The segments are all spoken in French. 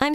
I'm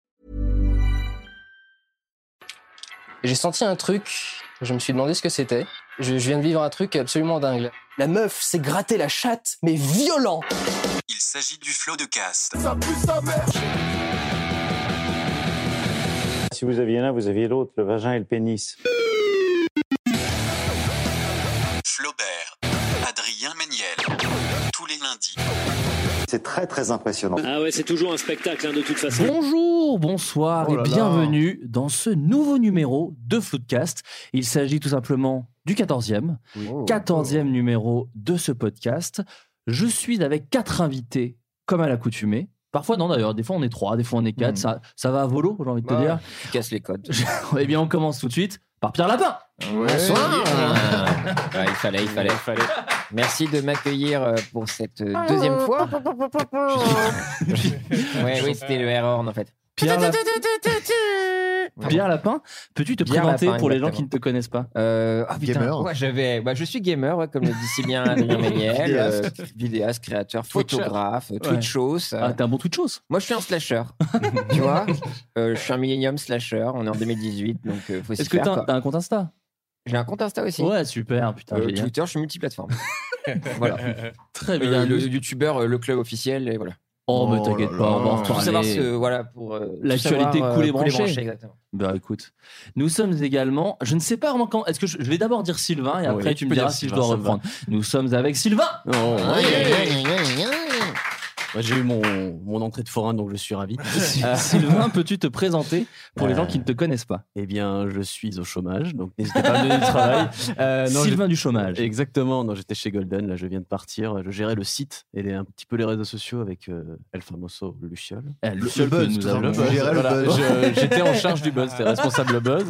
J'ai senti un truc, je me suis demandé ce que c'était. Je, je viens de vivre un truc absolument dingue. La meuf s'est grattée la chatte, mais violent Il s'agit du flot de cast. Si vous aviez l'un, vous aviez l'autre, le vagin et le pénis. Flaubert. Adrien Méniel. Tous les lundis. C'est très très impressionnant. Ah ouais, c'est toujours un spectacle hein, de toute façon. Bonjour, bonsoir Oh et bienvenue dans ce nouveau numéro de Floodcast. Il s'agit tout simplement du 14e, 14e numéro de ce podcast. Je suis avec quatre invités comme à l'accoutumée. Parfois, non, d'ailleurs, des fois on est trois, des fois on est quatre. Mhm. Ça, ça va à volo, j'ai envie de te Ouais. dire. Bah, Tu casses les codes. eh bien, on commence tout de suite par Pierre Lapin. Bonsoir. Ouais, il fallait, il fallait, il fallait. Merci de m'accueillir euh, pour cette euh, deuxième fois. Ouais, oui, c'était le erreur en fait. Pierre, La- Pierre Lapin, peux-tu te Pierre présenter Lapin, pour les gens exactement. qui ne te connaissent pas Euh, ah, putain, Gamer. ouais, j'avais, bah, je suis gamer, ouais, comme le dit si bien Adrien Méniel, euh, vidéaste, créateur, photographe, twitchos. euh, Ah, t'es un bon tout de choses. moi, je suis un slasher, tu vois. Euh, je suis un millennium slasher. On est en 2018, donc euh, faut s'y Est-ce que faire. t'as quoi. t'as un compte Insta J'ai un compte Insta aussi. Ouais, super, putain, Euh, génial. Twitter, je suis multiplateforme. voilà. Très bien. Euh, le youtubeur, euh, le club officiel, et voilà. Oh, mais Oh t'inquiète là pas, on va en là. Pour reparler. savoir ce, voilà, pour euh, L'actualité savoir, euh, couler coulée branchée. branchée, exactement. Bah écoute, nous sommes également, je ne sais pas vraiment quand, est-ce que je, je vais d'abord dire Sylvain et après tu Oui, tu me peux diras dire si je Sylvain, dois ça me va. reprendre. Nous sommes avec Sylvain Oh, Moi, J'ai eu mon, mon entrée de forain, donc je suis ravi. Euh, Sylvain, peux-tu te présenter pour les Euh, gens qui ne te connaissent pas Eh bien, je suis au chômage, donc n'hésitez pas à me donner du travail. Euh, non, Sylvain j'ai- du chômage. Exactement, non, j'étais chez Golden, là je viens de partir, je gérais le site et les- un petit peu les réseaux sociaux avec euh, El Famoso Luciol. Eh, le Luciol seul que nous avons. Tu gérais le buzz. Voilà, je- J'étais en charge du buzz, j'étais responsable buzz.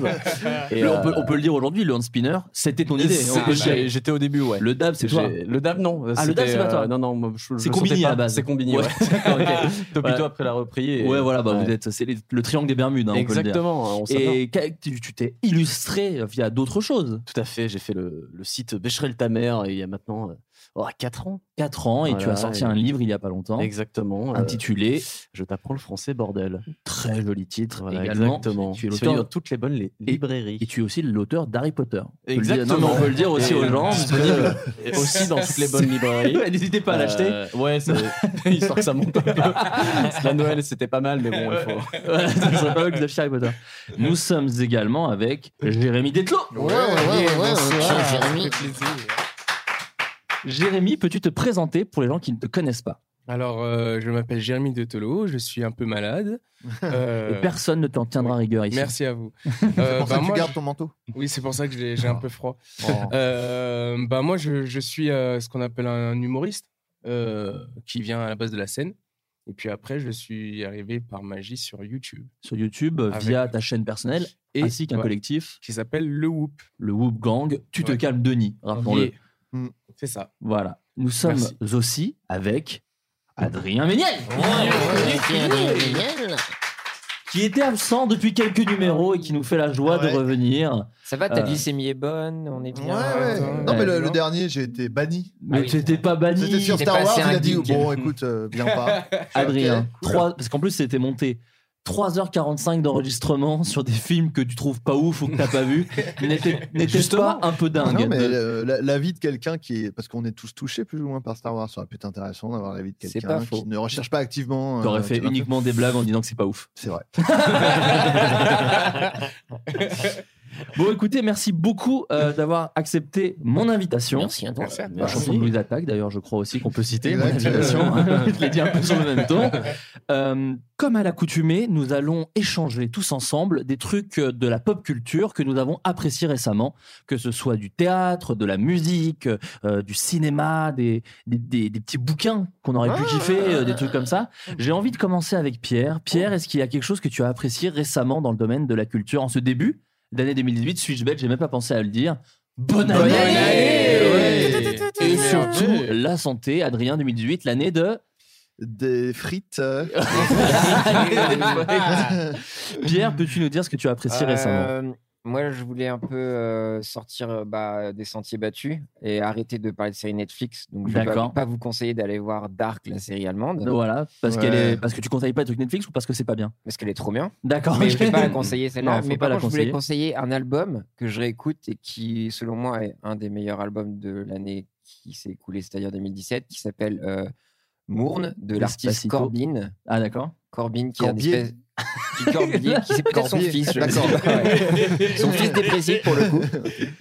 Et, Et on, euh, peut, on peut Ah, le dire aujourd'hui, le hand spinner, c'était ton idée. c'est- On peut le j'ai- dire. J'étais au début, ouais. le dab, c'est toi. J'ai- Le dab, non. Ah, le dab, c'était, c'est pas toi. euh, non, non, moi, je- je C'est le combiné sentais à pas. la base. C'est combiné, Ouais, ouais. d'accord, ok. Topito Ouais. après l'a repris. Et... Ouais, voilà, bah, Ouais. vous êtes, c'est les- le triangle des Bermudes, hein, on peut le dire. Exactement. on s'appelle. Et qu'a- tu tu t'es illustré via d'autres choses. Tout à fait, j'ai fait le, le site Bécherel ta mère et il y a maintenant euh, oh, 4 ans. 4 ans, et tu Voilà, as sorti et- un livre il y a pas longtemps, Exactement. euh, intitulé Je t'apprends le français, bordel. Très joli titre Voilà, également. exactement. Tu es Disponible l'auteur dans toutes les bonnes li- Et- librairies. et tu es aussi l'auteur d'Harry Potter. On peut le dire- Exactement. Non, mais on peut le dire aussi Et- aux gens. Disponible aussi dans toutes les bonnes librairies. Ouais, N'hésitez pas à l'acheter. Euh, ouais, c'est- histoire que ça monte un peu. Parce que La Noël, c'était pas mal, mais bon, il faut. Voilà, c'est pas mal que vous achetiez Harry Potter. Nous sommes également avec Jérémy Detlo. Jérémy, peux-tu te présenter pour les gens qui ne te connaissent pas Alors, euh, je m'appelle Jérémy Detolo, je suis un peu malade. Euh, Et personne ne t'en tiendra rigueur ici. merci à vous. C'est Euh, pour ça bah, que tu moi, gardes je- ton manteau. Oui, c'est pour ça que j'ai j'ai un peu froid. Euh, bah, moi, je, je suis euh, ce qu'on appelle un humoriste euh, qui vient à la base de la scène. Et puis après, je suis arrivé par magie sur YouTube Sur YouTube, euh, Avec- via ta chaîne personnelle, Et- ainsi qu'un ouais. collectif, qui s'appelle Le Whoop. le Whoop Gang. Tu te Ouais. calmes, Denis, rappelons-le. Yeah. Mm, C'est ça. Voilà. Nous sommes Merci. aussi avec Adrien Méniel, qui était absent depuis quelques numéros et qui nous fait la joie Ouais. de revenir. Ça va, ta Euh, glycémie est bonne, on est bien. ouais. Euh, Non, mais le, dernier, j'ai été banni. Mais oui. t'étais pas banni. C'était sur Star Wars, il a dit, bon, écoute, bien pas. Adrien, trois- parce qu'en plus c'était monté 3h45 d'enregistrement sur des films que tu trouves pas ouf ou que t'as pas vu. N'était n'était pas un peu dingue. Euh, la, vie de quelqu'un qui est. Parce qu'on est tous touchés plus ou moins par Star Wars, ça aurait pu être intéressant d'avoir la vie de C'est quelqu'un pas qui faux. ne recherche pas activement. T'aurais fait uniquement des blagues en disant que c'est pas ouf. C'est vrai. Bon, écoutez, merci beaucoup euh, d'avoir accepté mon invitation. Merci, hein, toi. Merci. La chanson de Louis Attaque, d'ailleurs, je crois aussi qu'on peut citer. Mon Exact. invitation. je l'ai dit un peu sur le même ton. Euh, comme à l'accoutumée, nous allons échanger tous ensemble des trucs euh, de la pop culture que nous avons appréciés récemment, que ce soit du théâtre, de la musique, euh, du cinéma, des, des, des- des petits bouquins qu'on aurait Ah. pu kiffer, euh, des trucs comme ça. J'ai envie de commencer avec Pierre. Oh. Pierre, est-ce qu'il y a quelque chose que tu as apprécié récemment dans le domaine de la culture en ce début d'année 2018 Suis-je bête J'ai même pas pensé à le dire. Bonne année, Et surtout, la santé, Adrien 2018, l'année de... Des frites. euh, Pierre, peux-tu nous dire ce que tu as apprécié récemment Euh, Moi, je voulais un peu euh, sortir euh, bah, des sentiers battus et arrêter de parler de séries Netflix. Donc, je ne vais pas, D'accord. pas vous conseiller d'aller voir Dark, la série allemande. Voilà, parce, qu'elle est... parce que tu conseilles pas les trucs Netflix ou parce que c'est pas bien Parce qu'elle est trop bien. D'accord. Mais je ne vais pas la conseiller celle-là. Non, faut Mais pas par la contre, je voulais conseiller. conseiller un album que je réécoute et qui, selon moi, est un des meilleurs albums de l'année qui s'est écoulée, c'est-à-dire 2017, qui s'appelle euh, Mourne de l'artiste Despacito. Corbin. Ah d'accord. Corbin qui est un Corbier. espèce- qui- Corbier, qui c'est peut-être son Corbier, fils. je ne sais d'accord. pas, ouais. Son fils dépressif pour le coup.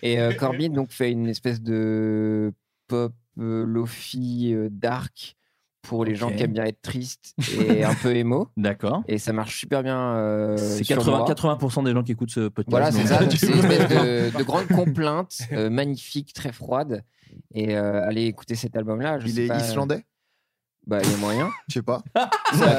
Et euh, Corbin donc fait une espèce de pop euh, lofi euh, dark pour les gens Ok. qui aiment bien être tristes et un peu émo. D'accord. Et ça marche super bien. euh, C'est sur 80, moi. 80% des gens qui écoutent ce podcast. Voilà, c'est ça. donc, euh, tu donc C'est une peux- espèce de, de grande complainte euh, magnifique, très froide. Et euh, allez écouter cet album-là. je Il sais est pas, euh, islandais Bah, il y a moyen. Je sais pas. Bah,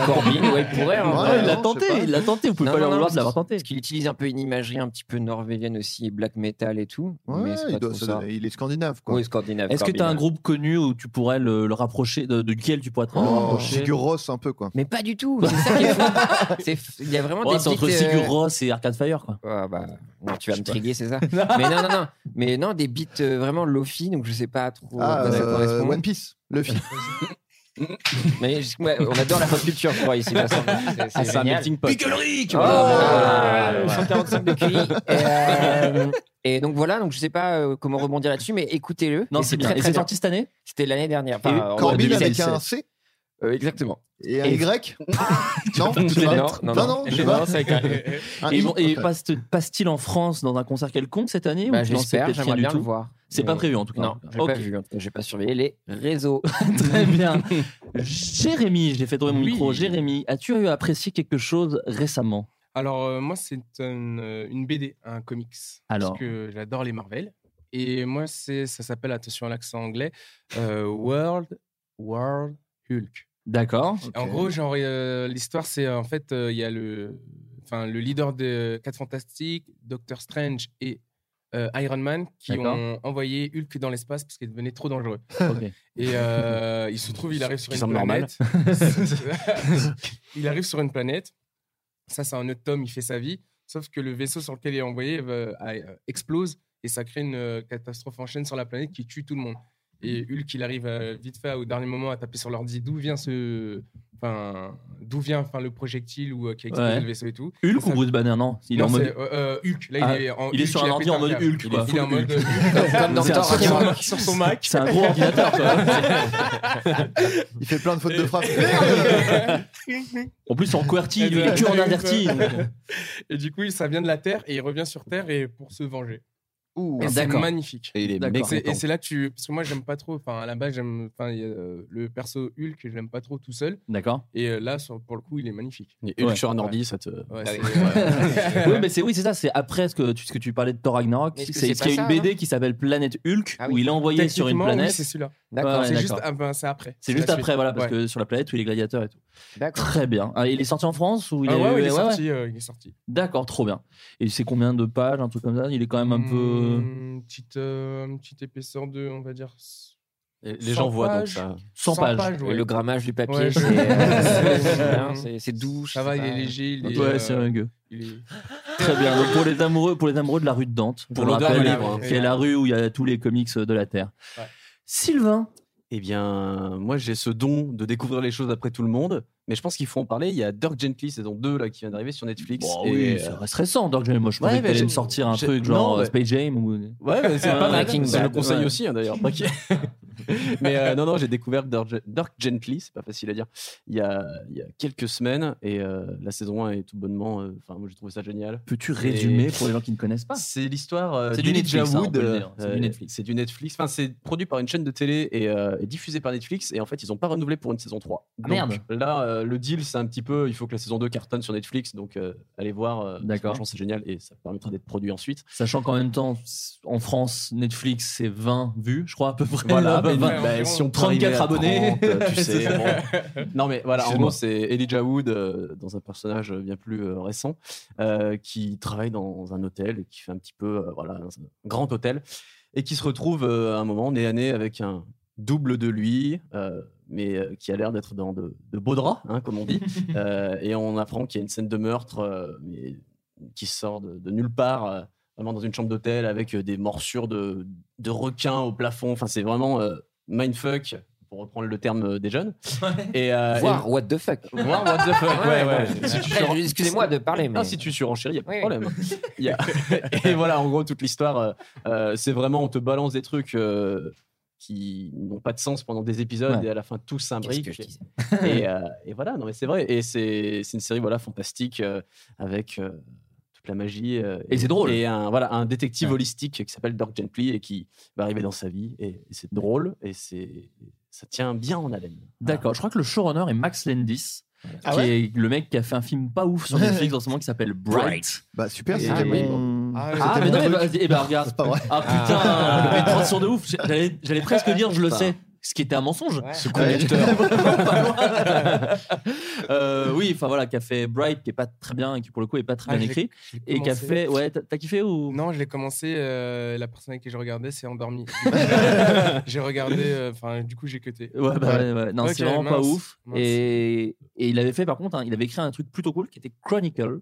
Corbin, ouais, il pourrait. hein, Ouais, bah, il l'a non, tenté, je sais il l'a tenté, vous pouvez pas lui en vouloir de l'avoir tenté. Parce qu'il utilise un peu une imagerie un petit peu norvégienne aussi, et black metal et tout. Ouais, mais c'est il, pas doit- trop ça ça. doit- il est scandinave, quoi. Oui, scandinave. Est-ce que tu as Corbin, un ouais. groupe connu où tu pourrais le, le rapprocher, de, de duquel tu pourrais te rapprocher Oh, Sigur Rós, un peu, quoi. Mais pas du tout, c'est ça qui est fou. C'est f- Il y a vraiment Ouais, des c'est entre petites, euh, Sigur Ross et Arcade Fire, quoi. Ah bah, non, tu vas me triguer, c'est ça. mais non, non, non. Mais non, des beats euh, vraiment lofi, donc je sais pas trop. à Ah, quoi ça euh, correspond. One Piece, le film. Mais je- ouais, on adore la pop culture, je crois, ici. Vincent. C'est- Ah, C'est c'est un génial. melting pot. Pickle-rick Oh Ah, Ouais. 145 de QI. Et, euh, Et donc voilà, donc je sais pas euh, comment rebondir là-dessus, mais écoutez-le. Non, Et c'est bien. Et c'est bien. sorti cette année C'était l'année dernière. Et Enfin, en Corbin 2017. avec un C Euh, Exactement. et un Et- Y Non, Non, tu vas- non, non, non, non, je sais pas. c'est avec un- Un Et, I, bon, et ok. passe- passe-t-il en France dans un concert quelconque cette année Bah, ou tu n'en sais J'espère, peut-être rien j'aimerais du bien tout le voir. C'est pas Mais- prévu en tout cas. Non, j'ai Ok. pas vu. En tout cas, j'ai pas surveillé les réseaux. Très bien. Jérémy, je l'ai fait tourner mon Oui. micro. Jérémy, as-tu eu apprécié quelque chose récemment Alors, euh, moi, c'est une, euh, une BD, un comics. Alors. Parce que j'adore les Marvel. Et moi, c'est, ça s'appelle, attention à l'accent anglais, euh, World, World Hulk. D'accord. Et En gros, genre, euh, l'histoire, c'est euh, en fait, euh, il y a le, enfin, le leader de 4 Fantastiques, Doctor Strange et euh, Iron Man qui D'accord. ont envoyé Hulk dans l'espace parce qu'il devenait trop dangereux. Ok. Et euh, il se trouve, il arrive sur Qui une semble normal. planète. il arrive sur une planète. Ça, c'est un autre tome, il fait sa vie. Sauf que le vaisseau sur lequel il est envoyé euh, a- euh, explose et ça crée une euh, catastrophe en chaîne sur la planète qui tue tout le monde. Et Hulk, il arrive euh, vite fait au dernier moment à taper sur l'ordi d'où vient ce. Enfin, d'où vient enfin, le projectile ou, euh, qui a explosé Ouais. le vaisseau et tout. Hulk ou Bruce Banner Non, il est Non, en mode. c'est, euh, euh, Hulk. Là, Ah, il est, en il est Hulk, sur un a ordi pété en mode câble. Hulk, Il quoi. est, il est en Full mode euh, Hulk. Hulk. Comme dans C'est un Thor truc- Ragnarok. sur son Mac. C'est un gros ordinateur. quoi. Il fait plein de fautes de frappe. Merde En plus, en QWERTY, il Et est de- que en ADERTY. donc, euh, Et du coup, ça vient de la Terre et il revient sur Terre et pour se venger. Ouh. Et c'est D'accord. magnifique. Et il est D'accord. C'est- mécontent. Et c'est là que tu. Parce que moi, j'aime pas trop. Enfin, à la base, j'aime. Enfin, il y a, euh, le perso Hulk, je l'aime pas trop tout seul. D'accord. Et euh, là, sur- pour le coup, il est magnifique. Et Hulk Ouais. sur un ordi, ça te. Ouais, Ah c'est- oui. Oui, mais c'est oui, c'est ça. C'est après ce que tu, ce que tu parlais de Thor Ragnarok. Mais est-ce que C'est c'est parce qu'il y a pas une ça, BD qui s'appelle Planète Hulk Ah où oui. il est envoyé sur une Techniquement, oui, planète. c'est celui-là. D'accord, Ouais, c'est juste. d'accord. ah, ben, c'est après. C'est juste la après, suite. voilà, parce Ouais. que sur la planète où il est gladiateur et tout. d'accord. Très bien. Ah, il est sorti en France ou il Ah est, ouais, ouais, il est ouais, ouais. sorti. euh, il est sorti. D'accord, trop bien. Et c'est combien de pages, un truc comme ça Il est quand même un peu. Hum, Petite, euh, une petite épaisseur de, on va dire. Et Sans Les gens voient donc page. ça. 100 pages. ouais. Le grammage du papier, Ouais, je- c'est, euh, Ouais. c'est- c'est doux. je Ça sais va, il pas. est léger. il est, ouais, euh, c'est dingue. il est- Très bien. Donc pour les amoureux, pour les amoureux de la rue de Dante, Pour je le l'odeur rappelle, du livre, hein. qui est la rue où il y a tous les comics de la terre. Ouais. Sylvain, Eh bien, moi, j'ai ce don de découvrir les choses après tout le monde. Mais je pense qu'il faut en parler. Il y a Dirk Gently, saison 2, là, qui vient d'arriver sur Netflix. Bon, Et, Bah oui, euh, ça reste récent. Donc moi, je pensais Ouais, que mais t'allais j'ai- me sortir un j'ai- truc non, genre euh, mais- Space Jam ou. Ouais, mais c'est Ouais, pas mal. Breaking Je le Bad, conseille ouais. aussi, hein, d'ailleurs. Breaking- Mais euh, non, non, j'ai découvert Dirk Dirk Gently, c'est pas facile à dire, il y a, il y a quelques semaines. Et euh, la saison 1 est tout bonnement. euh, Enfin, moi, j'ai trouvé ça génial. Peux-tu Et- résumer pour les gens qui ne connaissent pas C'est l'histoire euh, Ah. C'est du d'Elijah Netflix, hein, on Wood, peut le dire, c'est du euh, Netflix. C'est du Netflix. Enfin, c'est produit par une chaîne de télé et, euh, et diffusé par Netflix. Et en fait, ils n'ont pas renouvelé pour une saison 3. Ah, Donc, merde. Là, euh, le deal, c'est un petit peu il faut que la saison 2 cartonne sur Netflix. Donc, euh, allez voir. euh, D'accord. Franchement, c'est génial et ça permettra d'être produit ensuite. Sachant qu'en même temps, en France, Netflix, c'est 20 vues, je crois, à peu près. Voilà, À peu mais près. bah, bah, si on peut 34 arriver abonnés. à 30, tu sais, C'est ça. bon. Non, mais voilà, en Excuse-moi. gros, c'est Elijah Wood euh, dans un personnage bien plus euh, récent euh, qui travaille dans un hôtel et qui fait un petit peu, euh, voilà, un grand hôtel et qui se retrouve euh, à un moment nez à nez avec un double de lui, euh, mais euh, qui a l'air d'être dans de, de beaux draps, hein, comme on dit. Euh, et on apprend qu'il y a une scène de meurtre euh, mais qui sort de, de nulle part. euh, vraiment dans une chambre d'hôtel avec euh, des morsures de, de requins au plafond. Enfin, c'est vraiment euh, mindfuck, pour reprendre le terme euh, des jeunes. Et, euh, Voir et- what the fuck. Voir what the fuck, ouais, ouais. Ah, Ouais. Si tu Après, sur- Excusez-moi de parler, mais. Ah, si tu surenchéris, il n'y a pas de Oui. problème. Il y a- et voilà, en gros, toute l'histoire, euh, euh, c'est vraiment, on te balance des trucs euh, qui n'ont pas de sens pendant des épisodes Ouais. et à la fin, tout s'imbrique. Qu'est-ce que je et, euh, et voilà, non, mais c'est vrai. Et c'est c'est une série voilà, fantastique euh, avec. euh, toute la magie euh, Et c'est drôle. et un voilà un détective holistique qui s'appelle Dirk Gently et qui va arriver dans sa vie et, et c'est drôle et c'est ça tient bien en haleine D'accord, je crois que le showrunner est Max Landis, Ah qui ouais est le mec qui a fait un film pas ouf sur Netflix en ce moment qui s'appelle Bright. Bah super, Et- c'était oui. mon- Ah, c'était mais mon non, et truc. bah, et bah, regarde. C'est pas vrai. Ah putain, Ah. le mec transition de ouf. J'allais- J'allais presque dire, je le Enfin. sais. Ce qui était un mensonge. Ce conducteur. euh, oui, enfin voilà, qui a fait Bright, qui est pas très bien et qui pour le coup est pas très Ah, bien je l'ai- écrit. je l'ai Et qui a commencé. fait. Ouais, t'as- t'as kiffé ou Non, je l'ai commencé. euh, la personne avec qui je regardais s'est endormie. j'ai regardé. euh, Enfin, du coup, j'ai cuté. Ouais, bah, ouais, ouais. Non, Ok, c'est vraiment pas mince, ouf. mince. Et, et il avait fait, par contre, hein, il avait écrit un truc plutôt cool qui était Chronicle,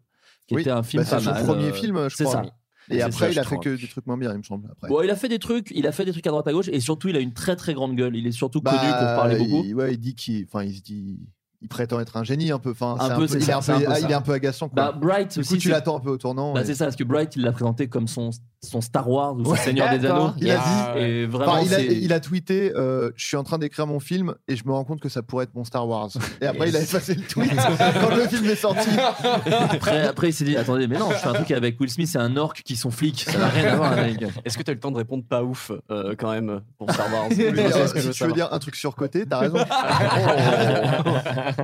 qui était un film Bah, pas c'est son mal, premier euh, film, je c'est crois. ça. Et C'est ça, après, il je a fait crois. que des trucs moins bien, il me semble. Après. Bon, il a fait des trucs, il a fait des trucs à droite à gauche, et surtout, il a une très très grande gueule. Il est surtout Bah, connu pour parler beaucoup. Il, ouais, il dit qu'il, enfin, il se dit, il prétend être un génie un peu. Enfin, c'est Un peu, un peu, c'est il, ça, est un c'est peu- un peu ah, ça. il est un peu agaçant. Quoi. Bah, Bright du coup, aussi, tu c'est- l'attends un peu au tournant. Bah, et- c'est ça, parce que Bright, il l'a présenté comme son, son Star Wars ou son Ouais, Seigneur des d'accord. Anneaux. Il a dit. Et vraiment, Enfin, il, a, c'est- il a tweeté euh, Je suis en train d'écrire mon film et je me rends compte que ça pourrait être mon Star Wars. Et après, Yes. il a effacé le tweet quand le film est sorti. après, après, il s'est dit attendez, mais non, je fais un truc avec Will Smith et un orc qui sont flics. Ça n'a rien à voir avec. Est-ce que tu as eu le temps de répondre pas ouf euh, quand même pour Star Wars Mais, C'est euh, ce que je si tu veux savoir. dire un truc surcoté, t'as raison.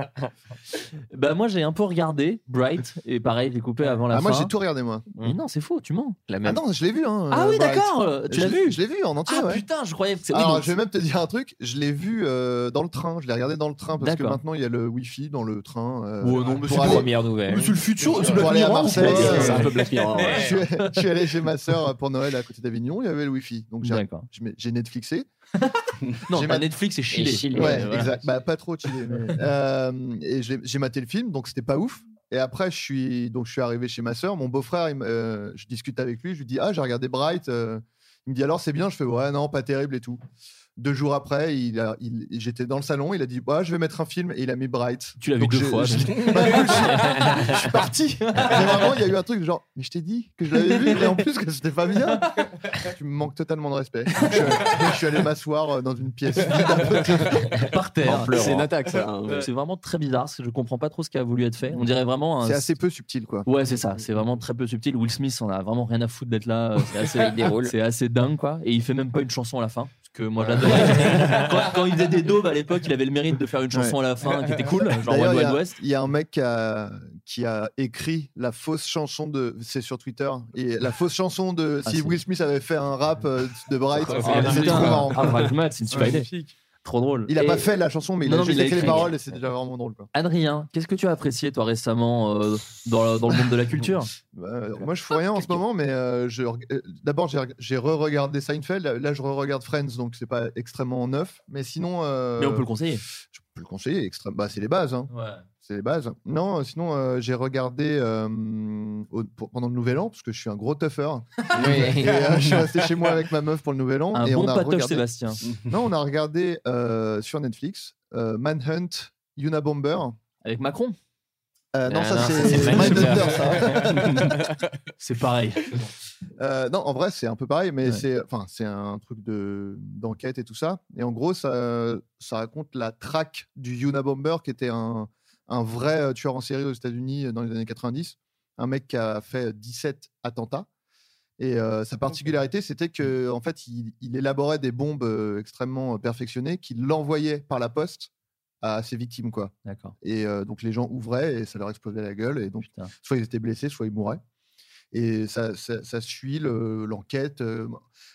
Bah, moi, j'ai un peu regardé Bright, et pareil, j'ai coupé avant la Ah, fin. moi, j'ai tout regardé, moi. Mais non, c'est faux, tu mens. Ah non, je l'ai vu. Hein, Ah euh, oui, Bright. d'accord, tu Je l'as l'ai- vu. Je l'ai vu en entier. Ah ouais. putain, je croyais que c'est. oui, Alors, donc- je vais même te dire un truc, je l'ai vu euh, dans le train, je l'ai regardé dans le train parce que D'accord. maintenant il y a le wifi dans le train. euh, Oh non, mais pour c'est aller- la première nouvelle. Mais c'est le futur, c'est Pour Black aller à Mirror ou Marseille, quoi euh, C'est un peu Black hein, Mirror, ouais. je, suis, je suis allé chez ma soeur pour Noël à côté d'Avignon, il y avait le wifi. Donc j'ai- D'accord. je mets- j'ai Netflixé. Non, j'ai pas ma- Netflix, c'est Chili. Ouais, exact. Bah, pas trop chillé. mais- Euh, et j'ai j'ai maté le film, donc c'était pas ouf. Et après, je suis, donc, je suis arrivé chez ma soeur. Mon beau-frère, il me- euh, je discute avec lui. Je lui dis Ah, j'ai regardé Bright. euh. il me dit Alors, c'est bien Je fais Ouais, non, pas terrible et tout. Deux jours après, il a- il- j'étais dans le salon. Il a dit ouais, Je vais mettre un film. Et il a mis Bright. Tu l'as vu Donc, deux je- fois, Je, donc. Bah, écoute, je- je suis parti. Mais vraiment, il y a eu un truc genre Mais je t'ai dit que je l'avais vu. Et en plus, que c'était pas bien. Tu me manques totalement de respect. Donc, je, donc, je suis allé m'asseoir euh, dans une pièce vide un peu par terre. En pleurant. C'est une attaque, ça, hein. C'est vraiment très bizarre parce que je comprends pas trop ce qui a voulu être fait. On dirait vraiment. un- C'est assez peu subtil, quoi. Ouais, c'est ça. C'est vraiment très peu subtil. Will Smith en a vraiment rien à foutre d'être là. C'est assez, Il déroule. c'est assez dingue, quoi. Et il fait même pas une chanson à la fin. Parce que moi, j'adorais. quand, quand il faisait des daubes à l'époque, il avait le mérite de faire une chanson Ouais. à la fin qui était cool. Genre D'ailleurs, Wild il y a- Wild West. Il y a un mec qui a, qui a écrit la fausse chanson de. C'est sur Twitter. Et la fausse chanson de. Ah, si c'est- Will Smith avait fait un rap euh, de Bright, Ah, c'est- c'est trop putain. marrant. Ah, Bright Matt, c'est une super idée. Trop drôle. Il a Et- pas fait la chanson, mais il Non, a non, juste mais il a écrit les écrit. paroles et c'est déjà vraiment drôle. Quoi. Adrien, qu'est-ce que tu as apprécié toi récemment euh, dans, le- dans le monde de la culture Bah, euh, moi, je fous rien en ce moment, mais euh, je reg- euh, d'abord, j'ai reg- j'ai re-regardé Seinfeld. Là, je re-regarde Friends, donc c'est pas extrêmement neuf. Mais sinon. euh, Mais on peut le conseiller. Je peux le conseiller. extrême- Bah, c'est les bases. hein. Ouais. C'est les bases. Non, euh, sinon, euh, j'ai regardé euh, au- pour- pendant le Nouvel An, parce que je suis un gros tougher. Oui. Et, euh, je suis resté chez moi avec ma meuf pour le Nouvel An. Un et bon on a patoche, regardé... Sébastien. Non, on a regardé euh, sur Netflix euh, Manhunt, Unabomber. Avec Macron Euh, non, ça Ah non, c'est Mindhunter. Mindhunter, ça. C'est pareil. Euh, non, en vrai, c'est un peu pareil, mais c'est, enfin, c'est un truc de d'enquête et tout ça. Et en gros, ça, ça raconte la traque du Yuna Bomber, qui était un, un vrai euh, tueur en série aux États-Unis euh, dans les années 90. Un mec qui a fait 17 attentats. Et euh, sa particularité, c'était que en fait, il, il élaborait des bombes euh, extrêmement euh, perfectionnées qu'il l'envoyait par la poste à ses victimes, quoi. D'accord. Et euh, donc les gens ouvraient et ça leur explosait la gueule. Et donc soit ils étaient blessés, soit ils mouraient. Et ça, ça, ça suit le- l'enquête euh,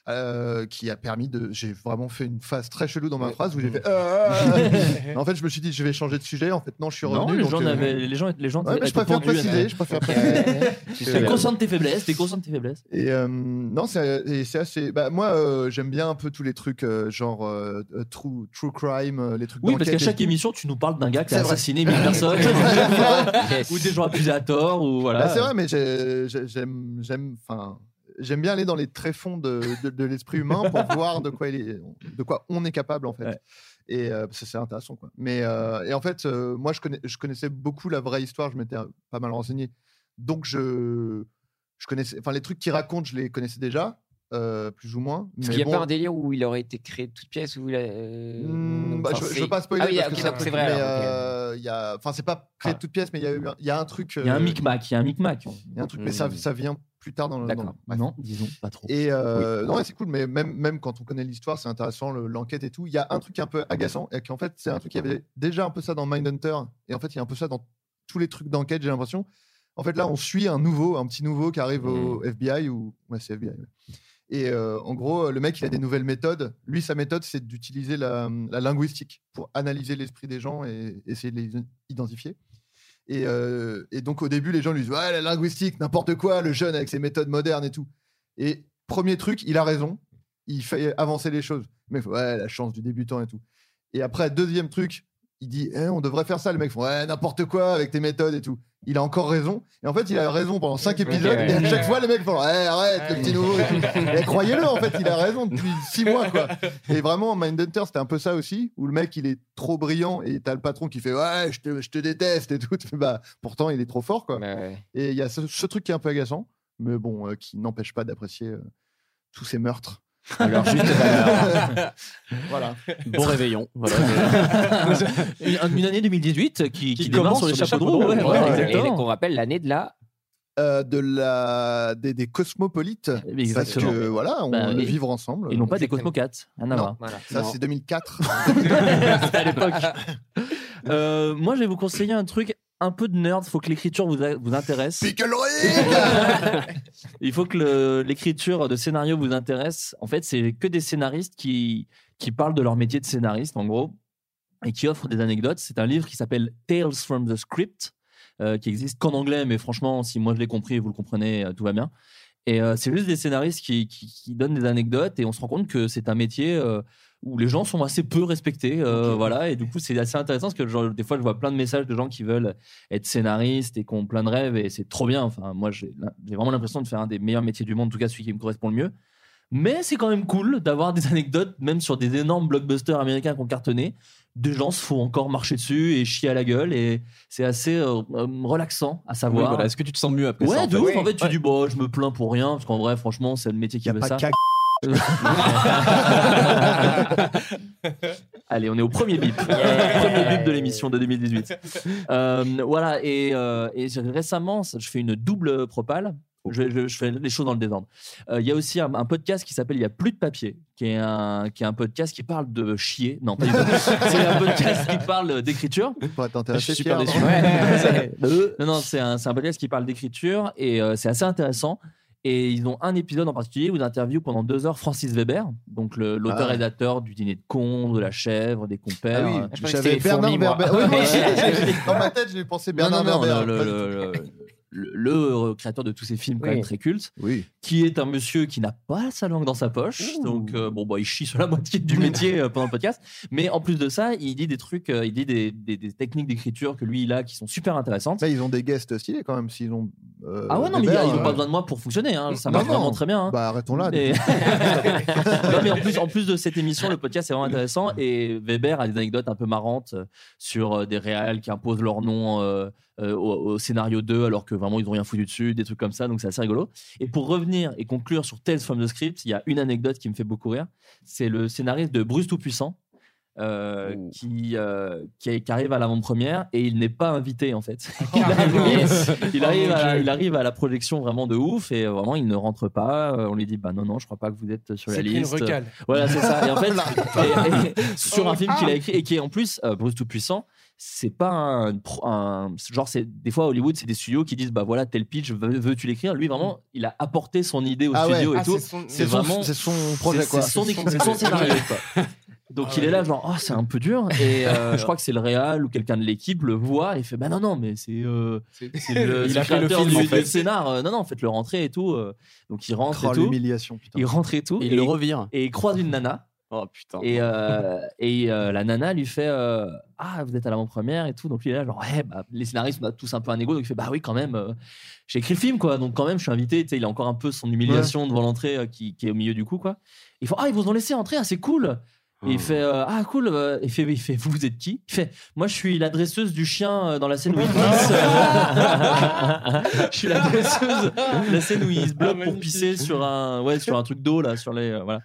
euh, qui a permis de. J'ai vraiment fait une phase très chelou dans ma phrase où j'ai fait. euh, en fait, je me suis dit, je vais changer de sujet. En fait, non, je suis Non, revenu. les donc, gens, euh, n'avaient- les gens, les gens Ouais, mais je préfère préciser, je préfère préciser. T'es conscient de tes faiblesses, t'es conscient de tes faiblesses. Et euh, non, c'est et c'est assez. Bah, moi, euh, j'aime bien un peu tous les trucs euh, genre euh, euh, true, true crime, euh, les trucs Oui, d'enquête parce qu'à et chaque tout. émission, tu nous parles d'un gars qui a C'est vrai. assassiné 1000 personnes, ou des gens accusés à tort, ou voilà. Bah, c'est vrai, mais j'ai- j'ai- j'aime, j'aime, enfin, j'aime bien aller dans les tréfonds de, de- de l'esprit humain pour voir de quoi, il est- de quoi on est capable en fait. Et euh, parce que c'est intéressant quoi. Mais euh, et en fait, euh, moi je, connais, je connaissais beaucoup la vraie histoire, je m'étais pas mal renseigné, donc je, je connaissais, enfin les trucs qu'il raconte, je les connaissais déjà. euh, plus ou moins. Parce qu'il mais n'y a bon. pas un délire où il aurait été créé de toutes pièces où il a, euh, Hmm, bah, enfin, je, je c'est- veux pas spoiler Ah oui, parce ok, que c'est un donc truc, c'est vrai. mais, alors, ok. euh, il y a- enfin c'est pas créé de toutes pièces mais il y a eu un- il y a un truc Ah. Il y a un euh, micmac, il y a un micmac. il y a un truc, mais ça, ça vient plus tard dans le. D'accord. Non, disons pas trop. Et euh, non, ouais, c'est cool, mais même, même quand on connaît l'histoire, c'est intéressant, le- l'enquête et tout. Il y a un truc un peu agaçant, et qu'en fait, c'est un truc qui avait déjà un peu ça dans Mindhunter, et en fait, il y a un peu ça dans tous les trucs d'enquête, j'ai l'impression. En fait, là, on suit un nouveau, un petit nouveau qui Mmh. arrive au FBI, ou. Ouais, c'est FBI. ouais. Et euh, en gros, le mec, il a des nouvelles méthodes. Lui, sa méthode, c'est d'utiliser la, la linguistique pour analyser l'esprit des gens et essayer de les identifier. Et, euh, et donc au début, les gens lui disent ouais, la linguistique, n'importe quoi, le jeune avec ses méthodes modernes et tout. Et premier truc, il a raison, il fait avancer les choses. Mais ouais, la chance du débutant et tout. Et après, deuxième truc, il dit Eh, on devrait faire ça. Le mec fait ouais, n'importe quoi avec tes méthodes et tout. Il a encore raison. Et en fait, il a raison pendant cinq épisodes. ouais. Et à chaque fois, les mecs font Eh, arrête, le petit nouveau. et tout. Et croyez-le, en fait, il a raison depuis six mois. quoi. Et vraiment, Mindhunter, c'était un peu ça aussi, où le mec, il est trop brillant et t'as le patron qui fait Ouais, je te, je te déteste et tout. Tu fais, Bah, pourtant, il est trop fort. quoi. Et il y a ce, ce truc qui est un peu agaçant, mais bon, euh, qui n'empêche pas d'apprécier euh, tous ces meurtres. Alors, juste valeur. voilà. Bon réveillon. Voilà. une, une année 2018 qui, qui, démarre commence sur les chapeaux de roue. roue, ouais, ouais, ouais, ouais. exactement. Et qu'on rappelle l'année de la. Euh, de la, des, des cosmopolites. Parce Eh Exactement. que voilà, on Bah, le et- vivre ensemble. Ils n'ont pas des Cosmocates. Ah, Rien à Non. voir. Ça, c'est 2004. C'était à l'époque. Euh, moi, je vais vous conseiller un truc un peu de nerd. Faut que l'écriture vous, a- vous intéresse. Il faut que le- l'écriture de scénario vous intéresse. En fait, c'est que des scénaristes qui, qui parlent de leur métier de scénariste, en gros, et qui offrent des anecdotes. C'est un livre qui s'appelle Tales from the Script, euh, qui existe qu'en anglais, mais franchement, si moi je l'ai compris et vous le comprenez, euh, tout va bien. Et euh, c'est juste des scénaristes qui, qui- qui donnent des anecdotes et on se rend compte que c'est un métier euh, où les gens sont assez peu respectés. euh, Voilà, et du coup, c'est assez intéressant parce que genre, des fois, je vois plein de messages de gens qui veulent être scénaristes et qui ont plein de rêves et c'est trop bien. Enfin, moi, j'ai j'ai vraiment l'impression de faire un des meilleurs métiers du monde, en tout cas celui qui me correspond le mieux. Mais c'est quand même cool d'avoir des anecdotes, même sur des énormes blockbusters américains qu'on cartonnait. Des gens se font encore marcher dessus et chier à la gueule et c'est assez euh, euh, relaxant à Ah Oui, savoir. voilà. Est-ce que tu te sens mieux après Ouais, ça de ouf. En fait, tu dis, bon, je me plains pour rien, parce qu'en vrai, franchement, c'est le métier qui Y a veut pas ça. qu'à- Allez, on est au premier bip. premier bip de l'émission de 2018. Euh, voilà, et, euh, et j'ai- récemment, ça- je fais une double propale. Je, je- je fais les choses dans le désordre. Euh, Il y a aussi un, un podcast qui s'appelle Il y a plus de papier, qui est, un, qui est un podcast qui parle de chier. Non, pas du tout. C'est un podcast qui parle d'écriture. Je suis super déçu. non, non, c'est un, c'est un podcast qui parle d'écriture et euh, c'est assez intéressant. Et ils ont un épisode en particulier où ils interviewent pendant deux heures Francis Weber, donc le- Ah. l'auteur-rédacteur du Dîner de con, de la chèvre, des compères. Ah Euh, oui, j'avais Bernard Werber. Ouais, moi aussi, j'ai- dans ma tête, j'ai pensé Bernard non, non, Werber. non, le, le- le- le- le créateur de tous ces films quand Oui. même très cultes, qui est un monsieur qui n'a pas sa langue dans sa poche, donc euh, bon bah il chie sur la moitié du métier euh, pendant le podcast, mais en plus de ça, il dit des trucs, euh, il dit des, des- des techniques d'écriture que lui il a qui sont super intéressantes. Là, ils ont des guests stylés quand même, s'ils ont. euh, ah ouais non mais Weber, il y a- ils n'ont euh, pas besoin de moi pour fonctionner, hein, ça Non, marche non. vraiment très bien. hein. Bah, arrêtons là. Et- Non, mais en plus, en plus de cette émission, le podcast est vraiment intéressant et Weber a des anecdotes un peu marrantes euh, sur euh, des réals qui imposent leur nom euh, euh, au, au scénario 2 alors que vraiment ils ont n'ont rien foutu dessus, des trucs comme ça, donc c'est assez rigolo. Et pour revenir et conclure sur Tales from the Script, il y a une anecdote qui me fait beaucoup rire. C'est le scénariste de Bruce Tout-Puissant, euh, Oh. qui, euh, qui, qui arrive à l'avant-première et il n'est pas invité en fait. il, arrive, il, arrive à, il arrive à la projection vraiment de ouf et vraiment il ne rentre pas. Euh, On lui dit bah non non je crois pas que vous êtes sur la C'est pris une liste. recale. Voilà c'est ça. Et en fait On l'a et- et- sur un film Ah. qu'il a écrit et qui est en plus euh, Bruce tout puissant. C'est pas un, pro- un- genre c'est des fois à Hollywood c'est des studios qui disent bah voilà tel pitch veux- veux-tu l'écrire lui vraiment il a apporté son idée au Ah ouais. studio et Ah, tout c'est son- c'est son- c'est son projet, c'est- quoi. c'est son, C'est son c'est son projet. scénario quoi. Donc Ah il est là genre oh c'est un peu dur et euh, je crois que c'est le réal ou quelqu'un de l'équipe le voit et fait bah non non mais c'est euh, c'est le, Il c'est a fait le créateur film, du, en fait. du scénar Euh, non non faites le rentrer et tout euh. donc il rentre Oh, et tout l'humiliation, putain. il rentre et tout Et et il le revire. et il croise une nana Oh putain. et, euh, et euh, la nana lui fait euh, Ah, vous êtes à l'avant-première et tout. Donc il est là, genre, ouais, bah, les scénaristes, on a tous un peu un ego. Donc il fait Bah oui, quand même, euh, j'ai écrit le film, quoi. Donc quand même, je suis invité. Tu sais, il a encore un peu son humiliation devant l'entrée euh, qui, qui est au milieu du coup, quoi. Il fait Ah, ils vous ont laissé entrer, ah, c'est cool. Et il fait euh, Ah, cool. euh, Il fait, il fait Vous, vous êtes qui Il fait Moi, je suis la dresseuse du chien euh, dans la scène où il pisse. je suis la dresseuse. La scène où il se bloque pour pisser sur un, ouais, sur un truc d'eau, là, sur les. euh, voilà.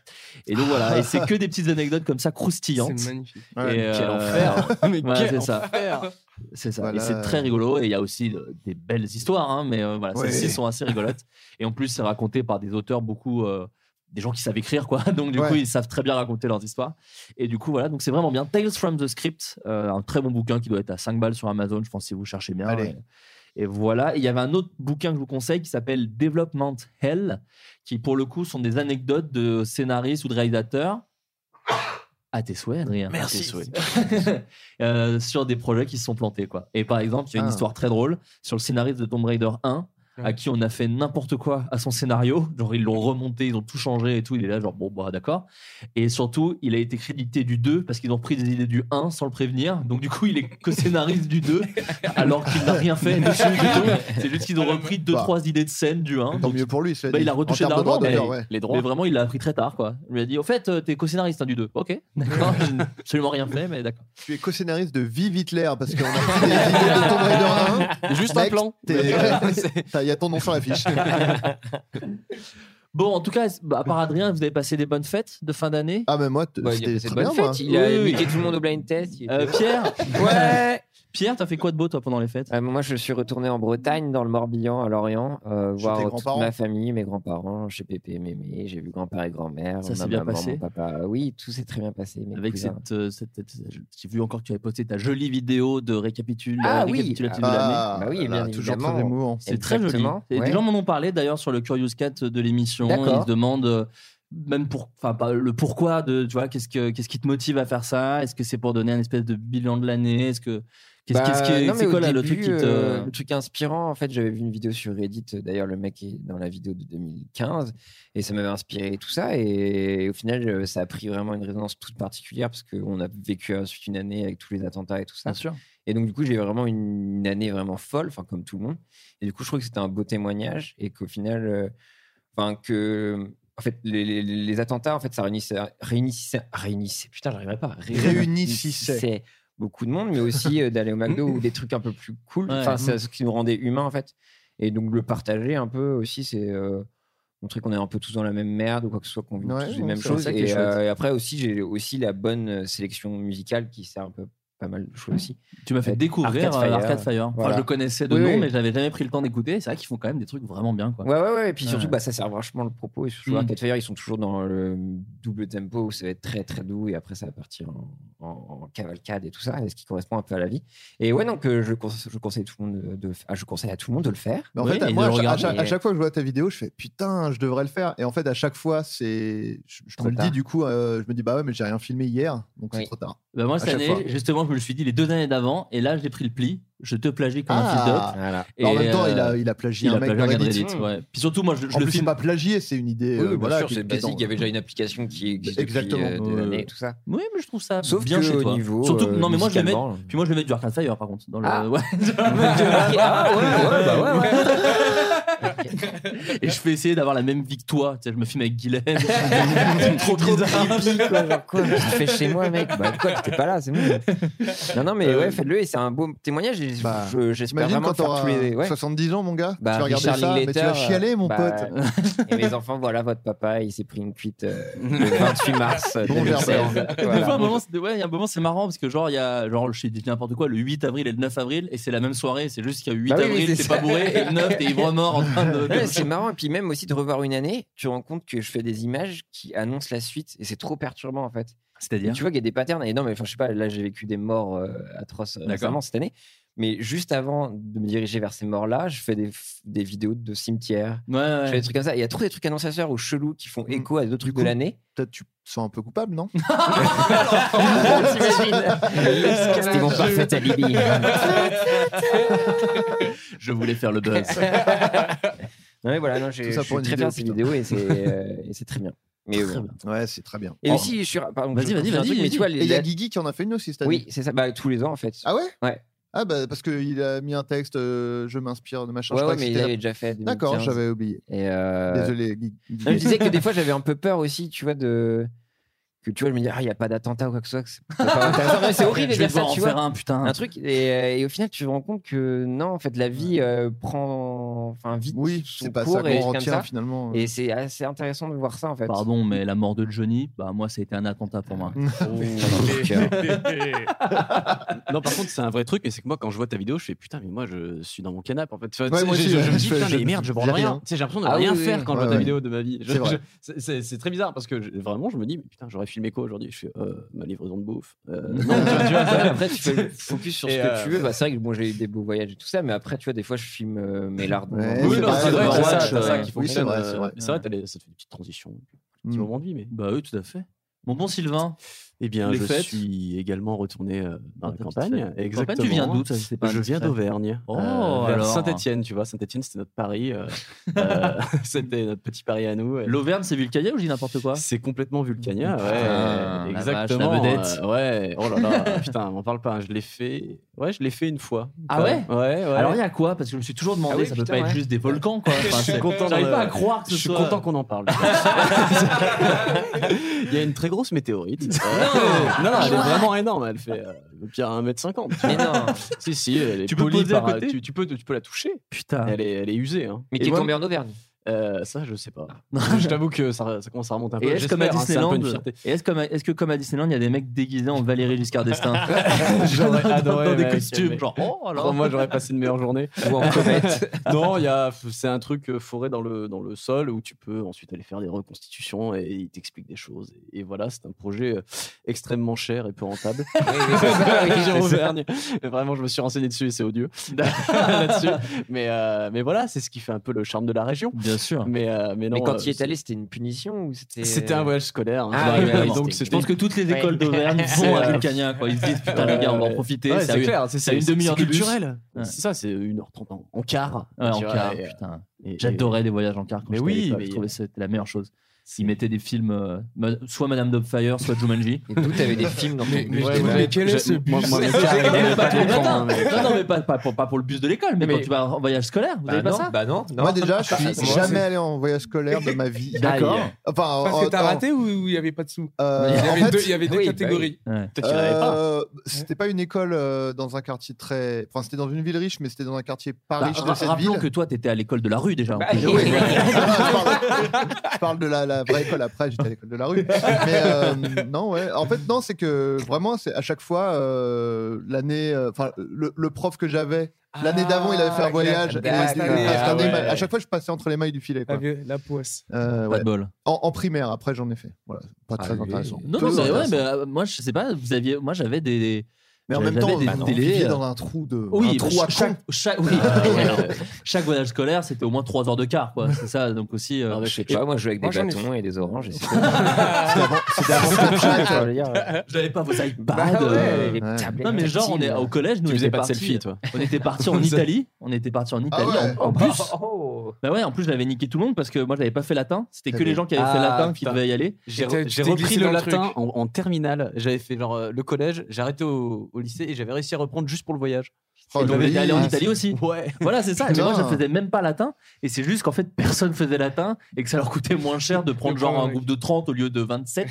Et donc voilà. Et c'est que des petites anecdotes comme ça croustillantes. C'est magnifique. Et, Ouais, mais quel enfer. Mais voilà, quel c'est ça. enfer. C'est ça. Voilà. Et c'est très rigolo. Et il y a aussi de- des belles histoires, hein, mais euh, voilà, Ouais. celles-ci sont assez rigolotes. Et en plus, c'est raconté par des auteurs beaucoup. euh, des gens qui savent écrire, quoi. Donc, du coup, Ouais. ils savent très bien raconter leurs histoires. Et du coup, voilà. Donc, c'est vraiment bien. Tales from the Script, euh, un très bon bouquin qui doit être à 5 balles sur Amazon, je pense, si vous cherchez bien. Allez. Et- et voilà. Et il y avait un autre bouquin que je vous conseille qui s'appelle Development Hell, qui pour le coup sont des anecdotes de scénaristes ou de réalisateurs. À tes souhaits, Adrien. Merci. À tes souhaits. Euh, sur des projets qui se sont plantés, quoi. Et par exemple, il y a une Ah. histoire très drôle sur le scénariste de Tomb Raider 1, à qui on a fait n'importe quoi à son scénario. Genre, ils l'ont remonté, ils ont tout changé et tout. Il est là, genre, bon, bah, d'accord. Et surtout, il a été crédité du 2 parce qu'ils ont pris des idées du 1 sans le prévenir. Donc, du coup, il est co-scénariste du 2 alors qu'il n'a rien fait dessus du tout. C'est juste qu'ils ont repris 2-3 idées de scène du 1. Bah. Tant mieux pour lui. cela Bah, dit. il a En retouché de termes l'argent, droits mais, d'auteur, ouais. mais vraiment, il l'a appris très tard, quoi. Il lui a dit, au fait, euh, t'es co-scénariste hein, du 2. Ok, d'accord, je n'ai absolument rien fait, mais d'accord. Tu es co-scénariste de Vive Hitler parce qu'on a pris des idées de Tomb Raider 1. Juste un Next, plan. t'es- t'as- Il y a ton nom sur l'affiche. Bon, en tout cas, bah, à part Adrien, vous avez passé des bonnes fêtes de fin d'année Ah, mais moi, t- Bah, il a c'était passé très de bien. bonnes moi. fêtes, Il a Oui, oui. invité tout le monde au blind test. il Euh, était- Pierre Ouais Pierre, t'as fait quoi de beau, toi, pendant les fêtes Euh, Moi, je suis retourné en Bretagne, dans le Morbihan, à Lorient, euh, Chez voir tes toute grands-parents ma famille, mes grands-parents, chez Pépé et Mémé. J'ai vu grand-père et grand-mère. Ça ma s'est bien maman, passé mon papa. Oui, tout s'est très bien passé. mes Avec cousins. cette, euh, cette- cette- J'ai vu encore que tu avais posté ta jolie vidéo de récapitule, Ah euh, oui. récapitulative Ah, de l'année. bah oui, bien évidemment. C'est très joli. Exactement, Et ouais. Des gens m'en ont parlé d'ailleurs sur le Curious Cat de l'émission. D'accord. Ils se demandent. euh, Même pour, enfin, pas le pourquoi de, tu vois, qu'est-ce que, qu'est-ce qui te motive à faire ça Est-ce que c'est pour donner un espèce de bilan de l'année Est-ce que, qu'est-ce, Bah, qu'est-ce qui, non, c'est mais quoi au là, le début, truc qui te, euh, le truc inspirant, en fait, j'avais vu une vidéo sur Reddit. euh, D'ailleurs, le mec est dans la vidéo de 2015 et ça m'avait inspiré et tout ça. Et au final, euh, ça a pris vraiment une résonance toute particulière parce qu'on a vécu ensuite une année avec tous les attentats et tout ça. Bien sûr. Et donc, du coup, j'ai vraiment une, une année vraiment folle, enfin, comme tout le monde. Et du coup, je trouve que c'était un beau témoignage et qu'au final, euh, enfin, que. En fait, les, les- les attentats, en fait, ça réunissait, réunissait, réunissait. Putain, j'arriverai pas. Réunississait. beaucoup de monde, mais aussi euh, d'aller au McDo ou des trucs un peu plus cool. Ouais. Enfin, c'est Mm. ce qui nous rendait humains, en fait. Et donc, le partager un peu aussi, c'est euh, montrer qu'on est un peu tous dans la même merde ou quoi que ce soit, qu'on vit Ouais, tous les ouais, mêmes c'est choses. ça qui est Et, chouette. euh, et après aussi, j'ai aussi la bonne euh, sélection musicale qui sert un peu pas mal de choses aussi. Tu m'as fait Avec découvrir euh, Arcade Fire. Enfin, Voilà. je le connaissais de Oui, nom, oui. mais j'avais jamais pris le temps d'écouter. C'est vrai qu'ils font quand même des trucs vraiment bien, quoi. Ouais, ouais, ouais. Et puis surtout, Ouais. bah, ça sert vachement le propos. Et sur Mm. Arcade Fire, ils sont toujours dans le double tempo où ça va être très, très doux. Et après, ça va partir en, en- en cavalcade et tout ça, et ce qui correspond un peu à la vie. Et ouais, donc, euh, je, conse- je conseille, tout le monde de, de- ah, je conseille à tout le monde de le faire. Mais en fait, moi, à, chaque- à chaque, à chaque fois que je vois ta vidéo, je fais putain, je devrais le faire. Et en fait, à chaque fois, c'est, je, je me le dis du coup, euh, je me dis bah ouais, mais j'ai rien filmé hier, donc c'est trop tard. Bah, moi, À cette chaque année, fois. justement, je me le suis dit les deux années d'avant, et là, j'ai pris le pli. Je te plagie comme un Ah. fils d'hôte. euh, Voilà. En même temps, il a- il a plagié il un a mec plagié de gars de Reddit. Reddit, Mm. ouais. Puis surtout, moi, je, je en le plus, filme. c'est pas plagié, c'est une idée. Oui, euh, bien voilà, sûr, qui- c'est qui est basique. en- Il y avait déjà une application qui existe Exactement. depuis euh, des Euh, années et tout ça. Oui, mais je trouve ça Sauf bien que chez au toi. niveau, Surtout, euh, non, mais moi, je vais musicalement, mettre, puis moi, je vais mettre du Arcade Fire, par contre. Ah. Dans le, ouais. Ah, ouais, ouais, bah ouais, ouais. Et et je fais essayer d'avoir la même vie que toi. Tu sais, je me filme avec Guilhem. C'est trop bizarre. Quoi, tu te fais chez moi, mec Bah quoi, t'étais pas là, c'est bon. Non, non, mais ouais, faites-le. Et c'est un beau témoignage. et je- je- Euh, J'espère bah, Imagine vraiment quand le faire t'auras tous les. ouais. 70 ans, mon gars, Bah, tu vas regarder Richard ça, mais tu Linklater, vas chialer, mon bah, pote. Et les enfants, voilà votre papa, il s'est pris une cuite euh, le 28 mars euh, Bon 2016. Gerber. Des fois, à Voilà. un moment, c'était- ouais, il y a un moment, c'est marrant parce que genre, il y a, genre, je dis n'importe quoi, le 8 avril et le 9 avril, et c'est la même soirée. C'est juste qu'il y a 8 Bah oui, avril, oui, t'es c'est pas ça. bourré, et le 9, t'es ivre mort en train de. Ouais, c'est marrant, et puis même aussi de revoir une année, tu te rends compte que je fais des images qui annoncent la suite, et c'est trop perturbant en fait. C'est-à-dire Et Tu vois qu'il y a des patterns, et non, mais enfin, je sais pas, là j'ai vécu des morts euh, atroces récemment cette année, mais juste avant de me diriger vers ces morts-là, je fais des, f- des vidéos de cimetières, Ouais, ouais, je ouais. fais des trucs comme ça. Il y a trop des trucs annonciateurs ou chelous qui Mm. font écho à d'autres trucs de l'année. Peut-être tu sens un peu coupable, non C'était mon parfait alibi. Je voulais faire le buzz. Non, mais voilà, non, j'ai- Tout je ça pour suis une vidéo, très bien de ces putain. vidéos et c'est euh, et c'est très bien. Mais ouais. Ouais, c'est très bien. Oh. Et aussi, je suis. Pardon, Vas-y, je- vas-y, je fais un vas-y, truc, Mais vas-y. tu vois, les- Et il y a Guigui qui en a fait une aussi cette année. Oui, c'est ça, bah, tous les ans en fait. Ah ouais Ouais. Ah bah parce qu'il a mis un texte, euh, je m'inspire de machin. Ouais, je crois ouais, que mais il c'était la- l'avait déjà fait. D'accord, 2015. j'avais oublié. Et euh, Désolé, Guigui. non, je disais que des fois, j'avais un peu peur aussi, tu vois, de. Que tu vois, je me dis, ah, il n'y a pas d'attentat ou quoi que ce soit. que c'est- c'est pas intéressant. Non, mais C'est horrible de Je vais dire ça, devoir en tu faire vois. un, putain. Un truc, et, euh, et au final, tu te rends compte que non, en fait, la vie euh, prend. Enfin, vite. Oui, son c'est pas cours ça et qu'on comme retient ça. finalement. Et c'est assez intéressant de voir ça, en fait. Pardon, mais la mort de Johnny, bah moi, ça a été un attentat pour moi. Non, par contre, c'est un vrai truc, mais c'est que moi, quand je vois ta vidéo, je fais putain, mais moi, je suis dans mon canapé. En fait, Tu vois, Ouais, tu sais, moi je, aussi, je- je me ouais, dis je fais- putain, mais je- merde, je vois j'ai rien. rien. Tu sais, j'ai l'impression de Ah oui, rien oui, faire oui. quand je Ouais, vois ta ouais. vidéo de ma vie. Je- C'est vrai. je- c'est- C'est c'est très bizarre parce que je- vraiment, je me dis, mais putain, j'aurais filmé quoi aujourd'hui Je fais euh, ma livraison de bouffe. Euh, Mm. non, tu vois, tu vois, ça- après, tu fais le focus sur ce Et, que euh, tu veux. Bah, c'est vrai que bon, j'ai eu des beaux voyages et tout ça, mais après, tu vois, des fois, je filme euh, mes lardons. Ouais, Oui, c'est non, pas c'est grave, vrai, c'est pas c'est ça, grave. c'est ça qu'il Oui, c'est fonctionne. vrai, euh, c'est vrai. C'est vrai, t'as les- ça te fait une petite transition, un petit Mm. moment de vie, mais. Bah oui, tout à fait. Mon bon Sylvain, Eh bien, Les je fêtes. suis également retourné euh, Dans dans la ta petite campagne. fête. Exactement. Campagne, tu viens d'où, ça, c'est pas Je viens indiscret. d'Auvergne. Euh, Oh, vers alors. Saint-Étienne, tu vois. Saint-Étienne, c'était notre pari. euh, euh, c'était notre petit pari à nous. Et l'Auvergne, c'est Vulcania ou je dis n'importe quoi C'est complètement Vulcania. Ouais, Putain, la exactement. vache, la vedette. euh, ouais. Oh là là. putain, m'en parle pas. hein. Je l'ai fait. Ouais, je l'ai fait une fois. Ah ouais Ouais, ouais. Alors il y a quoi Parce que je me suis toujours demandé, Ah oui, ça peut putain, pas être ouais. juste des volcans quoi. Enfin, Je suis c'est- content J'arrive de- pas à croire que ce Je suis soit- content qu'on en parle. Il y a une très grosse météorite. Euh, non, non, elle est vraiment énorme. Elle fait euh, au pire 1m50. tu Mais vois. non. Si, si, elle est Tu peux polie poser à par- euh, côté tu, tu peux, tu peux la toucher. Putain. Elle, est, elle est usée. hein. Mais Et qui est moi- tombé en Auvergne. euh, Ça, je sais pas. je t'avoue que ça, ça commence à remonter un peu. Et est-ce comme à J'espère, hein, c'est un Disneyland peu une fierté. et est-ce comme à- est-ce que comme à Disneyland, il y a des mecs déguisés en Valérie Giscard d'Estaing J'aurais Dans- adoré, dans des mec, costumes mec. genre oh alors. Moi, j'aurais passé une meilleure journée. Ou en comète. non, il y a, c'est un truc euh, foré dans le, dans le sol où tu peux ensuite aller faire des reconstitutions et il t'explique des choses. Et, et voilà, c'est un projet euh, extrêmement cher et peu rentable. J'ai Auvergne. Et Vraiment, je me suis renseigné dessus et c'est odieux. Là-dessus. Mais, euh, mais voilà, c'est ce qui fait un peu le charme de la région. Bien sûr. Mais, euh, mais non. Mais euh, quand il est c'est- allé, c'était une punition ou c'était. c'était un voyage scolaire. hein. Ah, oui, Vraiment, oui, donc c'était- Je pense que toutes les Ouais. écoles d'Auvergne vont à C'est, euh, Vulcania quoi. Ils se disent putain les gars, on va en profiter. Ouais, ça a c'est eu- clair, c'est ça a eu une c'est- demi-heure c'est de bus. culturel. Ouais. C'est ça, c'est 1h30 en, en car. Ouais, en tu vois, car, et, euh, putain. et- J'adorais les voyages en car quand Mais j'étais à oui, l'école, mais- je trouvais que c'était la meilleure chose. C'est- Ils mettaient des films, euh, ma- soit Madame Dobfire, soit Jumanji. Et d'où t'avais des films dans ton. Mais- mais- Ouais, mais- ouais. mais quel est Je- ce bus moi- moi, mes cars, ils Eh, mais pas devaient pas tous les tout le temps, matins. hein, mais- Non, non, mais pas, pas, pour, pas pour le bus de l'école, mais, Mais- quand tu vas en voyage scolaire, vous Bah avez pas non, ça Bah non, non. Moi déjà, je Bah, suis c'est- jamais allé en voyage scolaire de ma vie. D'accord. Enfin, Ah, Parce que en- t'as en- raté ou ou il n'y avait pas de sous euh, Il y en avait fait, deux, il y avait deux oui, bah oui. catégories. Ouais. Peut-être qu'il y en avait pas. euh, C'était pas une école euh, dans un quartier très. Enfin, c'était dans une ville riche, mais c'était dans un quartier pas Bah, riche de ra- cette rappelons ville. que toi, t'étais à l'école de la rue déjà. en Bah, plus. oui, oui. Ah, je, parle, je parle de la, la vraie école après, j'étais à l'école de la rue. Mais euh, non, ouais. En fait, non, c'est que vraiment, c'est à chaque fois, euh, l'année. euh, Enfin, le, le prof que j'avais, l'année d'avant, il avait fait un Ah, voyage. Et d'accord. c'était- Ah, c'était- ouais. À chaque fois, je passais entre les mailles du filet. La, Quoi. vie- la poisse. Bah, Euh, Pas ouais. de bol. en, en primaire, après, j'en ai fait. Voilà, pas Ah, très oui. intéressant. Non, Peu non, c'est vrai, intéressant. mais euh, moi, je sais pas, vous aviez, moi, j'avais des. Mais en j'avais même temps, des bah, non, télés, viviez euh, dans un trou de. un Oui, trou à con. Ah, chaque, chaque, oui. ouais. chaque voyage scolaire, c'était au moins 3 heures de quart, quoi. C'est ça, donc aussi. euh, Ah, mais je sais Tu vois, moi, je jouais avec des Moi, j'en ai bâtons et des oranges. et c'est- C'était avant- C'était avant Snapchat. Je veux dire, euh, J'avais pas vos iPads. bah ouais, euh, les euh, Ouais. tablettes Non mais genre on est tactiles. au collège nous Tu on faisais euh, était pas de partis- selfie, toi. Ah on était partis en Italie on était partis en Italie ouais. en, en bus Oh. bah ouais en plus j'avais niqué tout le monde parce que moi j'avais pas fait latin c'était que les gens qui avaient fait Ah, latin qui putain. devaient y aller J'ai Et t'as- tu j'ai t'es repris glissé le dans le latin truc. en, en terminale. J'avais hein. fait genre euh, le collège, j'ai arrêté au, au lycée et j'avais réussi à reprendre juste pour le voyage. Oh, il devait oui, aller en ah, Italie c'est- aussi. Ouais. Voilà, c'est ça. Et Putain. moi, je ne faisais même pas latin. Et c'est juste qu'en fait, personne faisait latin et que ça leur coûtait moins cher de prendre genre un groupe de 30 au lieu de 27.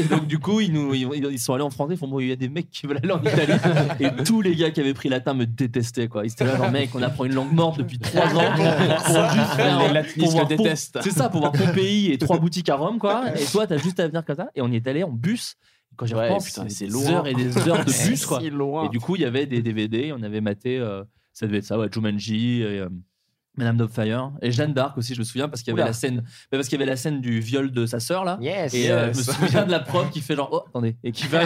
Et donc, du coup, ils, nous, ils, ils sont allés en France. Ils font Bon, il y a des mecs qui veulent aller en Italie. Et tous les gars qui avaient pris latin me détestaient. Quoi. Ils étaient là, genre, mec, on apprend une langue morte depuis 3 ans. Pour juste faire. Ah, Les pour latinistes voir le Pom- détestent. C'est ça, pour voir Pompéi et trois boutiques à Rome, quoi. Et toi, t'as juste à venir comme ça. Et on y est allé en bus. Quand j'y Ouais, repense, putain, c'est c'est des loin. heures et des heures de C'est bus, quoi. si loin. Et du coup, il y avait des DVD, on avait maté, euh, ça devait être ça, ouais, Jumanji, et, euh, Madame Doubtfire et Jeanne d'Arc aussi, je me souviens, parce qu'il y avait Oula. la scène, mais parce qu'il y avait la scène du viol de sa sœur là. Yes. et euh, je me Yes. souviens de la prof qui fait genre, oh, attendez, et qui va,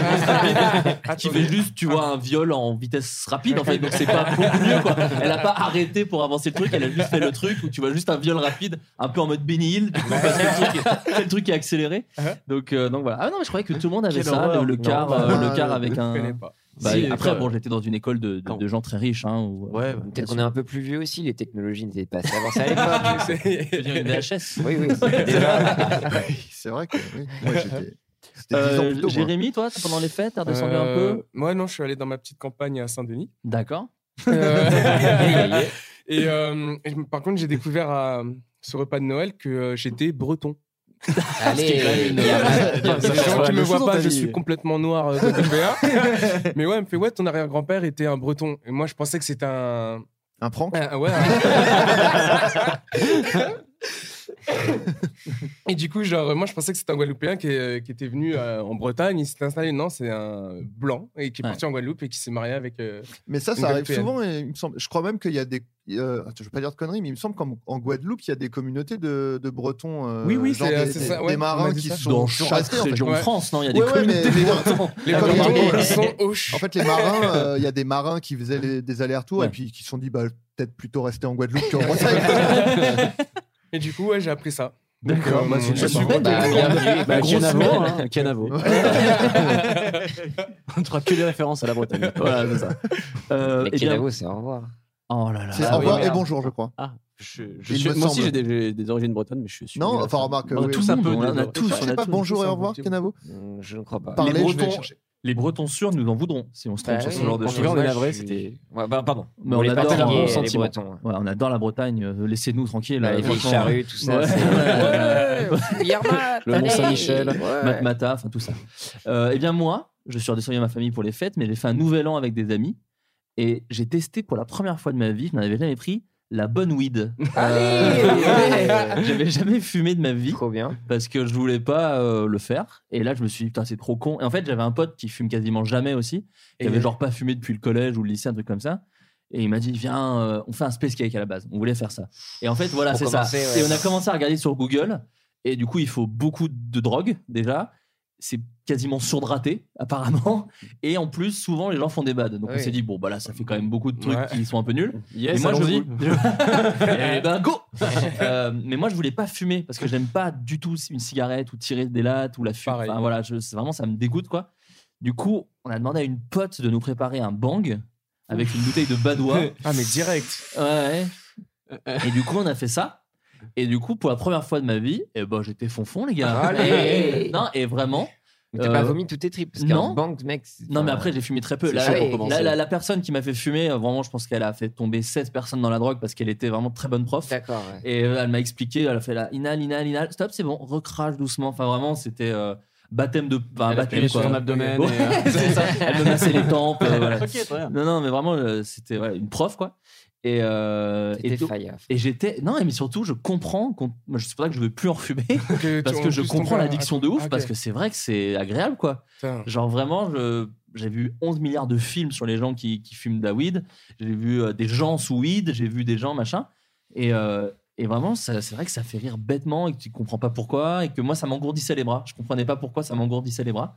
qui fait juste, tu vois, un viol en vitesse rapide en fait, donc c'est pas beaucoup mieux quoi. Elle a pas arrêté pour avancer le truc, elle a juste fait le truc où tu vois juste un viol rapide, un peu en mode Benny Hill, du coup, parce que le truc est- c'est le truc qui est accéléré. Donc, euh, donc voilà. Ah non, mais je croyais que tout le monde avait Quelle ça, horreur. le, le Non, quart, bah, euh, le je quart avec ne connais un. pas. Bah, Si, euh, après, quoi. bon, j'étais dans une école de, de, de gens très riches. Hein, où- Peut-être qu'on est un peu plus vieux aussi, les technologies n'étaient pas assez avancées à Je l'époque. veux dire une VHS. Oui, oui, c'était déjà- C'est vrai que oui. Moi, j'étais. C'était 10 ans Euh, plus tôt. moi. Jérémy, toi, t'as- pendant les fêtes, t'es redescendu un Euh, peu Moi, non, je suis allé dans ma petite campagne à Saint-Denis. D'accord. Euh, et, euh, et par contre, j'ai découvert à ce repas de Noël que euh, j'étais breton. Allez, Ce qui est quand même une- il y a- Il y a ça des change gens pas qui mal de me choses voient dans pas, ta je vie. suis complètement noir euh, de PPA. Mais ouais, elle me fait ouais, ton arrière-grand-père était un breton. Et moi, je pensais que c'était un. Un prank Ouais. un- Et du coup, genre, moi, je pensais que c'était un Guadeloupéen qui, est- qui était venu euh, en Bretagne, il s'est installé. Non, c'est un blanc et qui est parti en Guadeloupe et qui s'est marié avec. euh, Mais ça, une ça arrive Guadeloupéenne. souvent. Et il me semble, je crois même qu'il y a des. euh, attends, je ne veux pas dire de conneries, mais il me semble qu'en en Guadeloupe, il y a des communautés de, de Bretons. euh, Oui, oui, genre c'est- des, c'est des- ça, ouais, des on marins m'a dit qui ça. sont Dans chaque chassés, en fait. région de Ouais. France, non Il y a des Ouais, ouais, mais communautés les- bretons. les Ah, communautés, pardon. elles sont hoches. En fait, les marins, euh, il y a des marins qui faisaient les- des allers-retours Ouais. et puis qui se sont dit, bah, peut-être plutôt rester en Guadeloupe qu'en Bretagne. Et du coup, ouais, j'ai appris ça. D'accord, Donc, bah, euh, c'est une je suis bonne content. idée. Bienvenue. Bah, Grosse Canavo, nouvelle. hein, Canavo. On ne fera que des références à la Bretagne. Voilà, c'est ça. Euh, Mais eh bien- Kenavo, c'est au revoir. Oh là là. C'est Ah au oui, revoir et merde. bonjour, je crois. Ah, je, je Il suis- me moi aussi semble. j'ai des, j'ai des origines bretonnes, mais je suis. Non, enfin, remarque. On a oui, tous oui. un peu. on de- en a de- tous, Je on sais a pas, tous, bonjour tous et un au revoir, petit bout. Canavo. Mm, Hum, Je ne crois pas. Parlez, les, je vais bretons, chercher. les Bretons sûrs, nous en voudrons si on se trompe Bah sur oui, ce genre de on choses. est on est là, navré, je suis- c'était- Ouais, bah, pardon. Mais On on, les adore partageait, un bon les sentiment. Bretons, ouais. Ouais, on adore la Bretagne. euh, Laissez-nous tranquille. Bah, les vieilles charrues, tout ça. c'est- Le Mont Mont-Saint-Michel, Ouais. Matmata, enfin tout ça. Euh, eh bien, moi, je suis redescendu à ma famille pour les fêtes, mais j'ai fait un nouvel an avec des amis. Et j'ai testé pour la première fois de ma vie, je n'en avais jamais pris, la bonne weed. Euh, J'avais jamais fumé de ma vie Trop bien. parce que je voulais pas euh, le faire. Et là, je me suis dit, putain, c'est trop con. Et en fait, j'avais un pote qui fume quasiment jamais aussi, qui Et- avait genre pas fumé depuis le collège ou le lycée, un truc comme ça. Et il m'a dit, viens, euh, on fait un space cake à la base. On voulait faire ça. Et en fait, voilà, Pour c'est ça. commencer, ouais. Et on a commencé à regarder sur Google. Et du coup, il faut beaucoup de drogue, déjà. C'est quasiment surdraté, apparemment. Et en plus, souvent, les gens font des bads. Donc on Oui. s'est dit, bon, bah là, ça fait quand même beaucoup de trucs Ouais. qui sont un peu nuls. Yes, Et moi, je me allons-y. dis, eh ben go Euh, Mais moi, je voulais pas fumer parce que j'aime pas du tout une cigarette ou tirer des lattes ou la fume. Pareil. Enfin, voilà, je, c'est vraiment, ça me dégoûte quoi. Du coup, on a demandé à une pote de nous préparer un bang avec une bouteille de badois. Ouais, Ah, mais direct. ouais. Et du coup, on a fait ça. Et du coup, pour la première fois de ma vie, eh ben, j'étais fonfon, les gars. Allez Et- non, et vraiment. Mais T'as pas euh, vomi toutes tes tripes parce non. qu'un banque, mec. c'est- Non, mais après, j'ai fumé très peu. C'est La, chaud pour la- commencer. la- la personne qui m'a fait fumer, euh, vraiment, je pense qu'elle a fait tomber 16 personnes dans la drogue parce qu'elle était vraiment très bonne prof. D'accord. ouais. Et euh, elle m'a expliqué, elle a fait la inhale, inhale, inhale, stop, c'est bon, recrache doucement. Enfin, vraiment, c'était euh, baptême de. Enfin, Elle baptême appuyait sur quoi. ton abdomen. Ouais, et, euh, c'est ça. Elle me massait les tempes. euh, voilà. T'inquiète, ouais. Non, non, mais vraiment, euh, c'était voilà, une prof, quoi. Et, euh, T'étais et, tout- fire. et j'étais. Non, mais surtout, je comprends. qu'on- moi, C'est pour ça que je veux plus en refumer. Parce que je comprends l'addiction de ouf, Ah, parce que c'est vrai que c'est agréable, quoi. Genre vraiment, je- j'ai vu 11 milliards de films sur les gens qui, qui fument de la weed. J'ai vu euh, des gens sous weed, j'ai vu des gens machin. Et, euh, et vraiment, ça- c'est vrai que ça fait rire bêtement et que tu comprends pas pourquoi. Et que moi, ça m'engourdissait les bras. Je comprenais pas pourquoi ça m'engourdissait les bras.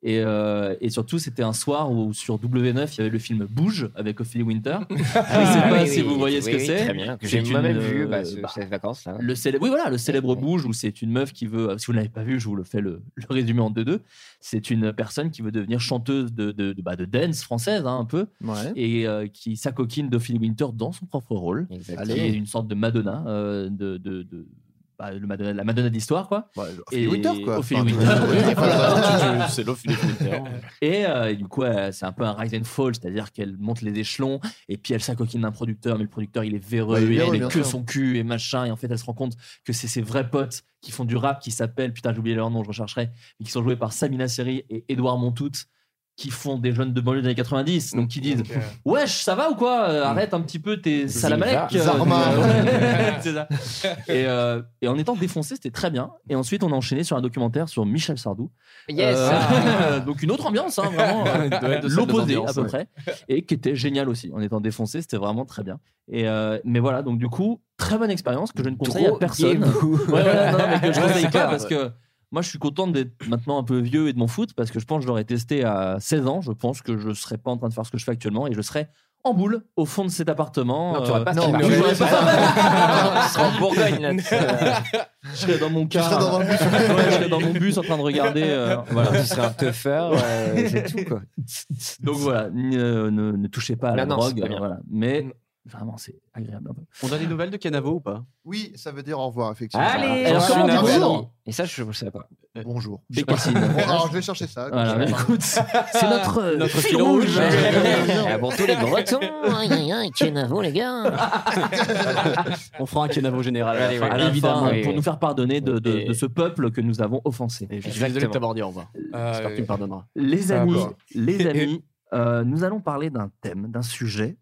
Et, euh, et surtout, c'était un soir où sur W9, il y avait le film Bouge avec Ophélie Winter. Je sais Ah, pas oui, si oui, vous voyez ce oui, que oui, c'est. Très bien. Que C'est Ah, j'ai une, moi-même vu euh, bah, ce- bah, cette vacances là. le célèbre, oui, voilà, le célèbre Ouais. bouge où c'est une meuf qui veut. Si vous ne l'avez pas vu, je vous le fais le, le résumé en deux-deux. C'est une personne qui veut devenir chanteuse de, de, de- bah, de dance française, hein, un peu, Ouais. et euh, qui s'acoquine d'Ophélie Winter dans son propre rôle. Exactement. Elle est une sorte de Madonna euh, de, de, de- bah, le Madonna- la Madonna d'histoire, quoi. Ophélie Winter, quoi. Ophélie Enfin, Winter. oui, oui, voilà. C'est l'Ophélie Winter. Et euh, du coup, euh, c'est un peu un rise and fall, c'est-à-dire qu'elle monte les échelons et puis elle s'acoquine d'un producteur, mais le producteur il est véreux Ouais, il est et véreux, elle bien est que sûr. son cul et machin. Et en fait, elle se rend compte que c'est ses vrais potes qui font du rap, qui s'appellent, putain, j'ai oublié leur nom, je rechercherai, mais qui sont joués par Samina Seri et Edouard Montout qui font des jeunes de banlieue des années 90, donc qui disent Wesh, ça va ou quoi Mm. Euh, Arrête un petit peu tes salamalek. euh, Zarma. C'est ça. Et, euh, et en étant défoncé, c'était très bien. Et ensuite, on a enchaîné sur un documentaire sur Michel Sardou. Yes. Euh, donc une autre ambiance, hein, vraiment. Ouais, euh, de salle L'opposé d'ambiance, à peu ouais. près. Et qui était génial aussi. En étant défoncé, c'était vraiment très bien. Et euh, mais voilà, donc du coup, très bonne expérience que je ne conseille à personne. Droguez-vous. Ouais, voilà, non, non, mais que je Ouais, conseille c'est pas clair, parce ouais. que moi, je suis content d'être maintenant un peu vieux et de m'en foutre parce que je pense que je l'aurais testé à 16 ans. Je pense que je serais pas en train de faire ce que je fais actuellement et je serais en boule au fond de cet appartement. Non, tu aurais pas ce euh, qu'il non, aurait je fait. Tu pas. serais euh, en Bourgogne, là, tu Je serais dans mon Tu car. serais dans un bus. Ouais, je serais dans mon bus en train de regarder. euh, voilà. Tu serais un teufeur, euh, c'est tout, quoi. Donc voilà, n- euh, ne, ne touchez pas à la Non, non, c'est drogue. pas bien. euh, voilà. Mais vraiment, c'est agréable un peu. On a des nouvelles de Canavo ou pas Oui, ça veut dire au revoir, effectivement. Allez, Alors, on comment on dit finit bonjour avec- Et ça, je ne savais pas. Bonjour. Bécassine. Bon, alors je vais chercher ça. Voilà, bah, écoute, c'est notre, euh, Notre fil fil rouge. rouge. Ah, bon, tous les Bretons. Aïe, aïe, aïe, Kenavo, les gars. On fera un Kenavo général à la Allez, fin, ouais. à la Évidemment, fin, oui, pour oui. nous faire pardonner de, de- Et- de ce peuple que nous avons offensé. Je suis désolé de t'avoir dit au revoir. Euh, J'espère que tu me pardonneras. Les Ah, amis, bon. les amis, euh, nous allons parler d'un thème, d'un sujet.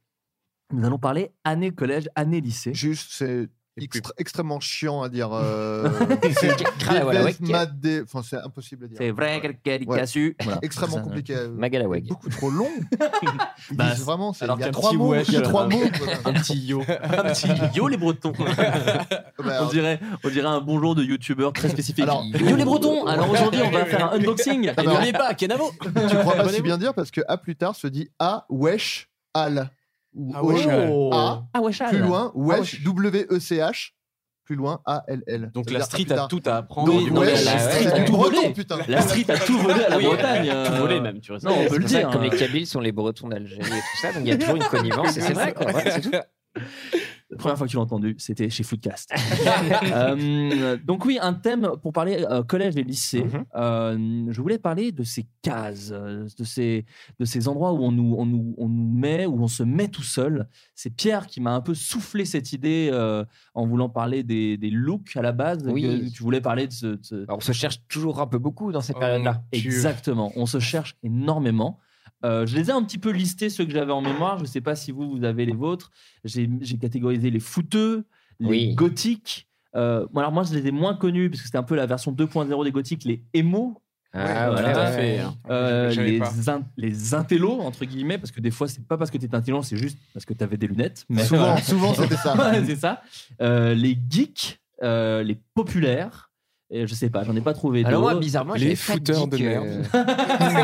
Nous allons parler année collège, année lycée. Juste, c'est extra- extrêmement chiant à dire. euh, C'est- des voilà, baisses Ah, ouais. mat des- enfin, c'est impossible à dire. C'est vrai, quelqu'un qui Ouais. a su. Ah, Voilà. Extrêmement C'est ça. compliqué. à- Magalaweg. Beaucoup trop long. Ils Bah, disent vraiment, c'est- alors il y a qu'un trois petit mots. wesh, Il y a trois euh, mots. Bah, un petit yo. un petit yo les Bretons. on, dirait, on dirait un bonjour de youtubeur très spécifique. bah, Alors- Ah, bah, yo les Bretons Alors aujourd'hui, on va faire un unboxing. Et mais n'oubliez alors- pas, Kenavo Tu crois pas si Abonnez-vous. bien dire parce que A plus tard se dit A wesh al. Ou Ah, wesh, al. O, Oh. A. Ah, wesh, al. Plus loin, Ah, wesh, W-E-C-h. Plus loin, A-L-L. Donc C'est-à-dire la plus street a tard. tout à apprendre. Donc, du coup, wesh, elle a- la elle a- street elle a a tout breton, volé. putain. La street a tout volé à la Oui, Bretagne. elle a tout euh, volé même, tu vois. Non, on peut le dire. hein. Comme les Kabyles sont les Bretons d'Algérie et tout ça, donc il y a toujours une connivence, et c'est vrai, quoi. Voilà, c'est tout. La première fois que tu l'as entendu, c'était chez Foodcast. Euh, donc oui, un thème pour parler euh, collège et lycée. Euh, je voulais parler de ces cases, euh, de ces, de ces endroits où on nous, on, nous, on nous met, où on se met tout seul. C'est Pierre qui m'a un peu soufflé cette idée euh, en voulant parler des, des looks à la base. Oui. que tu voulais parler de ce... de ce- On se cherche toujours un peu beaucoup dans cette Oh, période-là. Exactement, on se cherche énormément. Euh, je les ai un petit peu listés ceux que j'avais en mémoire. Je ne sais pas si vous, vous avez les vôtres. J'ai j'ai catégorisé les fouteux, les Oui. gothiques. Euh, bon, alors moi, je les ai moins connus parce que c'était un peu la version 2.0 des gothiques, les émos. Ah, ouais, tout à fait. hein. Euh, Je- je les, savais pas. in- les intellos entre guillemets parce que des fois c'est pas parce que t'es intelligent c'est juste parce que t'avais des lunettes mais Souvent, souvent, c'était ça. Ouais, c'est ça Euh, les geeks euh, les populaires et je sais pas j'en ai pas trouvé Alors moi, d'autres. bizarrement, j'avais pas dit que-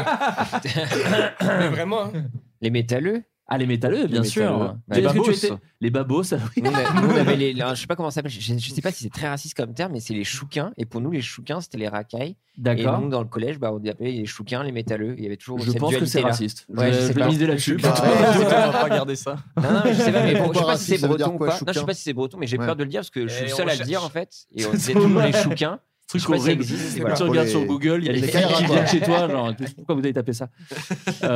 Vraiment Les métalleux Ah, les métalleux, bien sûr. Les Est-ce que tu babos. étais- Les babos, ça oui. Nous, on a- nous, on avait les- alors, je sais pas comment ça s'appelle, je, je sais pas si c'est très raciste comme terme, mais c'est les chouquins. Et pour nous, les chouquins, c'était les racailles. D'accord. Et nous, dans le collège, bah, on appelait les chouquins, les métalleux. Il y avait toujours Je cette pense que c'est dualité-là. raciste. Je Ouais, je vais- je sais vais pas. miser là-dessus. Bah, Je sais pas. Ah, on va pas garder ça. Non, non, mais je sais pas, mais je Pourquoi sais pas si raciste, c'est ça veut dire breton ou quoi, pas. Non, je sais chouquin pas si c'est breton, mais j'ai Ouais. peur de le dire parce que je suis Eh, Et le on seul à le cherche. dire en fait. Et on C'est disait trop toujours mal. les chouquins. Truc je sais pas si ça horrible. existe. Tu voilà. regardes sur Google, il y a des caméras, flics qui quoi. viennent chez toi. Genre, pourquoi vous avez tapé ça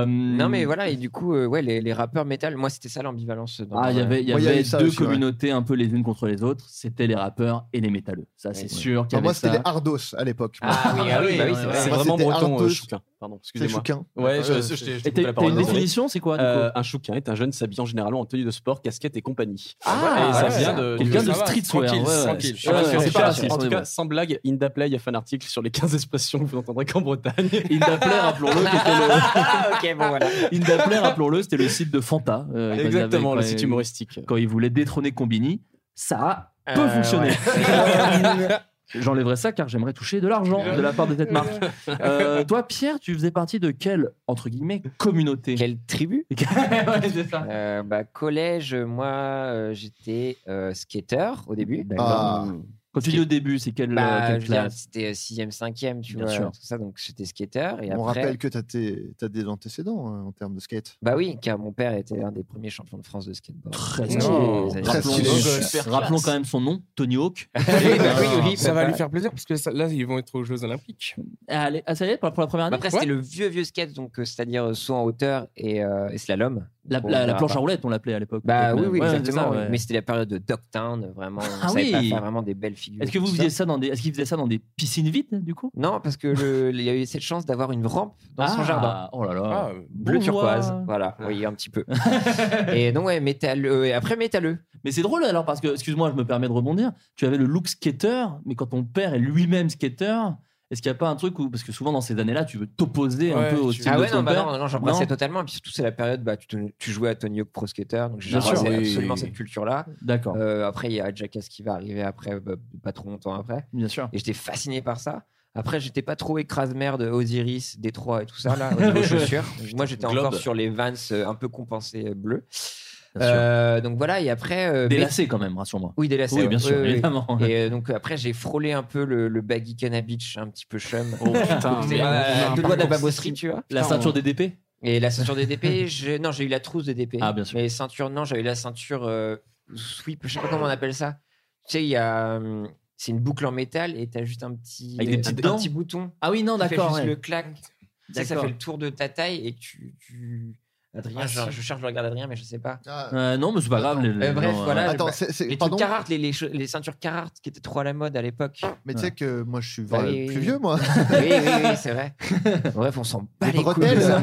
Non mais voilà et du coup euh, ouais les, les rappeurs métal moi c'était ça l'ambivalence dans Ah, il y le- avait, il y Moi, il y a avait eu ça deux aussi, ouais. communautés un peu les unes contre les autres. C'était les rappeurs et les métalleux. Ça, c'est sûr. qu'il y Enfin, moi, avait c'était les ça. hardos à l'époque. Ah oui, ah oui, bah oui, c'est vrai. C'est Moi, vraiment c'était breton, hardos. euh, chouquin. Pardon, excusez-moi. C'est chouquin. Ah, Ouais, je, Euh, je- je- je- Et je t'as- coupe la t'as parole, une désolé. définition, c'est quoi, du Euh, Un chouquin est un jeune s'habillant généralement en tenue de sport, casquette et compagnie. Ah, Et ça ouais, vient ça. de. Quelqu'un du- de ça va, streetwear, tranquille, ouais, ouais. tranquille. Je suis Ouais, pas sûr, ouais, je suis c'est pas pas raciste, sûr. En on est tout bon. cas, sans blague, Indaplay a fait un article sur les 15 expressions que vous n'entendrez qu'en Bretagne. Indaplay, rappelons-le, qui était le- ok bon voilà Indaplay, rappelons-le, c'était le site de Fanta. euh, quand ils avaient- Exactement, le quand site ils- humoristique. Quand ils voulaient détrôner Combini, ça a peu Euh, fonctionné. ouais. J'enlèverai ça car j'aimerais toucher de l'argent de la part de cette marque. Euh, toi, Pierre, tu faisais partie de quelle, entre guillemets, communauté Quelle tribu Ah. Euh, bah, collège, moi, euh, j'étais euh, skater au début. D'accord. Ah. Quand tu dis au début, c'est quelle, euh, Bah, quelle je veux dire, classe C'était 6ème, 5ème, tu Bien vois. sûr. tout ça, donc j'étais skater. Et Ah, On après, rappelle que tu as, des antécédents hein, en termes de skate. Bah oui, car mon père était l'un des premiers champions de France de skateboard. Très Non, stylé. les années Rappelons, 70. rappelons quand même son nom, Tony Hawk. bah Ah. ça va lui faire plaisir parce que ça- là, ils vont être aux Jeux Olympiques. Allez, ah, ça y est, pour la première année Bah Après, c'était le vieux, vieux skate, donc euh, c'est-à-dire euh, saut en hauteur et, euh, et slalom. La, Bon, la- la bah, planche à bah, roulette, on l'appelait à l'époque. Bah peut-être oui, même. oui, Ouais, c'est exactement. ça, oui. ouais. Mais c'était la période de Dogtown, vraiment. Ah on savait pas oui. faire vraiment des belles figures. Est-ce que vous tout faisiez ça dans des, est-ce qu'ils faisaient ça dans des piscines vides, du coup Non, parce que le- il y a eu cette chance d'avoir une rampe dans Ah, son jardin. oh là là. Ah, bleu bourgeois. turquoise. Voilà, oui, un petit peu. et donc ouais, métalleux. Et après métalleux. Mais c'est drôle alors parce que, excuse-moi, je me permets de rebondir. Tu avais le look skater, mais quand ton père est lui-même skater, est-ce qu'il n'y a pas un truc où, parce que souvent dans ces années-là, tu veux t'opposer un peu au style ah de ouais, ton non, bah père non, non, j'embrassais totalement. Et puis surtout, c'est la période, bah, tu, te- tu jouais à Tony Hawk Pro Skater, donc Bien sûr. j'embrassais Oui. absolument cette culture-là. D'accord. Euh, après, il y a Jackass qui va arriver après, bah, pas trop longtemps après. Bien sûr. Et j'étais fasciné par ça. Après, j'étais pas trop écrase-mère de Osiris, Détroit et tout ça, là, Ah, au niveau chaussures. Moi, j'étais Globe. encore sur les Vans euh, un peu compensés euh, bleus. Bien sûr. Euh, donc voilà, et après. euh, mais- Délacé quand même, rassure-moi. oui, des lacets. Oui, ouais. bien sûr, Ouais, ouais. évidemment. Et euh, donc après, j'ai frôlé un peu le, le baggy cannabis, un petit peu chum. Oh, putain, C'était, merde. euh, Non, deux doigts de la par contre, babosserie, tu vois. La Putain, ceinture on- des DP Et la ceinture des DP, j'ai- non, j'ai eu la trousse des DP. Ah, bien sûr. Mais ceinture, non, j'avais la ceinture euh, sweep, je sais pas comment on appelle ça. Tu sais, il y a. hum, C'est une boucle en métal et t'as juste un petit, Avec des petites un, dents petit bouton. Ah oui, non, qui fait d'accord, juste ouais. le clac. Tu sais, Ça D'accord. fait le tour de ta taille et tu. tu... Adrien, Ah, je, si. je cherche, je regarde Adrien, mais je sais pas. Euh, non, mais c'est pas grave. les- les- Ah, Euh, bref, non, voilà. euh, je- bah, les, trucs Carhartt, les, les cho- les ceintures Carhartt qui étaient trop à la mode à l'époque. Mais tu sais que moi, je suis Bah vrai- oui, oui, plus oui. vieux, moi. Oui, oui, oui, c'est vrai. Bref, on s'en bat Des les couilles. bretelles. de ça.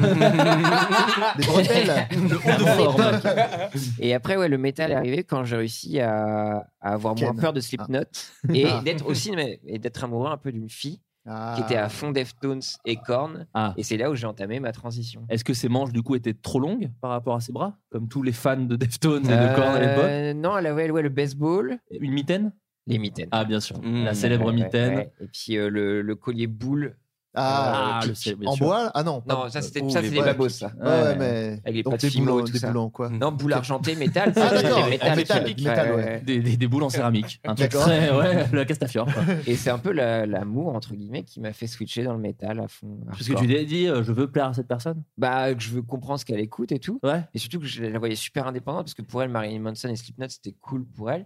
Des bretelles. Le haut de À forme. l'époque. Et après, ouais, le métal est arrivé quand j'ai réussi à, à avoir moins Ken. peur de Slipknot et Ah. d'être aussi mais- et d'être amoureux un peu d'une fille Ah. qui était à fond Deftones et Korn. Ah. Et c'est là où j'ai entamé ma transition. Est-ce que ses manches, du coup, étaient trop longues par rapport à ses bras Comme tous les fans de Deftones et de Euh, Korn à l'époque Non, elle avait ouais, le baseball. Une mitaine Les mitaines. Ah, bien sûr. Mmh. La célèbre Ouais, ouais, mitaine. ouais. Et puis euh, le, le collier boule. Ah, euh, le qui- sais, bien en sûr. bois Ah non. Non, ça c'était ça, c'est les babos, ça. Ouais, ouais, mais. Avec les donc pattes des fimo boules et en- tout des ça. boules en quoi Non, boule argentée, métal. Ah, c'est- d'accord, les en métal, typiques, métal, ouais, ouais. ouais. Des, des- des boules en céramique. Un truc D'accord. très. Ouais, le Castafiore. quoi. Et c'est un peu la- l'amour, entre guillemets, qui m'a fait switcher dans le métal à fond. Parce que tu t'es dit, euh, je veux plaire à cette personne Bah, que je veux comprendre ce qu'elle écoute et tout. Ouais. Et surtout que je la voyais super indépendante, parce que pour elle, Marilyn Manson et Slipknot, c'était cool pour elle.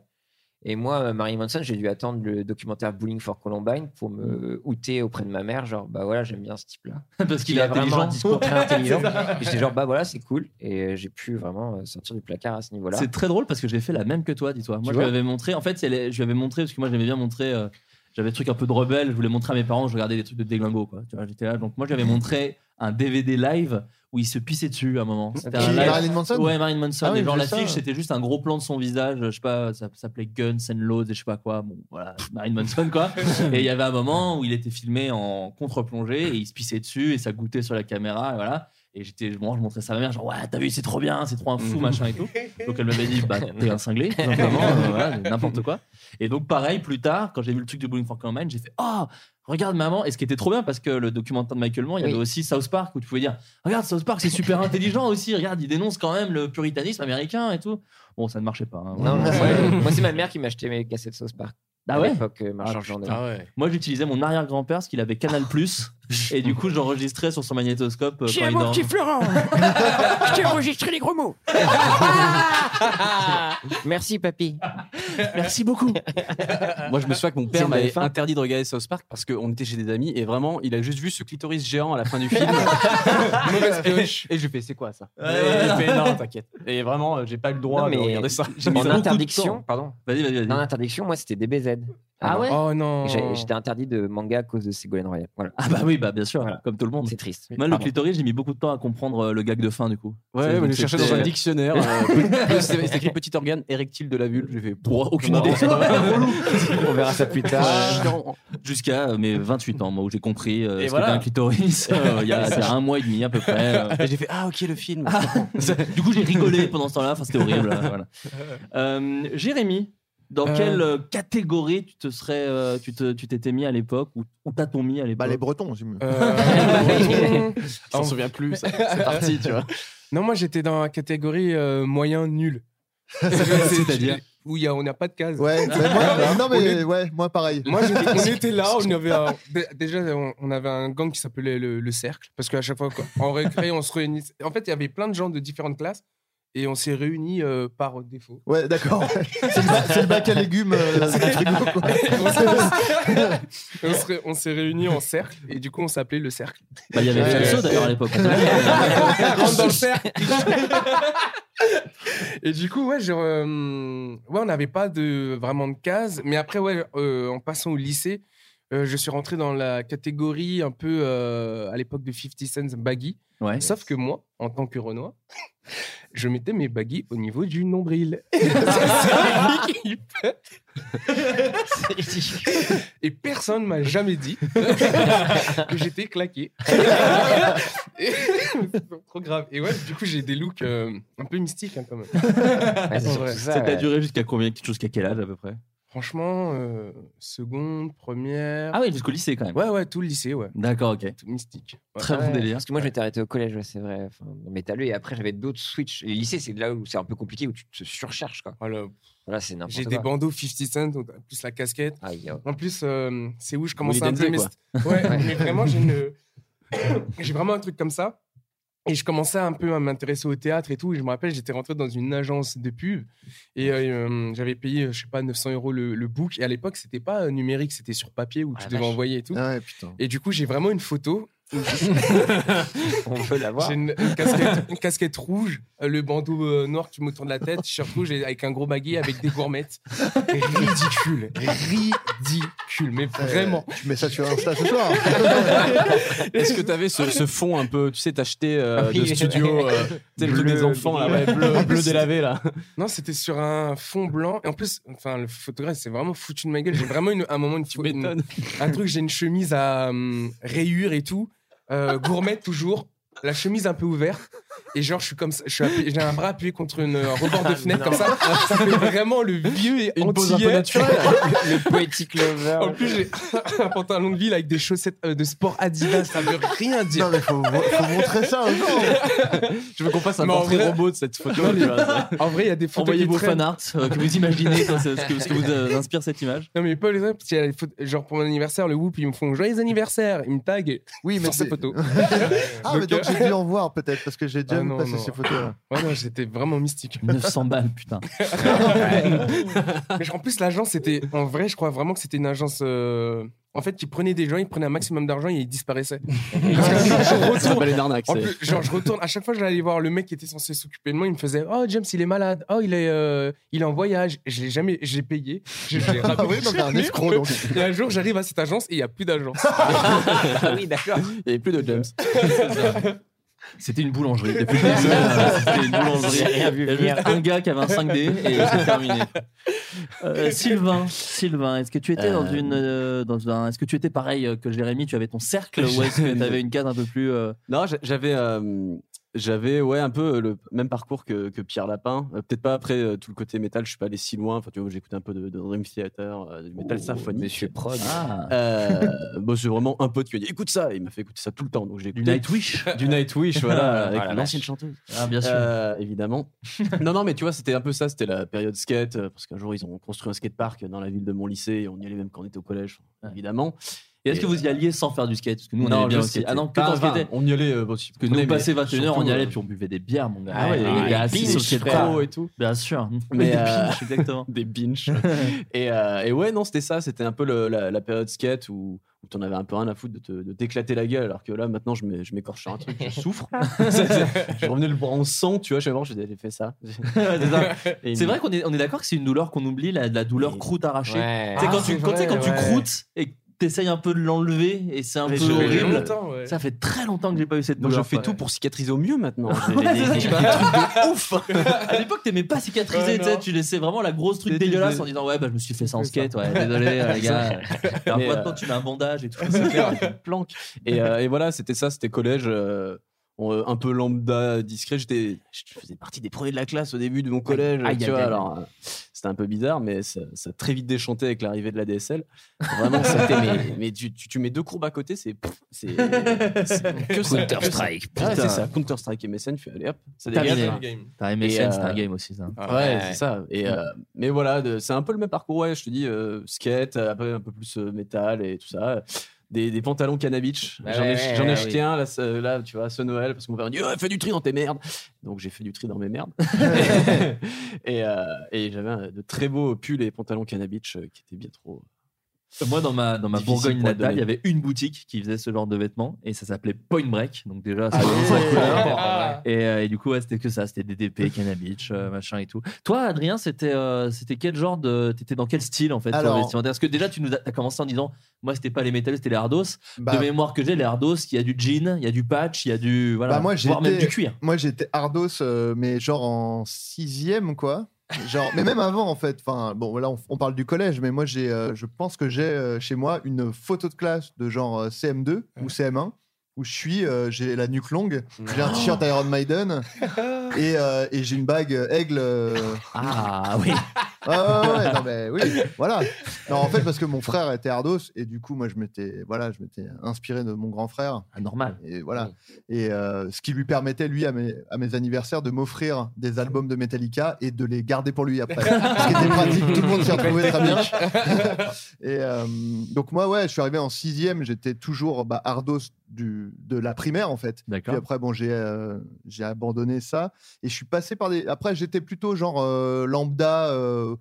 Et moi, euh, Marilyn Manson, j'ai dû attendre le documentaire Bowling for Columbine pour Mm. me houter auprès de ma mère, genre, bah voilà, j'aime bien ce type-là. Parce qu'il Il est a vraiment intelligent. un discours très intelligent. C'est ça. Et J'étais genre, bah voilà, c'est cool. Et j'ai pu vraiment euh, sortir du placard à ce niveau-là. C'est très drôle parce que j'ai fait la même que toi, dis-toi. Moi, Tu je lui vois avais montré. En fait, c'est les- je lui avais montré parce que moi, j'aimais bien montrer. euh, j'avais des trucs un peu de rebelle. Je voulais montrer à mes parents. Je regardais des trucs de déglingo, quoi. Tu vois, j'étais là. Donc, moi, j'avais montré un DVD live où il se pissait dessus à un moment. C'était Qui, un live- Marilyn Manson Ouais, Marilyn Manson. Ah oui, et genre, j'ai la ça. fiche, c'était juste un gros plan de son visage. Je sais pas, ça s'appelait Guns and Loads et je sais pas quoi. Bon, voilà, Marilyn Manson, quoi. et il y avait un moment où il était filmé en contre-plongée et il se pissait dessus et ça goûtait sur la caméra. Et voilà. Et j'étais, moi, je montrais ça à ma mère, genre, ouais, t'as vu, c'est trop bien, c'est trop un fou, Mhm. machin et tout. Donc elle m'avait dit, bah, t'es un cinglé, tout simplement, euh, voilà, n'importe quoi. Et donc, pareil, plus tard, quand j'ai vu le truc de Bowling for Columbine, j'ai fait, oh, regarde maman. Et ce qui était trop bien, parce que le documentaire de Michael Moore, il y Oui. avait aussi South Park, où tu pouvais dire, regarde, South Park, c'est super intelligent aussi, regarde, il dénonce quand même le puritanisme américain et tout. Bon, ça ne marchait pas. hein, Non, vraiment. moi, c'est- moi, c'est ma mère qui m'achetait mes cassettes Sauce Park. Ah ouais À l'époque, euh, marchand Ah, de journal. putain. Moi, j'utilisais mon arrière-grand-père, parce qu'il avait Canal et du coup, j'enregistrais sur son magnétoscope. euh, J'ai quand il mon dormait. petit Florent Je t'ai enregistré les gros mots Merci, papy. Merci beaucoup. Moi, je me souviens que mon père C'est m'avait TF1. interdit de regarder South Park parce qu'on était chez des amis et vraiment, il a juste vu ce clitoris géant à la fin du film. et, et je lui fais, c'est quoi ça Ouais, Et ouais, il ouais. fait, non, t'inquiète. Et vraiment, j'ai pas le droit Non, de mais regarder ça. j'ai mis En beaucoup de interdiction, temps. pardon. Vas-y, vas-y, vas-y. Dans l'interdiction, moi, c'était DBZ. Ah ouais Oh non. J'ai- J'étais interdit de manga à cause de Ségolène Royal. Voilà. Ah bah oui, bah bien sûr, comme tout le monde. C'est triste. Moi, le Pardon. clitoris, j'ai mis beaucoup de temps à comprendre euh, le gag de fin, du coup. Ouais, C'est- ouais, mais donc, je cherchais dans c'était- un dictionnaire. euh, C'est c'est écrit petit organe érectile de la vulve. J'ai fait, Pour aucune Non, idée. c'est pas vrai. On verra ça plus tard. Ouais. Jusqu'à euh, mes 28 ans, moi, où j'ai compris euh, Et ce qu'était voilà. un clitoris euh, il y a, c'est un mois et demi à peu près. euh. Et j'ai fait, ah ok, le film. Du coup, j'ai rigolé pendant ce temps-là, enfin, c'était horrible. euh, voilà. Euh, Jérémy, dans Euh. quelle euh, catégorie tu te serais, euh, tu te- tu t'étais mis à l'époque ou où t'a-t-on mis à l'époque Bah, les Bretons, j'imagine. Euh, Je s'en souviens plus. ça. C'est parti, tu vois. Non, moi j'étais dans la catégorie euh, moyen nul. C'est-à-dire où il y a- on n'a pas de case. Ouais, mais moi, non, mais ouais, moi pareil. Moi, j'étais- on était là, on avait un- dé- déjà on, on avait un gang qui s'appelait le, le cercle parce qu'à chaque fois quoi, en récré on se réunissait. En fait, il y avait plein de gens de différentes classes et on s'est réunis euh, par défaut. Ouais, d'accord. C'est le, ba- c'est le bac à légumes euh, du frigo, quoi. on se- on s'est réunis en cercle et du coup on s'appelait le cercle. Bah, il y avait Ouais. Fianso, d'ailleurs, à l'époque. Rentre dans le cercle. et du coup ouais, genre, euh, ouais on n'avait pas de vraiment de case, mais après ouais euh, en passant au lycée, euh, je suis rentré dans la catégorie un peu euh, à l'époque de 50 Cent baggy. Ouais. Sauf que moi, en tant que Renoir, je mettais mes baggy au niveau du nombril. Et personne m'a jamais dit que j'étais claqué. Et- Trop grave. Et ouais, du coup, j'ai des looks euh, un peu mystiques hein, quand même. En vrai. ça t'a duré jusqu'à combien Jusqu'à quel âge à peu près Franchement, euh, seconde, première. Ah oui, jusqu'au lycée, quand même. Ouais, ouais, tout le lycée, ouais. D'accord, ok. Tout mystique. Ouais. Ouais, Parce que moi, j'étais arrêté au collège, ouais, c'est vrai. Enfin, dans mes talus. Et après, j'avais d'autres switch. Les lycées, c'est là où c'est un peu compliqué, où tu te surcharges. Quoi. Voilà. Là, c'est n'importe quoi. Oh Ah, J'ai des bandeaux 50 cents, donc, en plus la casquette. En plus, euh, c'est où je commence Willy un Denzey, peu. mes- quoi. Ouais, mais vraiment, j'ai une- j'ai vraiment un truc comme ça. Et je commençais un peu à m'intéresser au théâtre et tout. Et je me rappelle, j'étais rentré dans une agence de pub et euh, euh, j'avais payé, je sais pas, 900 euros le, le book. Et à l'époque, c'était pas euh, numérique, c'était sur papier où tu devais vache. envoyer et tout. Ah ouais, putain. Et du coup, j'ai vraiment une photo. On veut la voir. J'ai une, une casquette, une casquette rouge, euh, le bandeau euh, noir qui me tourne la tête, shirt rouge et avec un gros baguier avec des gourmettes. Ridicule, ridicule, mais Euh, vraiment. Euh, Tu mets ça sur Insta ce soir. Est-ce que t'avais ce, ce fond un peu, tu sais, t'achetais euh, Oui, de studio, ouais. euh, tu sais, le truc des Bleu, enfants, là, bleu. ouais, bleu, bleu délavé, là. Non, c'était sur un fond blanc. Et en plus, enfin, le photographe s'est vraiment foutu de ma gueule. J'ai vraiment une- un moment, une, une- un truc, j'ai une chemise à hum, rayures et tout, euh, gourmette toujours, la chemise un peu ouverte. Et genre, je suis comme ça, je suis appuyé- j'ai un bras appuyé contre une, un rebord de fenêtre comme ça. Ça fait vraiment le vieux et Une pose un peu antillais. naturelle. Le poétique lover. En plus, j'ai un pantalon de ville avec des chaussettes euh, de sport Adidas. Ça veut rien dire. Non, mais faut, montrer ça aux gens. Je veux qu'on fasse un Mais en portrait vrai- robot de cette photo. Non, tu mais- vois. en vrai, il y a des photos Envoyez qui vos traînent. fanarts euh, que vous imaginez, quand c'est- ce que, ce que vous euh, inspire cette image. Non, mais pas les autres, parce qu'il y a les photos- genre pour mon anniversaire, le whoop, ils me font joyeux anniversaire, ils me taguent oui, sur ces photos. Ah, mais donc j'ai dû en voir peut-être parce que j'ai déjà Ah, vu non, passer non. ces photos. Ouais, non, j'étais vraiment mystique. 900 balles, putain. mais genre, en plus, l'agence, c'était. En vrai, je crois vraiment que c'était une agence. euh, En fait, qui prenait des gens, ils prenaient un maximum d'argent et ils disparaissaient. Et genre, je Ça s'appelle une retourne. arnaque, En c'est- plus, genre, je retourne. À chaque fois, j'allais voir le mec qui était censé s'occuper de moi. Il me faisait Oh, James, il est malade. Oh, il est, euh, il est en voyage. Et Je l'ai jamais. J'ai payé. Je, je l'ai Ah rappelé. oui, non, t'es un escroc, donc. Et un jour, j'arrive à cette agence et il n'y a plus d'agence. Ah oui, d'accord. Il n'y avait plus de James. C'était une boulangerie. Depuis le début, euh, c'était une boulangerie. J'ai rien vu Il y avait venir. juste un gars qui avait un 5D et c'est terminé. Euh, Sylvain, Sylvain, est-ce que tu étais dans Euh, une, euh, dans un, est-ce que tu étais pareil euh, que Jérémy, tu avais ton cercle ou est-ce que tu avais une case un peu plus euh, Non, j'a- j'avais, euh, j'avais ouais, un peu euh, le même parcours que, que Pierre Lapin. Euh, Peut-être pas après euh, tout le côté métal, je suis pas allé si loin. Enfin, tu vois, j'écoutais un peu de, de Dream Theater, euh, du métal Oh, symphonique. Monsieur Prod. Ah. Euh, bon, c'est vraiment un pote qui a dit écoute ça, et il m'a fait écouter ça tout le temps. Donc j'ai écouté. Nightwish Du Nightwish, voilà, Ah, avec la vache. l'ancienne chanteuse. Ah, bien sûr. Euh, évidemment. non, non, mais tu vois, c'était un peu ça, c'était la période skate, euh, parce qu'un jour ils ont construit un skatepark dans la ville de mon lycée, et on y allait même quand on était au collège, évidemment. Et est-ce que vous y alliez sans faire du skate Parce que nous, on Non, allait bien le aussi. skate. Ah non, que Enfin, quand enfin, skatait. on y allait, euh, bon, Parce que on nous, aimait, on passait 21h, on y surtout, allait, euh, puis on buvait des bières, mon gars. Ah ouais, les des gars assis sur le binges, skatepark. frère. et tout. Bien sûr. Mais, des euh, binges, exactement. des binges. et, euh, et ouais, non, c'était ça. C'était un peu le- la, la période skate où, où t'en avais un peu rien à foutre de, te, de t'éclater la gueule. Alors que là, maintenant, je, m'é- je m'écorche sur un truc, je souffre. C'est-à-dire, je revenais le bras en sang, tu vois. Je vais voir, j'ai j'ai fait ça. C'est ça. C'est vrai qu'on est, on est d'accord que c'est une douleur qu'on oublie, la, la douleur croûte arrachée. Ouais. C'est quand, Ah, tu, c'est quand, tu sais, quand vrai, tu ouais. croûtes et que t'essayes un peu de l'enlever et c'est un Mais peu je- horrible. longtemps, ouais. Ça fait très longtemps que j'ai pas eu cette Donc, douleur. je fais tout pour cicatriser au mieux maintenant. J'ai Ouais, des- c'est des- ça. des trucs à l'époque, t'aimais pas cicatriser, Ouais, tu sais, Ah, non. tu laissais vraiment la grosse truc C'était- dégueulasse c'était- en disant ouais bah je me suis fait ça en skate, ouais désolé euh, les gars. Alors Mais, maintenant euh, tu mets un bandage et tout. C'est clair, il y a une planque. Et, euh, et voilà, c'était ça, c'était collège. euh, on- euh, un peu lambda, discret. J'étais, je faisais partie des premiers de la classe au début de mon collège. Aïe, tu aïe, vois, aïe. alors, euh, C'était un peu bizarre, mais ça, ça a très vite déchanté avec l'arrivée de la DSL. Vraiment, c'était. Mais, mais tu, tu, tu mets deux courbes à côté, c'est. pff, c'est- c'est que ça, que ça. Counter-Strike, Ah, putain. c'est ça, Counter-Strike et MSN, tu fais, allez hop, ça Terminé. dégage. T'as MSN, Et, euh, Stargame aussi, ça. Ouais, c'est ça. Et, euh, mais voilà, de- c'est un peu le même parcours, ouais, je te dis, euh, skate, euh, après un peu plus euh, métal et tout ça. Des, des pantalons cannabis. Ouais, J'en ai, ouais, j'en ai ouais, acheté oui. un, là, ce- là, tu vois, ce Noël, parce qu'on m'a dit, Ouais, fais du tri dans tes merdes. Donc j'ai fait du tri dans mes merdes. et euh, et j'avais un- de très beaux pulls et pantalons cannabis euh, qui étaient bien trop. Moi, dans ma, dans ma Difficile Bourgogne pour être natale, il y donné. avait une boutique qui faisait ce genre de vêtements et ça s'appelait Point Break. Donc, déjà, ça ouais. ça coulait Ah. n'importe. et, euh, et du coup, ouais, c'était que ça. C'était DDP, Cannabis, euh, machin et tout. Toi, Adrien, c'était euh, c'était quel genre de. T'étais dans quel style en fait toi, Alors- vestimentaire Parce que déjà, tu nous as t'as commencé en disant Moi, c'était pas les métals, c'était les hardos. Bah- de mémoire que j'ai, les hardos, il y a du jean, il y a du patch, il y a du. Voilà, Bah, moi, voire même j'étais- du cuir. Moi, j'étais Ardos, euh, mais genre en sixième, quoi. Genre, mais même avant, en fait. Enfin, bon, là, on, on parle du collège, mais moi, j'ai, euh, je pense que j'ai euh, chez moi une photo de classe de genre euh, CM2 ou CM1 où je suis, euh, j'ai la nuque longue, j'ai un t-shirt Iron Maiden et, euh, et j'ai une bague euh, aigle. Ah oui. ouais, ouais, non, mais oui, voilà. Non, en fait, parce que mon frère était Ardos et du coup, moi, je m'étais, voilà, je m'étais inspiré de mon grand frère. Ah, normal. Et Mm. voilà. Et euh, ce qui lui permettait, lui, à mes, à mes anniversaires, de m'offrir des albums de Metallica et de les garder pour lui après. ce qui était pratique, tout le monde s'y retrouvait très bien. Et euh, donc moi, ouais, je suis arrivé en sixième, j'étais toujours bah, ardos du, de la primaire en fait. D'accord. Puis après, bon, j'ai euh, j'ai abandonné ça et je suis passé par des. Après, j'étais plutôt genre euh, lambda. euh,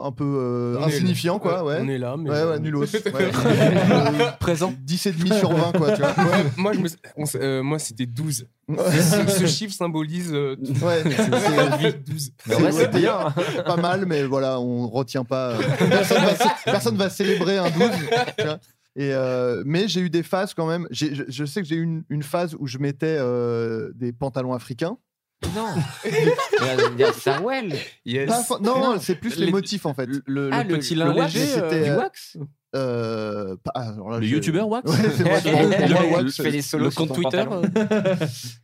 un peu euh, On est- insignifiant quoi ouais, ouais on est là, mais- euh, ouais, ouais nulos ouais. présent 10 et demi sur 20 quoi tu vois Ouais, moi, je me- on s- euh, moi, c'était 12. ce, ce chiffre symbolise. euh, tout. Ouais, c'est- La vie c'est- de 12. c'est- c'était Pas mal, mais voilà, on retient pas. euh, Personne va, cé- personne va célébrer un 12. tu vois. Et euh, mais j'ai eu des phases quand même. J'ai- Je, je sais que j'ai eu une, une phase où je mettais euh, des pantalons africains. Non. Sarwell. Pas for- non, c'est plus les, motifs en fait. Le, Ah, le- petit lin le wax, léger, euh, c'était, du euh, wax euh, pas- ah, alors là, Le je- youtubeur Wax Ouais, c'est vrai, pour- pour moi, Wax, fais des solos le sur compte ton Twitter pantalon.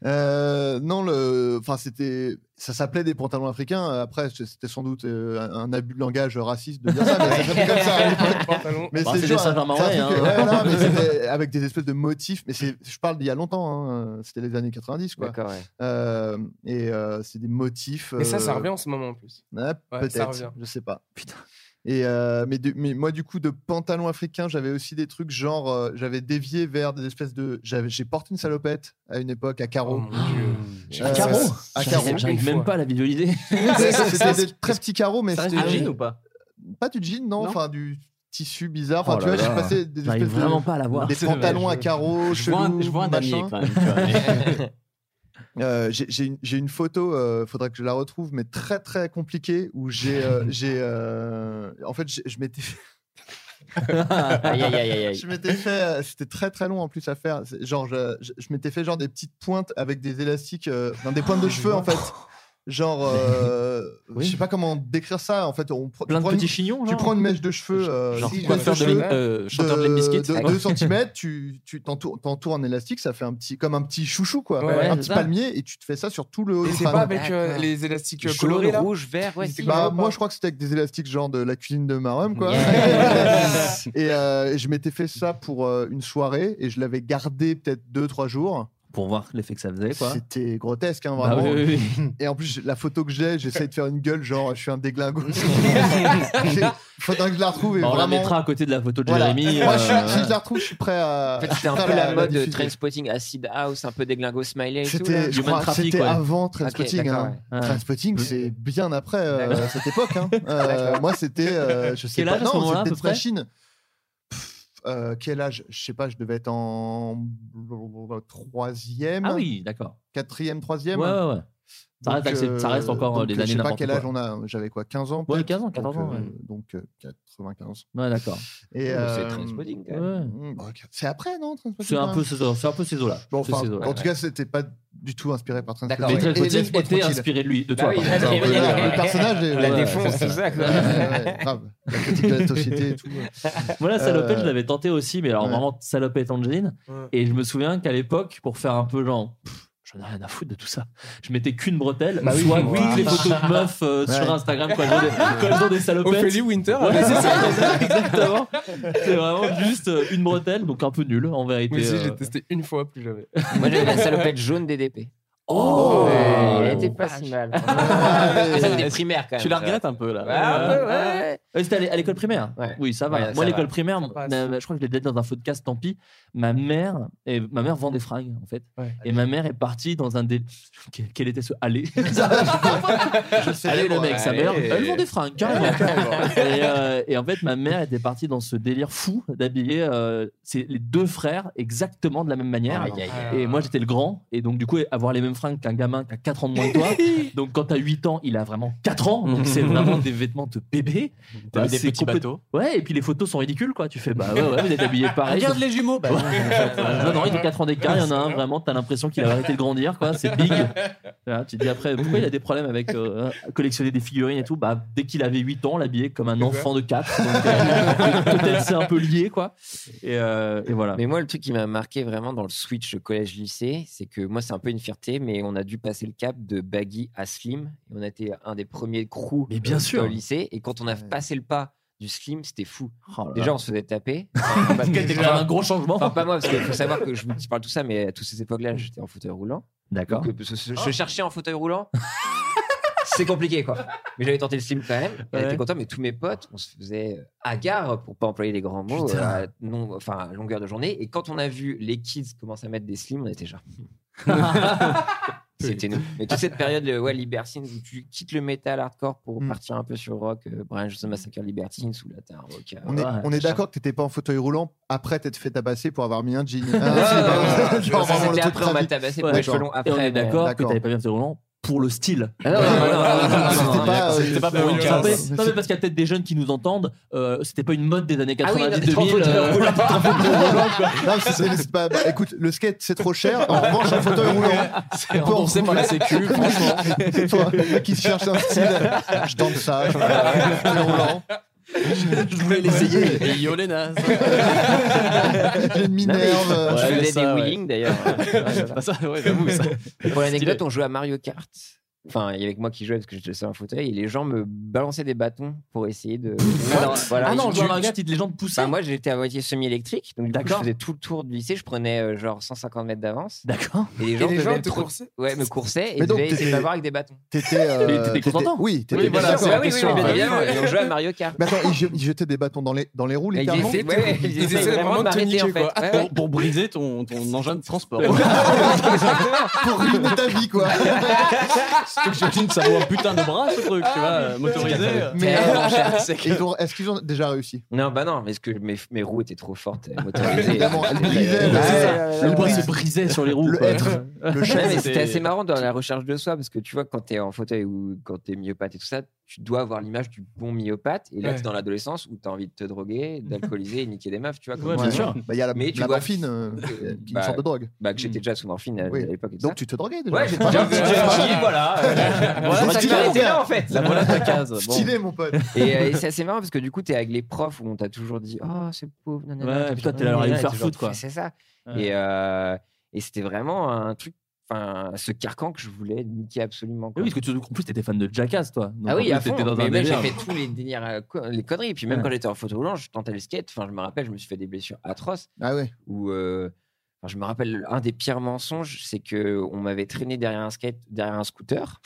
Euh, non, le, enfin, c'était, ça s'appelait des pantalons africains. Après, c'était sans doute euh, un abus de langage raciste de dire ça, mais ça s'appelait comme ça à l'époque. Mais Bah, c'est c'est genre- des Saint-Germain, c'est un ouais, truc, hein. ouais, voilà, mais c'était avec des espèces de motifs. Mais c'est, je parle d'il y a longtemps. hein, C'était les années 90, quoi. D'accord, ouais. Euh, et euh, c'est des motifs. Mais ça, ça euh, revient en ce moment en plus. Ouais, Ouais, ça revient. peut-être, je sais pas. Putain. Et euh, mais, de- mais moi, du coup, de pantalon africain, j'avais aussi des trucs genre, euh, j'avais dévié vers des espèces de. j'avais- J'ai porté une salopette à une époque à Oh, carreaux. Ah, À carreaux À J'arrive- carreaux. J'arrive même pas à la visualiser. Ah C'était- C'était des très petits carreaux, mais Ça reste c'était. du jean ou pas Pas du jean, non, enfin du tissu bizarre. Enfin, Oh tu là vois, j'ai là. passé des J'arrive espèces de- vraiment pas à la voir. Des C'est pantalons vrai, à je- Oh, carreaux, je vois un- chelous, je vois un damier, machin. quand même, tu vois, Euh, j'ai- J'ai une, j'ai une photo, euh, faudrait que je la retrouve, mais très très compliquée où j'ai, euh, j'ai, euh, en fait, j'ai- je m'étais, Aïe, aïe, aïe, aïe, aïe. je m'étais fait, euh, c'était très très long en plus à faire. C'est- Genre, je, je- je m'étais fait genre des petites pointes avec des élastiques, euh, non, des pointes de cheveux en fait. Genre, euh, je sais pas comment décrire ça. En fait, on pr- tu Plein de prends une- petits Oh. chignons, Tu genre. prends une mèche de cheveux, euh, Genre une coiffeur mèche de- euh, chanteur de Limp Bizkit. de Ouais. 2 cm, tu tu t'entoures t'entoures en élastique, ça fait un petit, comme un petit chouchou quoi, Ouais, un c'est petit ça. palmier, et tu te fais ça sur tout le haut Et du c'est crâne. pas avec euh, les élastiques euh, Jaune, colorés là rouge, vert, ouais. si. Bah, moi, je crois que c'était avec des élastiques genre de la cuisine de ma rhum, quoi. et euh, je m'étais fait ça pour euh, une soirée et je l'avais gardé peut-être deux, trois jours. Pour voir l'effet que ça faisait, quoi. C'était grotesque, hein, Bah vraiment. oui, oui, oui. Et en plus, la photo que j'ai, j'essaye de faire une gueule, genre, je suis un déglingo. Faudrait que je la retrouve. et Bah, on la vraiment- mettra à côté de la photo de Voilà. Jérémy. Moi, je suis- euh, si je la retrouve, je suis prêt à. En fait, je suis c'était un prêt peu à la mode diffuser. train spotting, acid house, un peu déglingo smiley et tout. là. C'était, je Human crois, Traffic, c'était ouais. avant Ok, Trainspotting. d'accord, hein. ouais. Mm. Ouais. Trainspotting, c'est bien après euh, D'accord. cette époque. hein. Euh, D'accord. moi, c'était, euh, je sais Quel pas, âge à ce non, moment-là, à c'était peu de près machine. Pff, euh, quel âge Je sais pas, je devais être en troisième, Ah oui, d'accord. quatrième, troisième. Ouais, ouais, ouais. Ça Donc, reste, accept- ça reste encore donc, euh, des Je années sais pas n'importe quel quoi. âge on a. J'avais quoi 15 ans Ouais, peut-être 15 ans, 14 donc, ans, ouais. donc euh, 95. Ouais, d'accord. Et, C'est euh, Trainspotting, quand même. Ouais. mm, bah, c'est après, non Trainspotting, C'est un hein peu ces c'est un peu ces eaux-là. Bon, C'est enfin, ces eaux-là. en tout cas, c'était pas du tout inspiré par Trainspotting. D'accord, Mais ouais. Trey Et Cotin laisse-moi était tranquille. inspiré de lui, de Bah toi. oui, par la- exemple. la- la- Ouais, la- ouais. le personnage est- La Ouais. défonce, tout ça, quoi. Ouais, ouais, ouais, grave. La critique de la société et tout. Moi, la salopette, Euh, je l'avais tenté aussi, mais alors ouais. vraiment salopette Angeline. Et je me souviens qu'à l'époque, pour faire un peu genre, pff, je j'en ai rien à foutre de tout ça. Je mettais qu'une bretelle, Bah oui, soit oui. toutes les photos de meufs euh, sur Ouais. Instagram quand elles ont des, quand elles ont des salopettes. Ophélie Winter. Ouais, c'est ça, exactement. C'est vraiment juste euh, une bretelle, donc un peu nul en vérité. Moi aussi, euh. j'ai testé une fois, plus jamais. Moi, j'avais la salopette jaune DDP. Oh Ah, Elle était pas si mal. Mais ça, c'était primaire quand même. Tu la regrettes un peu là. Ouais, Bah, un peu, ouais. Ouais, Euh, C'était à l'é- à l'école primaire. Oui, ça va. Ouais, Moi, ça l'école va. primaire, Ça passe. euh, je crois que je l'ai dit dans un podcast, tant pis. Ma mère, et ma mère vend des fringues en fait. Et ma mère est partie dans un des. Quel- Quel était ce aller Allez le mec, sa mère, Allez. elle vend des fringues carrément. et, euh, et en fait, ma mère était partie dans ce délire fou d'habiller euh, ses- les deux frères exactement de la même manière. Aïe, aïe, Et moi, j'étais le grand, et donc du coup, avoir les mêmes fringues qu'un gamin qui a 4 ans de moins que toi. donc quand t'as 8 ans, il a vraiment 4 ans, donc c'est vraiment des vêtements de bébé. T'as mis des c'est petits bateaux. Ouais, et puis les photos sont ridicules, quoi. Tu fais, bah ouais, ouais, vous êtes habillés pareil. Regarde les jumeaux. Bah, Ouais, non, non, ils ont 4 ans d'écart, il y en a un vraiment, t'as l'impression qu'il a arrêté de grandir, quoi, c'est big. Voilà, tu te dis après, pourquoi il a des problèmes avec euh, collectionner des figurines et tout Bah, dès qu'il avait 8 ans, l'habillait comme un enfant de 4. Donc, euh, peut-être c'est un peu lié, quoi. Et, voilà. Mais moi, le truc qui m'a marqué vraiment dans le switch collège-lycée, c'est que moi, c'est un peu une fierté, mais on a dû passer le cap de baggy à slim. Et on a été un des premiers crews Mais bien euh, sûr. au lycée. Et quand on a passé le pas du slim, c'était fou. Oh là Déjà, là. on se faisait taper. Quel était déjà un gros changement. Enfin, pas moi, parce qu'il faut savoir que je, vous- je parle tout ça, mais à toutes ces époques-là, j'étais en fauteuil roulant. D'accord. Donc, euh, parce que je, Oh. je cherchais en fauteuil roulant. C'est compliqué, quoi. Mais j'avais tenté le slim quand même. Elle Ouais. était contente, mais tous mes potes, on se faisait hagard, pour pas employer les grands mots, Putain. euh, à non, enfin, à longueur de journée. Et quand on a vu les kids commencer à mettre des slims, on était genre. C'était nous. Mais toute Ah. cette période, euh, ouais, Libertines, où tu quittes le métal hardcore Hmm. pour partir un peu sur le rock, euh, Brian Johnson Massacre Libertines, ou là, t'as un rock. euh, On est, on est machin. d'accord que t'étais pas en fauteuil roulant après t'être fait tabasser pour avoir mis un jean. Ouais, ouais, ouais, ouais. Ah, c'est Ça, vraiment c'était le truc après, on m'a tragique. tabassé Ouais, pour les cheveux longs d'accord. après. Et on est mais- euh, d'accord que t'avais pas bien fait roulant pour le style. Ah non, non, non, non, non, non, non, C'était non, pas, non, euh, c'était pas pour non, une mais- case. Non, mais parce qu'il y a peut-être des jeunes qui nous entendent, euh, c'était pas une mode des années Ah oui, non, 90 mais 2000 t'en euh, fous, t'en fous, t'en fous. Non, mais c'est- c'est pas- bah, écoute, le skate c'est trop cher. En revanche, un fauteuil roulant. C'est remboursé par la Sécu, franchement. Toi, le mec qui se cherche un style, je tente ça. Je fauteuil roulant. Je voulais l'essayer. Et yo les nazes. Je m'énerve. Ouais, je faisais ça, des ouais. wheeling d'ailleurs. Pas Bah, ça, ouais, j'avoue, ça. Pour l'anecdote, on jouait à Mario Kart. Enfin, il y avait que moi qui jouais parce que j'étais sur un fauteuil et les gens me balançaient des bâtons pour essayer de. what Ah non, on jouait à Mario Kart, les gens te poussaient. Bah, moi, j'étais à moitié semi-électrique, donc du coup, je faisais tout le tour du lycée, je prenais euh, genre 150 mètres d'avance. D'accord. Et les Et gens, les devaient gens me te tro- coursaient Ouais, me coursaient et Mais donc, devaient essayer de t'étais- m'avoir avec des bâtons. T'étais. euh, Mais t'étais content Oui, Oui, t'étais bien sûr, d'accord. oui, oui, oui, bien évidemment, et on jouait à Mario Kart. Mais attends, ils je- ils jetaient des bâtons dans les, dans les roues, Mais ils littéralement. essayaient- ouais, ils essayaient vraiment de m'arrêter, en fait. Ouais, ouais. Pour, pour briser ton, ton engin de transport. Pour ruiner ta vie, quoi. Surtout que j'imagine que ça vaut un putain de bras ce truc, tu vois, euh, motorisé. Mais euh, Tellement cher, c'est ils ont- est-ce qu'ils ont déjà réussi Non, bah non, parce que mes, mes roues étaient trop fortes, euh, motorisées. Évidemment, euh, elles brisaient, Ah, Ouais, là, c'est ouais, ça. ouais, Le Euh, ouais, bras ouais. se brisait sur les roues. Le quoi. être, le Ouais, mais chef. c'était assez marrant dans la recherche de soi parce que tu vois, quand t'es en fauteuil ou quand t'es myopathe et tout ça, tu dois avoir l'image du bon myopathe. Et là, Ouais. t'es dans l'adolescence où t'as envie de te droguer, d'alcooliser et niquer des meufs, tu vois. comme Ouais, tout bien le sûr. monde. Bah, il y a la- Mais tu la vois- morphine, euh, qui est une sorte de drogue. Bah, que j'étais déjà sous morphine à, Oui. à l'époque. et tout Donc ça. tu te droguais déjà. Ouais, j'étais déjà un petit junkie, voilà. Voilà, voilà ça stylé, s'est arrêté mon là, gars. en fait. La voilà ta case, bon. Stylé, mon pote. Et, euh, et c'est assez marrant parce que du coup, t'es avec les profs où on t'a toujours dit Oh, c'est pauvre, nanana. Ouais, et puis toi, t'es là, nanana, à lui et faire t'es genre, foutre, quoi. C'est ça. Ouais. Et, euh, et c'était vraiment un truc, enfin, ce carcan que je voulais niquer absolument. Oui, quoi. parce que tu, en plus, t'étais fan de Jackass, toi. Donc, ah en oui, plus, à fond. t'étais dans un Mais ouais, j'ai délire. fait tous les délires, euh, co- les conneries. Et puis même Ouais. quand j'étais en photo roulant, je tentais le skate. Enfin, je me rappelle, je me suis fait des blessures atroces. Ah ouais. Où, euh, enfin, je me rappelle, un des pires mensonges, c'est que on m'avait traîné derrière un skate, derrière un scooter.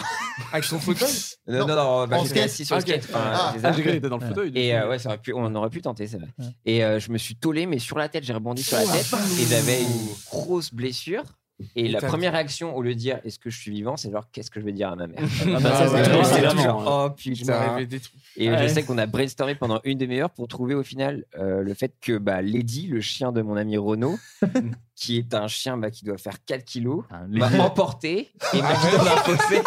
Avec son fauteuil Non, non, non, bah, En j'étais skate. assis sur le Ok. skate. Enfin, Ah, je les ai ah, j'ai cru appelés. que t'étais dans le fauteuil, du Et coup. euh, ouais, ça aurait pu- on aurait pu tenter, c'est vrai. Et euh, je me suis tollé, mais sur la tête, j'ai rebondi sur la Oh, tête la vache. et j'avais une grosse blessure. Et Et la t'as- première réaction, au lieu de dire est-ce que je suis vivant, c'est genre qu'est-ce que je vais dire à ma mère Ah bah, ça, c'est Ouais, clair, c'est évidemment. genre, Oh putain. rêvé des trucs. Et Ouais. je sais qu'on a brainstormé pendant une demi-heure pour trouver au final euh, le fait que bah, Lady, le chien de mon ami Renaud, qui est un chien bah, qui doit faire 4 kilos, m'a Lady. emporté et m'a mis dans un fossé.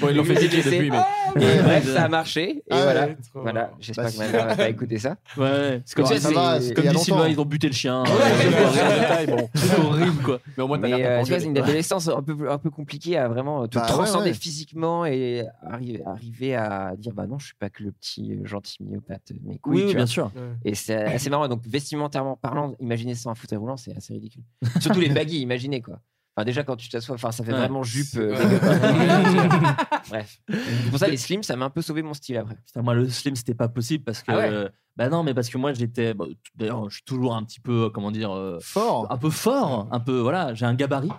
Bon, ils l'ont Et fait j'ai niquer laissé. depuis, mais- Et bref, ça a marché. Et Ah ouais, voilà. trop voilà. marrant. J'espère Bah, que ma si. mère va pas écouter ça. Ouais, ouais. C'est comme, Ouais, si, ça va, c'est c'est comme il y a dit Sylvain, longtemps. ils ont buté le chien. Ouais. bon, c'est horrible quoi. Mais au moins, Mais euh, tu vois, c'est une adolescence un peu, un peu compliquée à vraiment euh, te Bah, ouais, transcender ouais. physiquement et arriver, arriver à dire bah non, je suis pas que le petit euh, gentil myopathe. Mais Oui, oui, bien sûr. Et c'est assez marrant. Donc, vestimentairement parlant, imaginer ça en fauteuil roulant, c'est assez ridicule. Surtout les baguilles, imaginez quoi. Enfin, déjà, quand tu t'assois, enfin, ça fait Ouais. vraiment jupe. euh, C'est- dégueulasse. Bref. C'est pour ça, les slims, ça m'a un peu sauvé mon style après. Putain, moi, le slim, c'était pas possible parce que. Ah ouais euh, bah non, mais parce que moi, j'étais. bah, t- D'ailleurs, je suis toujours un petit peu, euh, comment dire. euh, fort. Un peu fort. Un peu, voilà, j'ai un gabarit.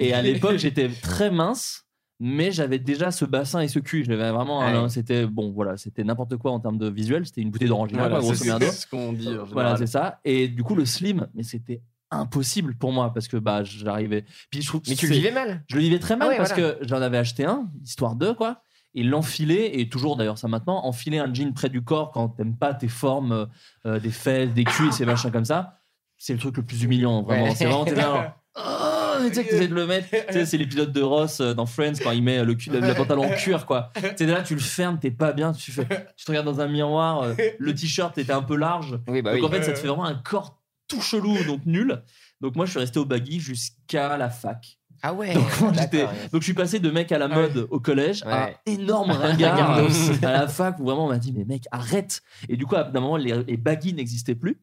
Et à l'époque, j'étais très mince, mais j'avais déjà ce bassin et ce cul. J'avais vraiment. un- Ouais. C'était, bon, voilà, c'était n'importe quoi en termes de visuel. C'était une bouteille d'orangina, Voilà, quoi, grosso c'est- merdo. c'est ce qu'on dit, en Voilà, général. c'est ça. Et du coup, le slim, mais c'était impossible pour moi parce que bah j'arrivais puis je trouve que Mais tu le c'est- vivais mal. je le vivais très mal Ah ouais, parce voilà. que j'en avais acheté un, histoire de quoi. Et l'enfiler, et toujours d'ailleurs ça maintenant, enfiler un jean près du corps quand t'aimes pas tes formes, euh, des fesses, des culs et ces machins comme ça, c'est le truc le plus humiliant, vraiment. Ouais. C'est vraiment, t'es là, genre, Oh, tu sais que t'essaies de le mettre. Tu sais, c'est l'épisode de Ross euh, dans Friends quand il met le, cul, le pantalon en cuir, quoi. Tu sais, là, tu le fermes, t'es pas bien, tu, fais, tu te regardes dans un miroir, euh, le t-shirt était un peu large. bah donc oui. en fait, ça te fait vraiment un corps tout chelou, donc nul. Donc moi, je suis resté au baggy jusqu'à la fac. Ah ouais Ah donc, quand j'étais- donc je suis passé de mec à la mode au collège à Ouais. énorme ringard euh, Ringardos. à la fac où vraiment on m'a dit mais mec arrête et du coup à un moment les, les baggy n'existaient plus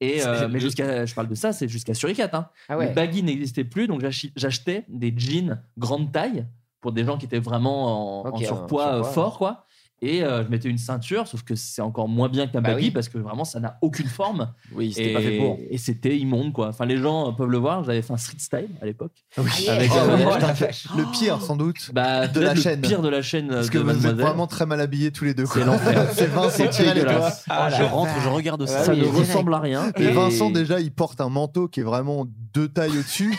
et euh, C'est- mais jusqu'à je parle de ça c'est jusqu'à Suricat hein. Ah ouais. les baggy n'existaient plus donc j'ach- j'achetais des jeans grande taille pour des gens qui étaient vraiment en, en Ok, en surpoids euh, surpoids, fort quoi et euh, je mettais une ceinture sauf que c'est encore moins bien qu'un Bah baggy oui. parce que vraiment ça n'a aucune forme oui c'était pas fait pour. et c'était immonde quoi enfin les gens euh, peuvent le voir j'avais fait un street style à l'époque Avec, Oh, euh, putain, le pire sans doute bah, de la peut-être le chaîne. pire de la chaîne Parce de que vous êtes Mademoiselle. vraiment très mal habillés tous les deux. quoi. C'est l'enfer. C'est Vincent C'est qui est dégueulasse. Ah, je rentre, je regarde bah ça. Ça ne ressemble à rien. Et, Et- Vincent, déjà, il porte un manteau qui est vraiment deux tailles au-dessus.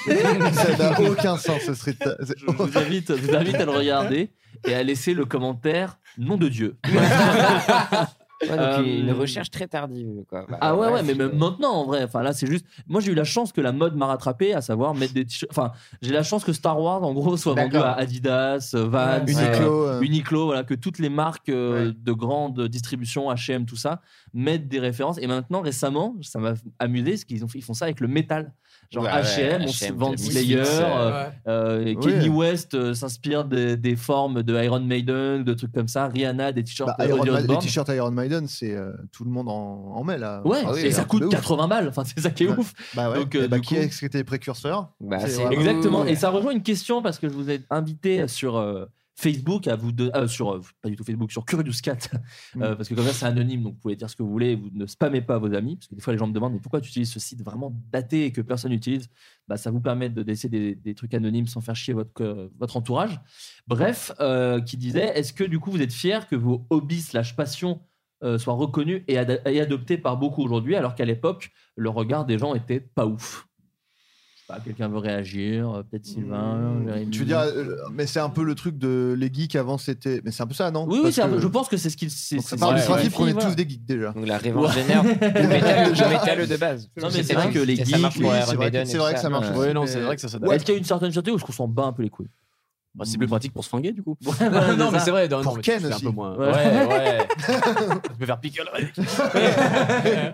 ça n'a aucun sens, ce street. c'est- Je vous invite, je vous invite à le regarder et à laisser le commentaire nom de Dieu. Ouais, donc, Euh, Une recherche très tardive. Quoi. Bah, Ah ouais, ouais, bref. mais même maintenant en vrai. Enfin là, c'est juste. Moi, j'ai eu la chance que la mode m'a rattrapé, à savoir mettre des. t-shirts- Enfin, j'ai la chance que Star Wars, en gros, soit vendu D'accord. à Adidas, euh, Vans, Ouais. Uniqlo, euh. Uniqlo, voilà, que toutes les marques euh, de grande distribution, H&M, tout ça, mettent des références. Et maintenant, récemment, ça m'a amusé, parce qu'ils ont, ils font ça avec le métal. Genre Ouais, ouais, H&M, on se H&M, vend James Slayer, euh, Smith, euh, ouais. euh, Oui. Kenny West euh, s'inspire des, des formes de Iron Maiden, de trucs comme ça, Rihanna, des t-shirts Bah, de Iron Ozzy Ma- les Osbourne. t-shirts Iron Maiden, c'est euh, tout le monde en, en met là. Ouais, Ah oui, et ça c'est un coûte truc de ouf. 80 balles. Enfin, c'est ça qui est ouf. Bah ouais. Donc, euh, Et bah, du qui coup- est-ce qui était précurseur bah, C'est vraiment- exactement. Mmh. Et ça rejoint une question parce que je vous ai invité sur euh, Facebook à vous de- euh, sur euh, pas du tout Facebook sur Curious Cat Euh, parce que comme ça c'est anonyme donc vous pouvez dire ce que vous voulez vous ne spammez pas vos amis parce que des fois les gens me demandent mais pourquoi tu utilises ce site vraiment daté et que personne n'utilise bah ça vous permet de laisser des, des trucs anonymes sans faire chier votre euh, votre entourage bref euh, qui disait est-ce que du coup vous êtes fier que vos hobbies slash passions euh, soient reconnus et, ad- et adoptés par beaucoup aujourd'hui alors qu'à l'époque le regard des gens était pas ouf je sais pas, quelqu'un veut réagir, euh, peut-être Sylvain. Jérémy. Tu veux dire, euh, mais c'est un peu le truc de les geeks avant c'était. Mais c'est un peu ça, non Oui, oui, Parce c'est un que- peu- je pense que c'est ce qu'il. c'est- Ça c'est- part du ouais, principe ouais. Bah, qu'on est Voilà. tous des geeks déjà. Donc la révange génère le métal- le métal de base. Non, mais C'est c'est vrai vrai que les que ça geeks. marche pour oui, Iron c'est vrai que- Maiden et c'est vrai tout que ça ça, marche. ouais. Ouais, non, c'est vrai que ça s'adapte. Est-ce qu'il y a une certaine fierté ou est-ce qu'on s'en bat un peu les couilles Bah, c'est plus pratique pour se fringuer du coup. Ouais, voilà, non, c'est mais ça. c'est vrai. Non, non, Pour mais tu Ken fais un aussi. peu moins. Ouais. Ouais, ouais. Je peux faire piquer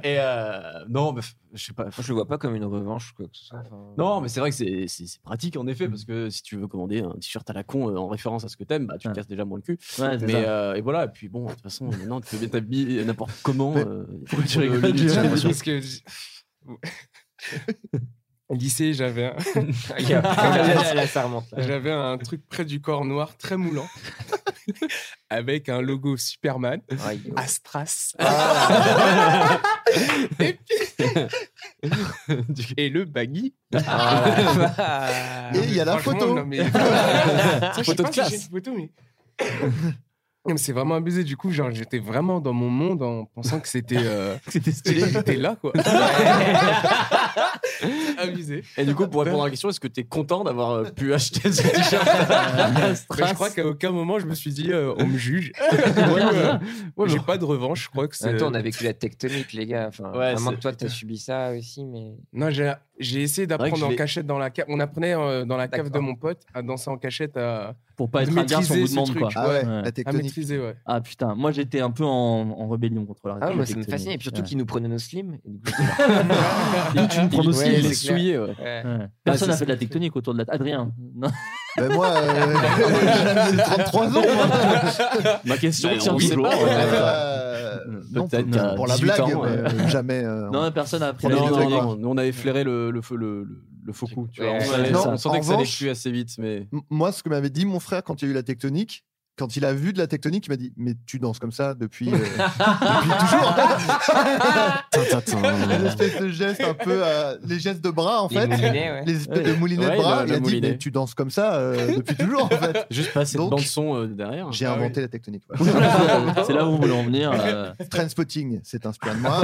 Et euh, non, mais f- je sais pas. Je le vois pas comme une revanche quoi que ce soit. enfin. Non, mais c'est vrai que c'est- c'est c'est pratique en effet, parce que si tu veux commander un t-shirt à la con euh, en référence à ce que t'aimes, bah, tu te casses déjà moins le cul. Ouais, c'est mais ça. euh, et voilà, et puis bon, de toute façon, maintenant tu peux bien t'habiller n'importe comment. euh, pourquoi tu pour le- rigoles, le- Jérémy le- Parce que j- au lycée, j'avais un... Là, là, là, ça remonte, là. J'avais un truc près du corps noir très moulant avec un logo Superman Astras. et, puis- et le baggy. Ah. Et il y a la Franchement, photo. non, mais- Photo Je sais de pas si j'ai classe. une photo, mais- Non, mais c'est vraiment abusé du coup genre j'étais vraiment dans mon monde en pensant que c'était euh, j'étais là quoi abusé Et du coup, pour répondre à la question, est-ce que t'es content d'avoir euh, pu acheter ce t-shirt Mais Ben, je crois qu'à aucun moment je me suis dit euh, on me juge. Ouais, euh, ouais, j'ai bon. pas de revanche, je crois que c'est. Attends, on a vécu la tectonique, les gars. Enfin, Ouais, vraiment c'est- que toi, t'as subi ça aussi, mais. Non, j'ai j'ai essayé C'est vrai d'apprendre que je en l'ai- cachette dans la cave. On apprenait euh, dans la cave de mon pote à danser en cachette à. Pour pas être maîtriser ringard si on vous ce demande truc, quoi. Ah ouais. À maîtriser, ouais. Ah putain, moi j'étais un peu en, en rébellion contre la Ah, ouais, moi, ça me tectonique. fascinait. Et puis surtout Ouais. qu'ils nous prenaient nos slims. Et du coup, Et tu me prends aussi, Ouais, il est c'est clair. souillé, ouais. Ouais. Ouais. Bah, Personne c'est n'a ça. fait de la tectonique autour de la. Adrien. Non. Ben moi, euh, j'ai 33 ans. hein. moi. Ma question Bah, tient on sait toujours. pas, ouais. Euh, non, Peut-être pour- qu'à pour la 18 blague, ans, mais, ouais. euh, jamais. euh, Non, personne n'a appris Non, la non, tectonique. non, nous, on avait flairé le, le, feu- le- le- le faux coup. Tu Ouais, vois. On, ouais, allait- non, on sentait en que ça allait revanche- cuire assez vite, mais. M- Moi, ce que m'avait dit mon frère quand il y a eu la tectonique, quand il a vu de la tectonique, il m'a dit Mais tu danses comme ça depuis, euh, depuis toujours. Une espèce de geste un peu. euh, les gestes de bras, en Les fait. moulinets, ouais. Les espèces de Ouais. moulinets Ouais, de bras. le- il le a dit moulinet. Mais tu danses comme ça euh, depuis toujours, en fait. Juste passer de Donc, bande-son euh, derrière. J'ai Ah oui. inventé la tectonique. C'est là où on voulait en venir. euh. Trainspotting, c'est inspiré de moi.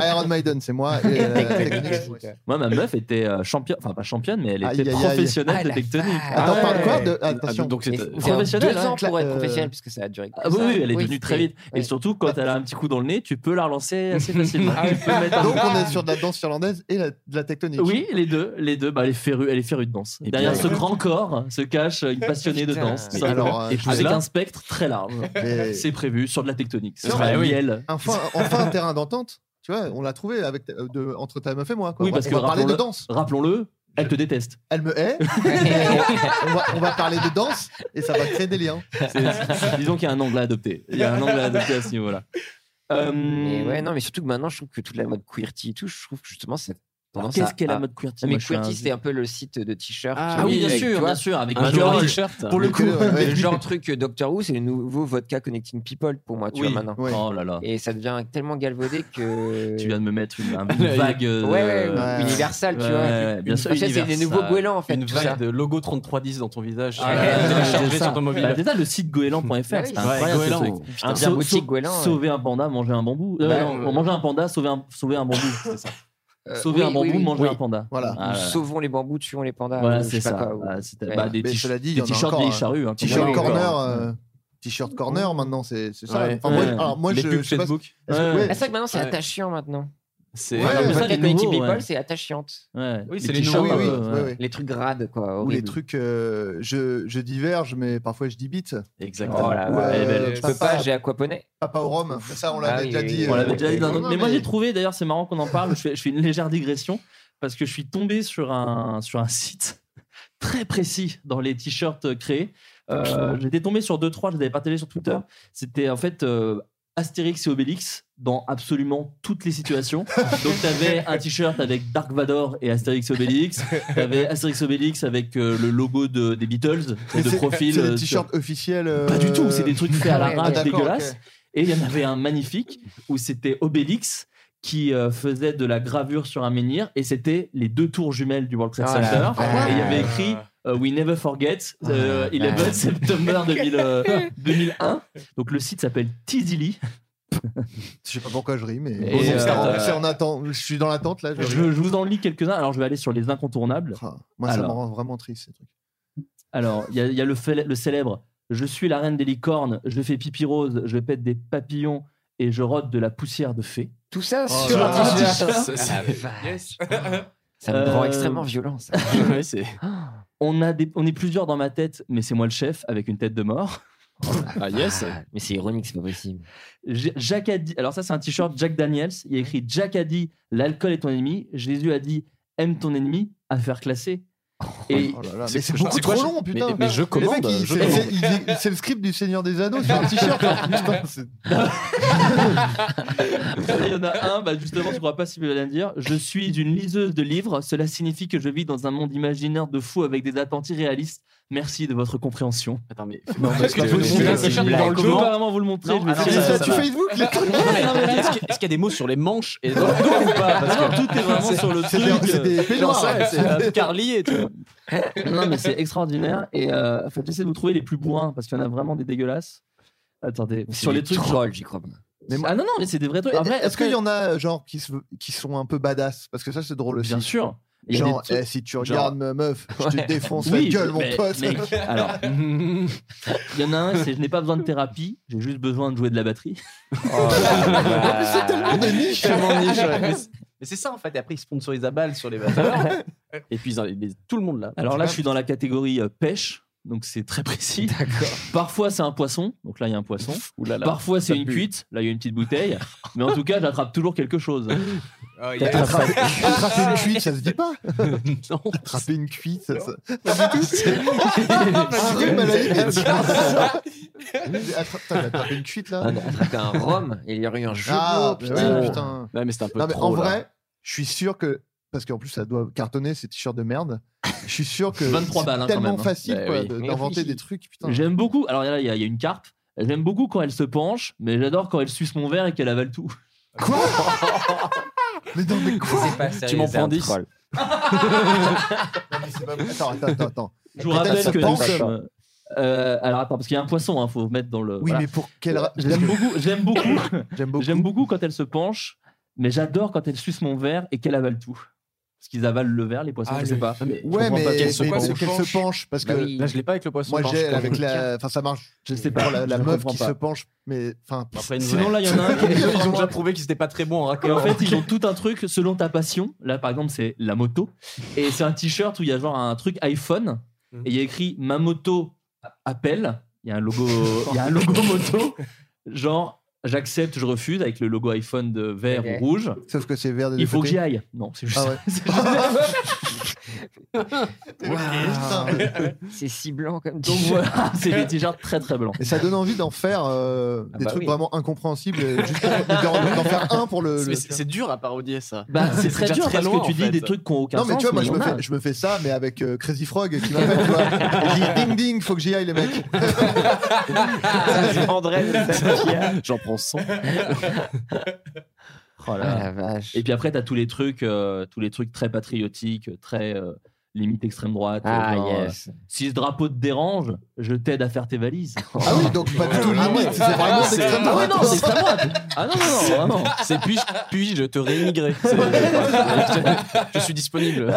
Iron Maiden, c'est moi. Et, euh, Tectonique, c'est moi. Ah Moi, ma meuf était euh, championne, enfin pas championne, mais elle Aïe, était aïe, aïe. professionnelle Ah, de la tectonique. Attends, on parle quoi Ah, de- Ah, attention. donc c'est euh, Mais c'est professionnelle. deux hein. ans pour être professionnelle, puisque ça a duré que Ah oui, ça. oui, elle est Oui, devenue très c'était- vite. Et surtout, quand elle a un petit coup dans le nez, tu peux la relancer assez facilement. Ah Tu peux mettre un- Donc on est sur de la danse irlandaise et la- de la tectonique. Oui, les deux, les deux, bah, elle est férue, elle est férue de danse. Et Derrière puis, ce euh, grand corps se cache une passionnée de Putain. danse. Mais alors, euh, et je vous avec là- un spectre très large. Mais- C'est prévu sur de la tectonique. Ce Non, sera mais oui. Yel. Enfin, enfin un terrain d'entente. Tu vois, on l'a trouvé avec ta- euh, de- entre ta meuf et moi. Quoi. Oui, On va- parce on que va parler de rappelons-le- danse. rappelons-le, elle te déteste. Elle me hait. mais on, on va, on va parler de danse et ça va créer des liens. C'est- Disons qu'il y a un angle à adopter. Il y a un angle à adopter à ce niveau-là. Euh, Euh, Mais ouais, non, mais surtout que maintenant, je trouve que toute la mode QWERTY et tout, je trouve que justement, c'est. Alors, qu'est-ce qu'est la mode QWERTY? Ah, Mais Moi, je suis QWERTY, un- c'était un peu le site de t-shirts. Ah qui- oui, bien avec, sûr, tu vois, bien sûr, avec un Ah, Major genre Roll. de- T-shirt. Pour le Mais coup, que- ouais. le genre truc euh, Doctor Who, c'est le nouveau vodka connecting people pour moi, tu Oui, vois, maintenant. ouais. Oh là là. Et ça devient tellement galvaudé que. Tu viens de me mettre une, un- une vague. Ouais, euh, ouais, universal, tu ouais, vois. ouais, bien Une- sûr, en fait, c'est les universal. nouveaux goélands, en fait. Une tout vague ça. de logo 3310 dans ton visage. Ah, ouais, téléchargé c'est ça. sur ton mobile. Bah, déjà, le site goéland.fr, Ouais, c'est incroyable. Goéland. ce truc. Putain. Un Bien sau- boutique sau- Goéland, ouais. Sauver un panda, manger un bambou. Euh, Bah, non, euh, manger un panda, sauver un, sauver un bambou, c'est ça. Euh, sauver oui, un bambou, oui, oui. manger Oui. un panda. Voilà. Ah, Nous sauvons les bambous, tuons les pandas. Voilà, ou Euh, je c'est sais pas ça. quoi, ou- Bah, c'était- Ouais. bah, des Mais t- cela dit, il des y en a t-shirts encore, vieilles hein. charrues, hein, T-shirt qu'on voit corner. encore. euh, T-shirt corner maintenant, c'est c'est ça. Ouais. Enfin, moi, Ouais. alors moi, Les je, pubs je sais pas Facebook. si- est-ce que- ouais. Ah, C'est vrai que maintenant, c'est Ouais. attachant maintenant. C'est Ouais, ouais, Le ouais. vodka connecting people, Ouais. c'est attachante. Ouais. Oui, c'est les nouveaux, t-shirts, oui, euh, oui, oui, oui. Les trucs grades, quoi. Ou les horrible. trucs, euh, je, je diverge, mais parfois je dis bit. Exactement. Oh là Ou, là, elle est belle. euh, Je peux papa- pas, j'ai aquaponé. Papa au rhum, ça on l'avait Ah oui, déjà oui, dit. oui. On euh, l'avait déjà dit dans non, notre- non, Mais moi j'ai trouvé, d'ailleurs c'est marrant qu'on en parle, je fais, je fais une légère digression parce que je suis tombé sur un, sur un site très précis dans les t-shirts créés. Euh, J'étais tombé sur 2-3, je les avais partagés sur Twitter. C'était en fait euh, Astérix et Obélix dans absolument toutes les situations. Donc t'avais un t-shirt avec Dark Vador et Astérix et Obélix, t'avais Astérix et Obélix avec euh, le logo de- des Beatles, mais de c'est- profil. C'est euh, des sur- t-shirts officiels. euh, pas du tout, c'est des trucs faits à la ouais, rage d'accord, dégueulasses. ok. Et il y en avait un magnifique où c'était Obélix qui euh, faisait de la gravure sur un menhir et c'était les deux tours jumelles du World Trade Ah là Center. là. et il y avait écrit euh, We never forget euh, 11 September 2000, euh, 2001. Donc le site s'appelle Tizily. Je sais pas pourquoi je ris, mais Et, Bon, c'est- euh, c'est en attente. Je suis dans l'attente là. Je, Je, ris. Ah, je vous en lis quelques-uns. Alors je vais aller sur les incontournables. Moi, ça me Alors. rend vraiment triste. ces trucs. Alors, il y a, il y a le, fêle- le célèbre Je suis la reine des licornes, je fais pipi rose, je pète des papillons et je rote de la poussière de fée. Tout ça Oh sur là un là. t-shirt. Ça, ça- Ah, vache. Ça me rend extrêmement violent, ça. on, a des- on est plusieurs dans ma tête, mais c'est moi le chef avec une tête de mort. Ah yes Mais c'est ironique, c'est pas possible. J- Jack a dit, alors ça c'est un t-shirt Jack Daniels, il y a écrit Jack a dit l'alcool est ton ennemi, Jésus a dit aime ton ennemi, à faire classer. Et Oh là là, mais c'est beaucoup trop quoi, je- long, putain. mais- mais je Le mec, commande, il- je c'est- commande. c'est- il- il- C'est le script du Seigneur des Anneaux sur un t-shirt. Putain, c'est- il y en a un, bah justement, je ne pourrais pas si bien dire. Je suis une liseuse de livres. Cela signifie que je vis dans un monde imaginaire de fou avec des attentes irréalistes. Merci de votre compréhension. Attends, mais. Non, parce que vous le je mettez vais- dans je le chat, vais dans le comment jeu. apparemment vous le montrer. Non, je vais alors, essayer ça, de- ça ça va. va. Non, mais Est-ce qu'il est-ce qu'il y a des mots sur les manches et dans le dos ou pas Parce Ah Non, que- tout est vraiment C'est- sur le c'est truc. des- c'est des euh, peignoirs, genre, ouais, c'est c'est- euh, carlié, tu vois. Non, mais c'est extraordinaire. Et euh, faut j'essaie de vous trouver les plus bourrins parce qu'il y en a vraiment des dégueulasses. Attendez, sur les trucs. Troll, j'y crois pas. Ah non, non, mais c'est des vrais trucs. Après, Est-ce après- qu'il y en a genre qui, se- qui sont un peu badass Parce que ça, c'est drôle aussi. Bien sûr. Il y a Genre, des trucs- eh, si tu genre- regardes ma meuf, je Ouais. te défonce la Oui, gueule, mon mais- pote. mec, alors, il y en a un, c'est je n'ai pas besoin de thérapie, j'ai juste besoin de jouer de la batterie. C'est tellement de niche. Tellement niche, ouais. Mais c'est- Mais c'est ça en fait. Et après, ils sponsorisent à balle sur les batteurs. Et puis, ils en- ils- tout le monde là. Alors là, je suis dans la catégorie euh, pêche, donc c'est très précis. D'accord. Parfois, c'est un poisson, donc là, il y a un poisson. Ouh là là, Parfois, ça c'est une pue. cuite, là, il y a une petite bouteille. Mais en tout cas, j'attrape toujours quelque chose. Ah, T'as attrapé- Attraper une cuite, ça se dit pas Attraper une cuite, ça. ça- Pas du tout Un rhume à la limite. Attra- putain, j'ai attrapé une cuite là Ah non, t'as un rhum et il y aurait eu un jeu. de Ah, mots, bah putain. ouais, putain. Ouais, mais c'est un peu Non, mais trop. en là. vrai, je suis sûr que parce qu'en plus ça doit cartonner ces t-shirts de merde. Je suis sûr que 23 c'est balles, hein, quand tellement même, hein. facile Bah quoi, oui. de- Mais d'inventer oui. des trucs. Putain. J'aime beaucoup. Alors là, il y, a- il y a une carpe. J'aime beaucoup quand elle se penche, mais j'adore quand elle suce mon verre et qu'elle avale tout. C'est pas Ah, Tu m'en prends 10 Non, mais c'est pas vrai. Attends, attends, attends, attends. Je vous Peut-être rappelle ça que nous pense. sommes. euh, alors attends, parce qu'il y a un poisson, il faut mettre dans le. Oui, mais pour quelle ra- J'aime parce beaucoup, j'aime beaucoup, j'aime beaucoup. quand elle se penche, mais j'adore quand elle suce mon verre et qu'elle avale tout. Parce qu'ils avalent le verre, les poissons, Ah, je le- sais pas. Ouais, mais mais- mais qu'elle se, penche. parce que Bah oui. Là, je l'ai pas avec le poisson Moi, penche, j'ai comme avec je le la. tiens. Enfin, ça marche. Je sais pas, Pour la, la je meuf comprends qui pas. se penche, mais enfin. pff, Sinon, là, il y en a un qui Ils ont déjà prouvé qu'ils n'étaient pas très bons Et en en raccord. fait, ils ont tout un truc selon ta passion. Là, par exemple, c'est la moto. Et c'est un t-shirt où il y a genre un truc iPhone. Hmm. Et il y a écrit Ma moto appelle. Il y a un logo, il y a un logo moto. Genre, j'accepte, je refuse avec le logo iPhone de vert Ok. ou rouge. Sauf que c'est vert des Il deux faut que côtés. j'y aille. Non, c'est juste. Ah ouais. c'est juste- Ah. Ah. C'est si blanc comme Donc voilà, c'est des t-shirts très très blancs. Et ça donne envie d'en faire euh, des bah trucs oui. vraiment incompréhensibles, euh, juste pour- d'en d'en faire un pour le. Mais le- c'est c'est dur à parodier ça. Bah, c'est très déjà dur parce loin, que tu en dis fait. des trucs qui ont aucun Non, mais sens, tu vois, moi mais je il y me, en a. fais, je me fais ça, mais avec euh, Crazy Frog qui m'appelle, tu vois. Je dis ding ding, faut que j'y aille, les mecs. J'en prends 100. Ah, Oh là là. la vache. Et puis après, t'as tous les trucs, euh, tous les trucs très patriotiques, très euh, limite extrême droite. Ah, genre, yes. euh, si ce drapeau te dérange, je t'aide à faire tes valises. Ah oui, donc pas du tout limite, c'est vraiment Ah, c'est- d'extrême ah oui, droite. non, c'est extrême droite. Ah non, non, non, vraiment. C'est puis-je puis te réémigrer C'est- Je suis disponible.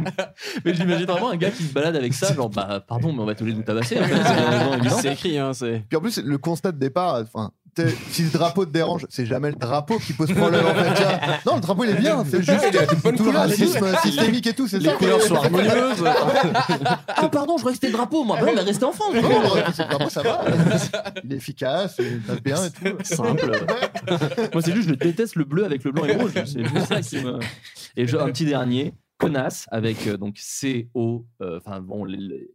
Mais j'imagine vraiment un gars qui se balade avec ça, genre, bah, pardon, mais on va tous les nous tabasser. en fait, c'est euh, vraiment évident. C'est écrit, hein, c'est. Puis en plus, le constat de départ, enfin. t'es- Si le drapeau te dérange, c'est jamais le drapeau qui pose problème. En fait, tu vois. Non, le drapeau il est bien, c'est juste tout le racisme systémique et tout. c'est Les ça. couleurs sont harmonieuses. Ah, pardon, je croyais que c'était le drapeau, moi. Bah, il va rester en France. Non, non, le drapeau, c'est- le drapeau, ça va. Il est efficace, il passe bien et tout. Simple. Moi, c'est juste, je déteste le bleu avec le blanc et le rouge. C'est juste ça qui me. Et je- un petit dernier, connasse, avec euh, donc C-O, euh, enfin bon, les- les-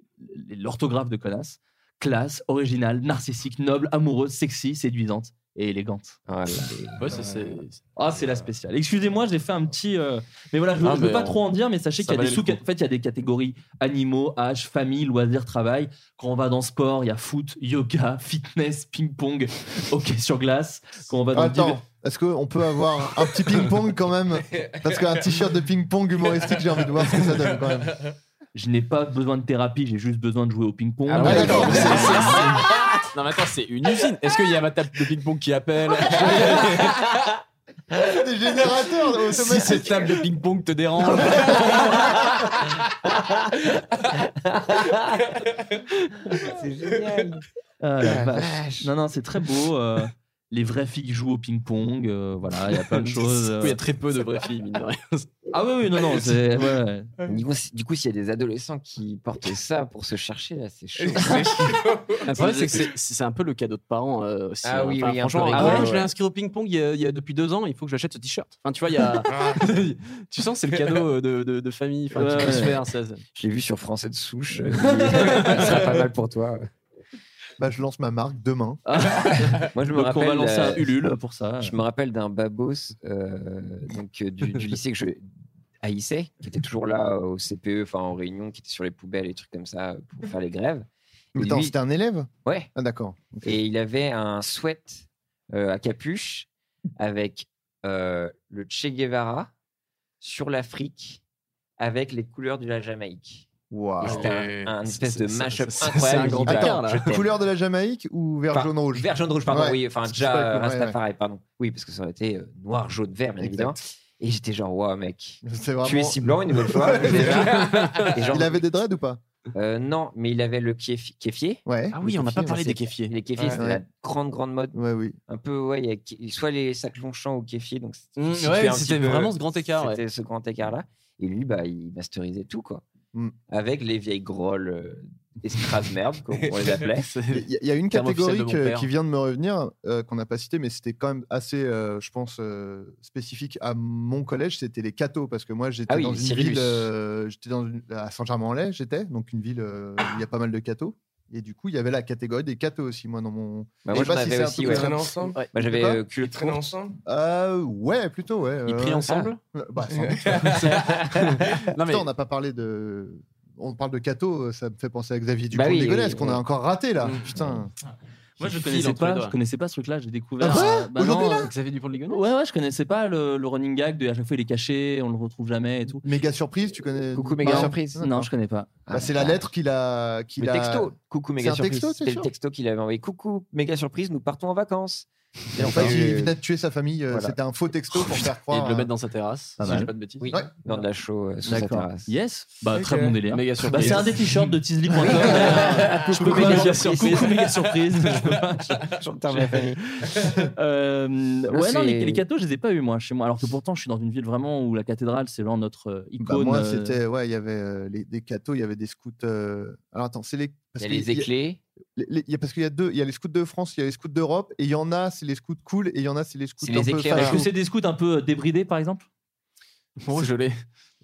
les- l'orthographe de connasse. Classe, originale, narcissique, noble, amoureuse, sexy, séduisante et élégante. Ouais, ça, c'est. Ah, c'est la spéciale. Excusez-moi, j'ai fait un petit. euh, Mais voilà, je Ah, ne veux mais pas on- trop en dire, mais sachez ça qu'il y a des valait sous. le coup. En fait, il y a des catégories animaux, âge, famille, loisirs, travail. Quand on va dans sport, il y a foot, yoga, fitness, ping-pong, hockey sur glace. Quand on va dans divers- Attends, est-ce qu'on peut avoir un petit ping-pong quand même Parce qu'un t-shirt de ping-pong humoristique, j'ai envie de voir ce que ça donne quand même. Je n'ai pas besoin de thérapie, j'ai juste besoin de jouer au ping-pong. Ah, Ah, ouais, d'accord. C'est- c'est- c'est- Non, mais attends, c'est une usine. Est-ce qu'il y a ma table de ping-pong qui appelle Des générateurs Si automatiques. cette table de ping-pong te dérange. C'est génial. Ah, la La vache. vache. Non, non, c'est très beau. euh, les vraies filles jouent au ping-pong. euh, voilà, il y a plein de choses. euh. Il y a très peu de vraies filles, mine de rien. Ah oui, oui, non, non. c'est- ouais, ouais. Du coup, si- du coup, s'il y a des adolescents qui portent ça pour se chercher, là, c'est chaud. Le problème, c'est que c'est- c'est un peu le cadeau de parents euh, aussi. Ah oui, Enfin, oui, un franchement, peu ah rigolo, ouais, ouais. je l'ai inscrit au ping-pong il, y a- il y a depuis deux ans, il faut que j'achète ce t-shirt. Enfin, tu vois, il y a. tu sens, c'est le cadeau euh, de, de, de famille. Enfin, Ouais, qui peut se ouais. faire. ça- ça- J'ai vu sur Français de souche. euh, qui- ça sera pas mal pour toi. Bah, je lance ma marque demain. Moi, je me Donc, rappelle. on va lancer euh, un Ulule pour ça. Je me rappelle d'un babos euh, donc, euh, du, du lycée que je haïssais, qui était toujours là euh, au CPE, enfin en réunion, qui était sur les poubelles et trucs comme ça euh, pour faire les grèves. Et Mais attends, lui- c'était un élève ouais. Ah, d'accord. Et il avait un sweat euh, à capuche avec euh, le Che Guevara sur l'Afrique avec les couleurs de la Jamaïque. Et Waouh. C'était un, un espèce de c'est- mash-up c'est- c'est- incroyable. Je c'est un me dis, grand bah, écart, là. je t'aime. Couleur de la Jamaïque ou vert, Enfin, jaune, rouge Vert, jaune, rouge, pardon. Ouais. Oui, enfin, Parce que c'est pas déjà le coup, ouais, Rastafari, pardon. Oui, parce que ça aurait été euh, noir, jaune, vert, bien Exact. évidemment. Et j'étais genre, waouh, mec, C'est vraiment... tu es si blanc une nouvelle fois. déjà. Et genre, Il avait des dreads ou pas euh, non, mais il avait le kéfi- kéfier. Ouais. Ah oui, on n'a pas parlé c'est- des kéfiers. Les kéfiers, Ouais. c'était Ouais. la grande, grande mode. Ouais, oui. Un peu, ouais, il y a ké- soit les sacs Longchamp ou kéfier. Donc, Mmh, Mm, si tu ouais, es un c'était petit peu- vraiment ce grand écart, ouais. C'était ce grand écart-là. Et lui, bah, il masterisait tout, quoi. Mm. Avec les vieilles grolles euh, escraves merde, comme on les appelait. Il y a- il y, a une Terme officiel de catégorie mon que- père. qui vient de me revenir, euh, qu'on n'a pas citée, mais c'était quand même assez, euh, je pense, euh, spécifique à mon collège. C'était les cathos, parce que moi, j'étais Ah oui, dans une Cyrillus. ville, euh, j'étais dans une- à Saint-Germain-en-Laye, j'étais, donc une ville euh, où il y a pas mal de cathos. Et du coup, il y avait la catégorie des cathos aussi, moi, dans mon. Bah, Je moi, sais j'en pas si avais c'est un aussi, truc ouais. qui traîne ensemble. Ouais. Moi, j'avais, euh, Qui culotte traîne courte. ensemble Euh, Ouais, plutôt, ouais. Ils prient euh, ensemble ah. Bah, sans doute. Non, mais- Putain, on n'a pas parlé de. On parle de cathos, ça me fait penser à Xavier Dupont Bah oui, Ligonnès, oui, qu'on a oui. encore raté, là. Putain. Moi, je Qui connaissais file entre les pas, doigts. je connaissais pas ce truc-là, j'ai découvert. Ah ouais euh, bah Aujourd'hui, non, là Xavier Dupont de Ligonnès Ouais, ouais, je connaissais pas le, le running gag de à chaque fois il est caché, on le retrouve jamais et tout. Méga surprise, tu connais Coucou méga Ah, surprise. Non, je connais pas. Bah, c'est la lettre qu'il a. qu'il le a- texto. Coucou méga C'est un surprise. texto, c'est C'était le sûr. texto qu'il avait envoyé. Coucou méga surprise, nous partons en vacances. Et en fait, il venait de tuer sa famille. euh, Voilà. C'était un faux texto pour faire Et croire. euh, Bah, de le à- mettre dans sa terrasse, Pas si mal. je dis pas de bêtises. Oui, dans de la show euh, sous sa D'accord. terrasse. Yes Bah, très Ok. bon délire. Méga Bah, surprise. c'est un des t-shirts de teasley.com. Oui. Je peux Coucou, pas- méga surprise. Coucou, méga surprise. Je peux pas. J'enterre ma famille. Euh, ouais, non, c'est- les, les cathos, je les ai pas eu moi chez moi. Alors que pourtant, je suis dans une ville vraiment où la cathédrale, c'est vraiment notre euh, Bah, icône. moi, euh, c'était. Ouais, il y avait euh, les- des cathos, il y avait des scouts. euh, Alors attends, c'est les. Il parce y a qu'il les éclés. les- les- il y a- parce qu'il y a deux, il y a les scouts de France, il y a les scouts d'Europe, et il y en a, c'est les scouts cool, et il y en a, c'est les scouts C'est un les peu éclaireurs. Est-ce que fachos. c'est des scouts un peu euh, débridés par exemple Bon, je l'ai.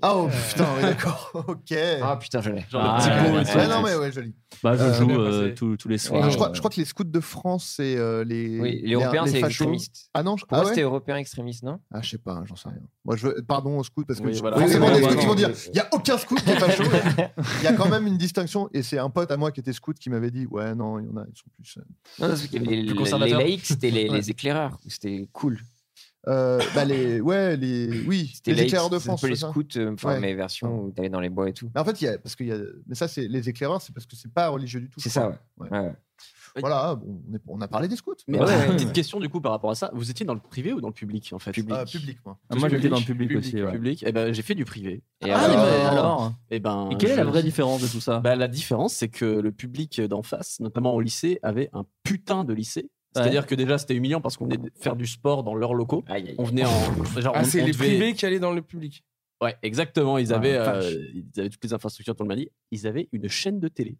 Ah oh, putain, ouais, d'accord, ok. Ah putain, je l'ai. Genre le petit pot et tout. Ouais, non, mais ouais, joli. Bah, je Euh, joue bien euh, passé. tous tous les soirs. Non, je, crois, je crois que les scouts de France, c'est euh, les. Oui, les Européens, c'est les fachos. extrémistes. Ah non, je- Pour ah moi, ouais c'était européen extrémiste, non Ah, je sais pas, j'en sais rien. Moi, je veux... Pardon aux scouts, parce que Oui, je- voilà. forcément, Oui, des oui, scouts oui, qui vont oui. dire il n'y a aucun scout qui est facho. Il y a quand même une distinction. Et c'est un pote à moi qui était scout qui m'avait dit ouais, non, il y en a, ils sont plus. euh, Non, parce que les, Plus les- conservateur. les laïcs, c'était les, Ouais. les éclaireurs. C'était cool. euh, bah, les. Ouais, les. Oui, C'était les laïcs, éclaireurs de c'est un France. peu les c'est ça scouts, euh, enfin, Ouais. mais version où t'allais dans les bois et tout. Mais en fait, il y a. Parce qu'il y a... Mais ça, c'est les éclaireurs, c'est parce que c'est pas religieux du tout. C'est je crois. ça, ouais. Ouais. Voilà, bon, on, est- on a parlé des scouts. Euh, Mais Voilà. ouais, ouais. petite question du coup par rapport à ça, vous étiez dans le privé ou dans le public en fait Ah, public, moi. Ah, moi, j'étais dans le public, Public, aussi. ouais. public. Eh ben j'ai fait du privé. Et Ah, mais alors, alors, Et ben. Et quelle est la je- vraie différence de tout ça Bah, la différence, c'est que le public d'en face, notamment au lycée, avait un putain de lycée. C'est-à-dire que déjà, c'était humiliant parce qu'on venait de faire du sport dans leurs locaux. Aïe, aïe, On venait en. genre, Ah, on- c'est on les devait- privés qui allaient dans le public. Ouais, exactement. Ils Ah, avaient, euh, vache. ils avaient toutes les infrastructures dont on le m'a dit. Ils avaient une chaîne de télé.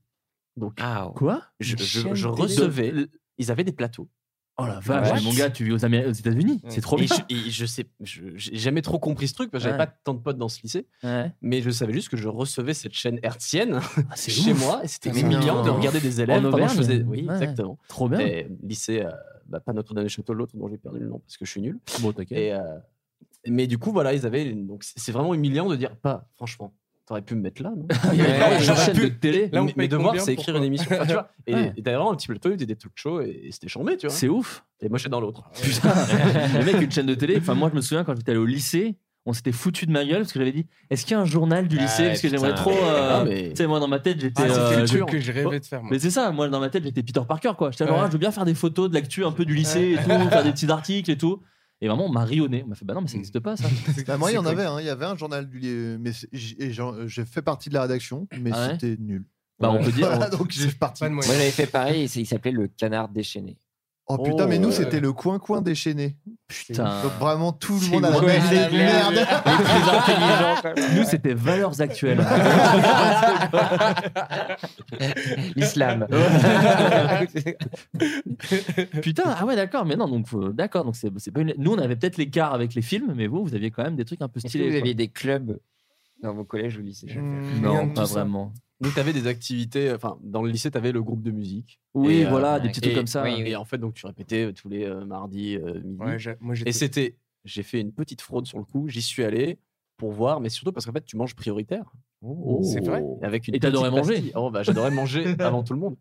Donc, Ah, ouais. Quoi je, une je- chaîne je de télé. recevais. Ils avaient des plateaux. Oh la vache, What mais mon gars, tu vis aux, Amé- aux États-Unis, c'est trop Et bien. je, et je sais, je- j'ai jamais trop compris ce truc parce que j'avais Ouais. pas tant de potes dans ce lycée, Ouais. mais je savais juste que je recevais cette chaîne hertzienne Ah, c'est chez ouf. moi et c'était Putain. humiliant de regarder des élèves En pendant que je Auvergne. faisais. Oui, Ouais. exactement. Trop bien. Et lycée, euh, bah, pas Notre-Dame-des-Châteaux, l'autre dont j'ai perdu le nom parce que je suis nul. Bon, t'inquiète. Et, euh, mais du coup, voilà, ils avaient. une- Donc, c'est c'est vraiment humiliant de dire, pas, franchement, t'aurais pu me mettre là, non Ouais, j'aurais chaîne de pu- télé. Là, on Mais- paye mais devoir, combien c'est pour écrire quoi une émission. Enfin, tu vois, et, Ouais. et d'ailleurs, un petit peu le il faisait des talk shows et, et c'était chambé, tu vois. C'est Ah ouf. Et moi, j'étais dans l'autre. Putain, le mec, une chaîne de télé. Enfin, moi, je me souviens quand j'étais allé au lycée, on s'était foutu de ma gueule parce que j'avais dit Est-ce qu'il y a un journal du lycée Ah, Parce que putain. j'aimerais trop. euh, Ah, mais- Tu sais, moi, dans ma tête, j'étais. Ah, euh, c'était le je- truc que je rêvais de faire, moi. Mais c'est ça, moi dans ma tête j'étais Peter Parker quoi. J'étais genre, Ouais. ah, je veux bien faire des photos de l'actu un peu du lycée et tout, faire des petits articles et tout. Et vraiment on m'a rionné, on m'a fait bah non mais ça n'existe pas ça. Bah, moi, il y C'est en quoi avait. hein. Il y avait un journal du lycée, mais c'est- j'- et j'en- j'ai fait partie de la rédaction, mais Ah ouais c'était nul. bah on peut dire. Voilà, donc j'ai fait partie. Pas de Moi, moyens. j'avais fait pareil, c'est- il s'appelait le canard déchaîné. Oh putain, mais Oh, nous ouais. c'était le coin-coin déchaîné. Putain. Donc vraiment tout le C'est monde a la mauvais. même Ah, idée. merde. Merde. Nous c'était valeurs actuelles. L'islam. Putain, ah ouais, d'accord, mais non, donc, euh, d'accord, donc c'est, c'est pas une- Nous, on avait peut-être l'écart avec les films, mais vous, vous aviez quand même des trucs un peu Est-ce que stylés. vous quoi. aviez des clubs dans vos collèges ou lycées Non, Rien de pas tout ça. vraiment. Donc, t'avais des activités. euh, Enfin, dans le lycée, t'avais le groupe de musique. Oui, Et, euh, voilà, des petits et- trucs comme ça. Et en fait, donc, tu répétais tous les euh, mardis, euh, midi. Ouais, j'ai- moi, Et j'étais. c'était, j'ai fait une petite fraude sur le coup, j'y suis allé pour voir, mais surtout parce qu'en fait, tu manges prioritaire. Oh, C'est vrai Avec une Et t'adorais petite manger. pastille. Oh, bah, J'adorais manger avant tout le monde.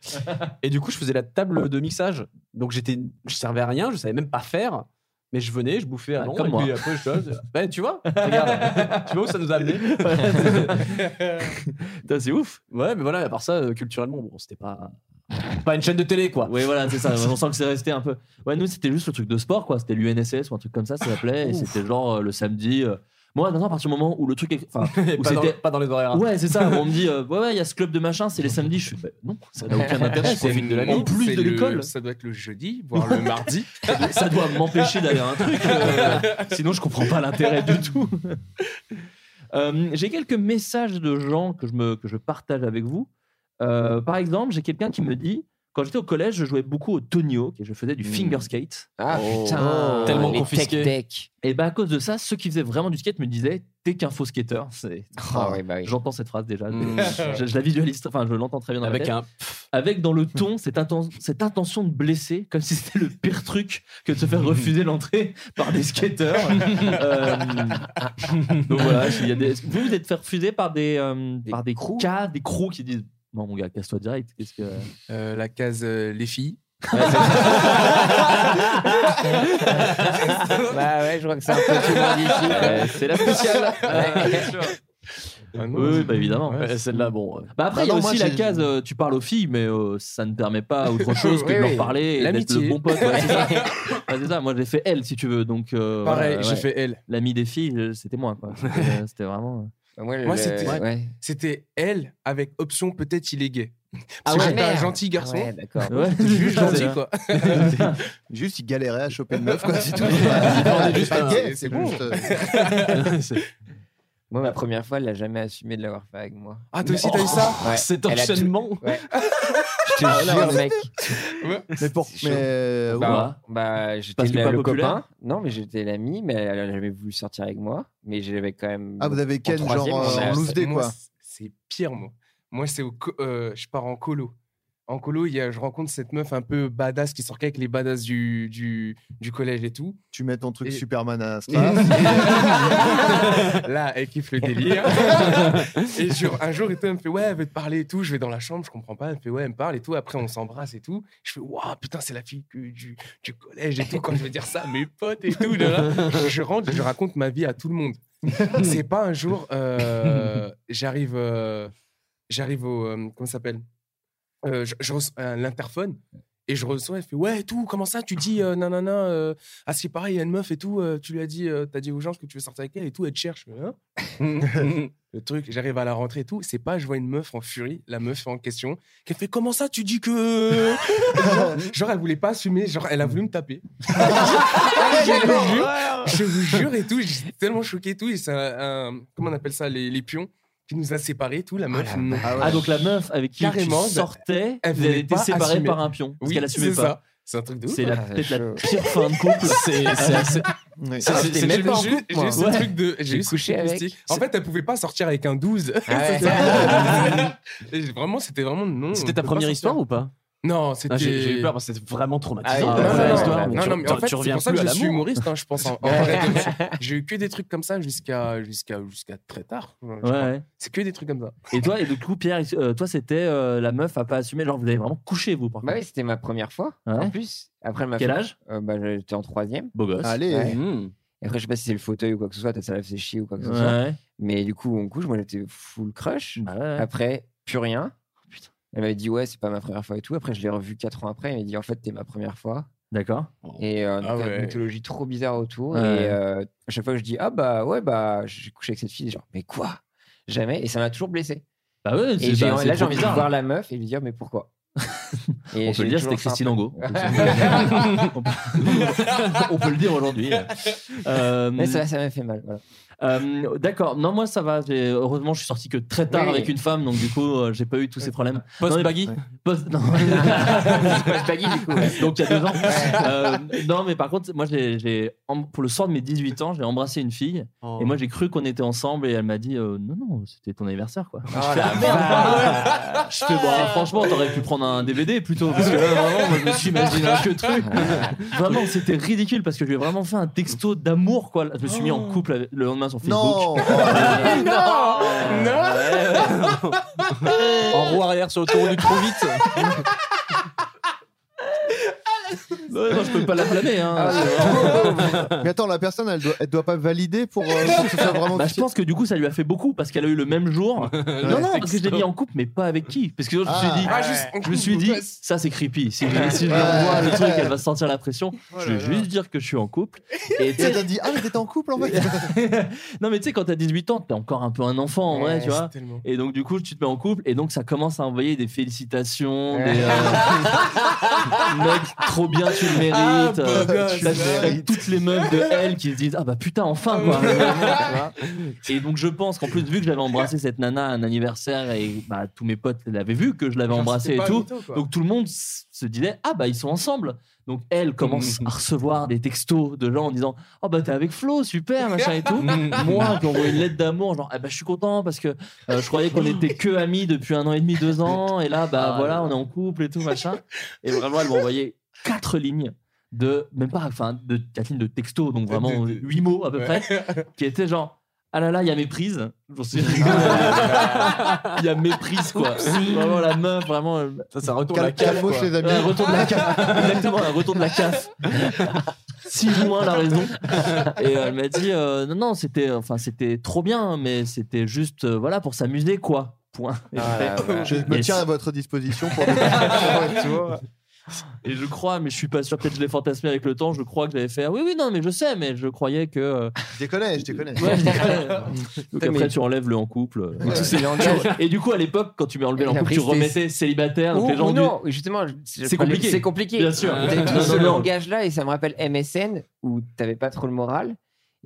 Et du coup, je faisais la table de mixage. Donc, j'étais, je servais à rien, je savais même pas faire. Mais je venais, je bouffais Ah, avant, comme et moi. puis après, je Ben, tu vois, regarde, tu vois où ça nous a amené. Putain, c'est ouf. ouais, mais voilà, à part ça, euh, culturellement, bon, c'était pas, pas une chaîne de télé, quoi. Oui, voilà, c'est ça. On sent que c'est resté un peu. Ouais, nous, c'était juste le truc de sport, quoi. C'était l'UNSS ou un truc comme ça, ça s'appelait. et c'était genre euh, le samedi. euh, Moi, maintenant, à partir du moment où le truc. est- Enfin, Et où pas, dans, c'était- pas dans les horaires. Ouais, c'est ça. On me dit, euh, ouais, ouais, il y a ce club de machin, c'est les samedis. Je suis, bah, non, ça n'a aucun intérêt. C'est- profite de la vie. En non, plus c'est de le- l'école, Ça doit être le jeudi, voire le mardi. ça doit m'empêcher d'aller à un truc. euh, sinon, je comprends pas l'intérêt du tout. Euh, j'ai quelques messages de gens que je, me, que je partage avec vous. Euh, par exemple, j'ai quelqu'un qui me dit Quand j'étais au collège, je jouais beaucoup au Tony Hawk et je faisais du finger skate. Ah, putain, tellement les confisqué. tech-deck. Et bah à cause de ça, ceux qui faisaient vraiment du skate me disaient t'es qu'un faux skater. C'est- Ah oui, bah oui. J'entends cette phrase déjà. Mm. je, je la visualise, enfin je l'entends très bien dans ma Avec tête. un avec dans le ton cette, inten- cette intention de blesser, comme si c'était le pire truc que de se faire refuser l'entrée par des skateurs. Euh, donc voilà, il y a des- vous vous êtes fait refuser par des euh, par des cas, des crews qui disent non mon gars casse-toi direct. Qu'est-ce que Euh, la case euh, les filles. bah ouais, je crois que c'est un peu tout le monde ici. Ouais, c'est la spéciale. Ouais. Ah oui, oui, bah évidemment. Ouais, celle-là, bon. euh. Bah après, il Bah y a non, moi, aussi la j'ai- case euh, tu parles aux filles, mais euh, ça ne permet pas autre chose que Oui, de oui. leur parler et d'être L'amitié. le bon pote. Ouais, c'est ça. Ouais, c'est ça. Moi, j'ai fait elle, si tu veux. Donc, euh, Pareil, voilà, j'ai ouais. fait elle. L'ami des filles, euh, c'était moi. quoi. C'était- euh, C'était vraiment. Moi, c'était c'était elle avec option peut-être il est gay. Ah Parce que ouais, j'étais un merde. gentil garçon. Ah ouais, d'accord. J'étais juste Ouais. Euh, gentil, quoi. juste, il galérait à choper une meuf, quoi. C'est tout. vendait C'est juste pas un- gay, c'est c'est euh, bon. bon. Moi, ma première fois, elle l'a jamais assumé de l'avoir fait avec moi. Ah, toi aussi, t'as eu ça Cet Elle a tout- enchaînement. Ouais. Je te jure, Ah mec. Mais pour. Mais. euh, ouais. Bah, bah, j'étais Parce que la- pas le populaire copain. Non, mais j'étais l'ami, mais elle a jamais voulu sortir avec moi. Mais j'avais quand même. Ah, vous avez en Ken, genre, troisième, euh, on a- en loose day, Moi, quoi. c'est- C'est pire, moi. Moi, c'est au co- euh, je pars en colo. En colo, il y a, je rencontre cette meuf un peu badass qui sort qu'avec les badass du, du, du collège et tout. Tu mets ton truc Et- Superman à Strass. Là, elle kiffe le délire. et je- un jour, et tout, elle me fait Ouais, elle veut te parler et tout. Je vais dans la chambre, je comprends pas. Elle me fait Ouais, elle me parle et tout. Après, on s'embrasse et tout. Je fais Waouh, putain, c'est la fille que- du, du collège et tout. Quand je vais dire ça à mes potes et tout, là, là, je rentre, je raconte ma vie à tout le monde. c'est pas un jour, euh, j'arrive euh, j'arrive au. euh, comment ça s'appelle Euh, je, je reçois euh, l'interphone et je reçois, elle fait Ouais, et tout, comment ça Tu dis euh, nanana, euh, ah, c'est pareil, il y a une meuf et tout, euh, tu lui as dit, euh, t'as dit aux gens que tu veux sortir avec elle et tout, elle te cherche. Je fais, Hein Le truc, j'arrive à la rentrée et tout, c'est pas, je vois une meuf en furie, la meuf en question, qui fait Comment ça tu dis que. genre, genre, elle voulait pas assumer, genre, elle a voulu me taper. je vous jure, je vous jure et tout, j'étais tellement choqué et tout, et c'est un, un- Comment on appelle ça Les, les pions qui nous a séparés et tout, la meuf. nous- Ah, donc la meuf avec qui Carrément, tu sortais, elle vous avez voulait été pas séparés assumer. par un pion. Parce Oui, qu'elle assumait c'est pas. ça. C'est un truc de ouf. C'est la- Ah, peut-être chaud. la pire fin de couple. Ah, C'est- c'est assez- Ouais. Ça, Ah, c'est- j'étais c'est- même j'ai- pas en j'ai- couple, J'ai moi. eu ce Ouais. truc de. J'ai J'ai eu ce couché truc avec. mystique. En fait, elle pouvait pas sortir avec un 12. Ah ouais. Et vraiment, c'était vraiment non. C'était ta première histoire ou pas Non, c'était. Ah, j'ai- j'ai eu peur parce que c'était vraiment traumatisant. Ah, ta non, première non, histoire. non, Tu- non, mais tu- en fait, tu c'est reviens pour ça plus que je à suis l'amour. humoriste, hein, je pense. en- en vrai, comme ça. J'ai eu que des trucs comme ça jusqu'à jusqu'à jusqu'à très tard. je crois. ouais. C'est que des trucs comme ça. Et toi, et du coup, Pierre, euh, toi, c'était euh, la meuf à pas assumer. Genre, vous avez vraiment couché, vous, par Bah contre. oui, c'était ma première fois. Ouais. En plus, après, elle m'a Quel fait- âge Euh, bah, J'étais en troisième. Beau gosse. Allez. Hmm. Mm. Et après, je sais pas si c'est le fauteuil ou quoi que ce soit, t'as- ça l'a fait chier ou quoi que ce Ouais. Bah soit. Mais du coup, on couche. Moi, j'étais full crush. ouais. Oh, Après, plus rien. Elle m'avait dit, ouais, c'est pas ma première fois et tout. Après, je l'ai revue 4 ans après. Elle m'a dit, en fait, t'es ma première fois. D'accord. Et euh, Ah donc, t'as ouais. une mythologie trop bizarre autour. Ouais. Et euh, à chaque fois que je dis, ah bah ouais, bah j'ai couché avec cette fille, genre, mais quoi Jamais. Et ça m'a toujours blessé. Bah ouais, c'est- et j'ai- bah, c'est là, j'ai trop envie de bizarre. voir la meuf et lui dire, mais pourquoi on peut le dire, c'était Christine Angot. On peut, on peut- on peut le dire aujourd'hui. Euh, Mais ça, ça m'a fait mal. Voilà. euh, D'accord. Non, moi, ça va. J'ai- Heureusement, je suis sorti que très tard Oui. avec une femme, donc du coup, euh, j'ai pas eu tous ces problèmes. Post-baggy Non, mais- Post- non. du coup. Donc, il y a deux ans. Euh, non, mais par contre, moi, j'ai j'ai- en- pour le soir de mes 18 ans, j'ai embrassé une fille. Oh. Et moi, j'ai cru qu'on était ensemble. Et elle m'a dit euh, Non, non, c'était ton anniversaire, quoi. Oh Je fais, la Ah, merde. Je fais Bah, franchement, t'aurais pu prendre un DVD plutôt. Parce que là, vraiment, Oh, moi, je me suis imaginé hein, un que truc. Vraiment, c'était ridicule parce que je lui ai vraiment fait un texto d'amour, quoi. Je me suis mis Oh. en couple avec- le lendemain sur Facebook. Non Euh, En roue arrière sur le tour du trop vite. Ouais, non, je peux pas la blâmer. Hein. Mais attends, la personne, elle doit, elle doit pas valider pour, euh, pour que ce soit vraiment. Bah, je pense que du coup, ça lui a fait beaucoup parce qu'elle a eu le même jour. non, non, parce que j'ai mis en couple, mais pas avec qui. Parce que je me suis Ah. dit, Ah, juste en je me couple, suis dit, ouais. ça c'est creepy. Si Ouais. je, si je lui Ouais. envoie le truc, Ouais. Oh elle va sentir la pression. je vais juste dire que je suis en couple. Et tu Et elle sais- t'a dit Ah, mais t'étais en couple en fait non, mais tu sais, quand t'as 18 ans, t'es encore un peu un enfant, en vrai, Ouais, tu vois. c'est tellement. Et donc, du coup, tu te mets en couple et donc ça commence à envoyer des félicitations, des. euh, Mec, trop bien, tu le mérites. Ah, beau euh, gosse, t'as- ouais. t'as toutes les meufs de elle qui se disent Ah bah putain, enfin quoi. et donc je pense qu'en plus, vu que j'avais embrassé cette nana à un anniversaire et bah, tous mes potes l'avaient vu que je l'avais Genre, embrassée et c'était pas tout, mytho, quoi. donc tout le monde s- se disait Ah bah ils sont ensemble. Donc elle commence à recevoir des textos de gens en disant Oh bah t'es avec Flo, super, machin et tout. Mm. Moi qui envoie une lettre d'amour, genre Ah bah je suis content parce que euh, je croyais qu'on était que amis depuis un an et demi, deux ans, et là bah voilà, on est en couple et tout, machin. Et vraiment, elle m'a envoyé quatre lignes de, même pas, enfin, de quatre lignes de texto, donc vraiment De- de- huit mots à peu Ouais. près, qui étaient genre Ah là là, il y a méprise. J'en suis- Ah Il y a méprise quoi. Vraiment la meuf, vraiment. euh, Ça, ça retourne Cal- la CAF, calmos, quoi. les amis. Ouais, retour Ah. de la CAF. Exactement, un retour de la CAF. Si loin la raison. Et euh, elle m'a dit euh, non non c'était enfin c'était trop bien mais c'était juste euh, voilà pour s'amuser quoi. Point. Et fait, Je me yes. tiens à votre disposition pour Ah Et je crois, mais je suis pas sûr, peut-être je l'ai fantasmé avec le temps, je crois que j'avais fait ah, oui, oui, non, mais je sais, mais je croyais que. euh, Je déconne, je déconne. Ouais, je déconne. Donc Putain, après, mais- tu enlèves le en couple. euh, Tous ces tu- langages. Et du coup, à l'époque, quand tu enlevais le en La couple, tu prise, c'est- remettais célibataire. donc Ou- les gens ou du- Oh, non, justement, je- je- C'est compliqué. C'est compliqué. Bien sûr. T'as Non, tout ce non, non. langage-là et ça me rappelle MSN où t'avais pas trop le moral.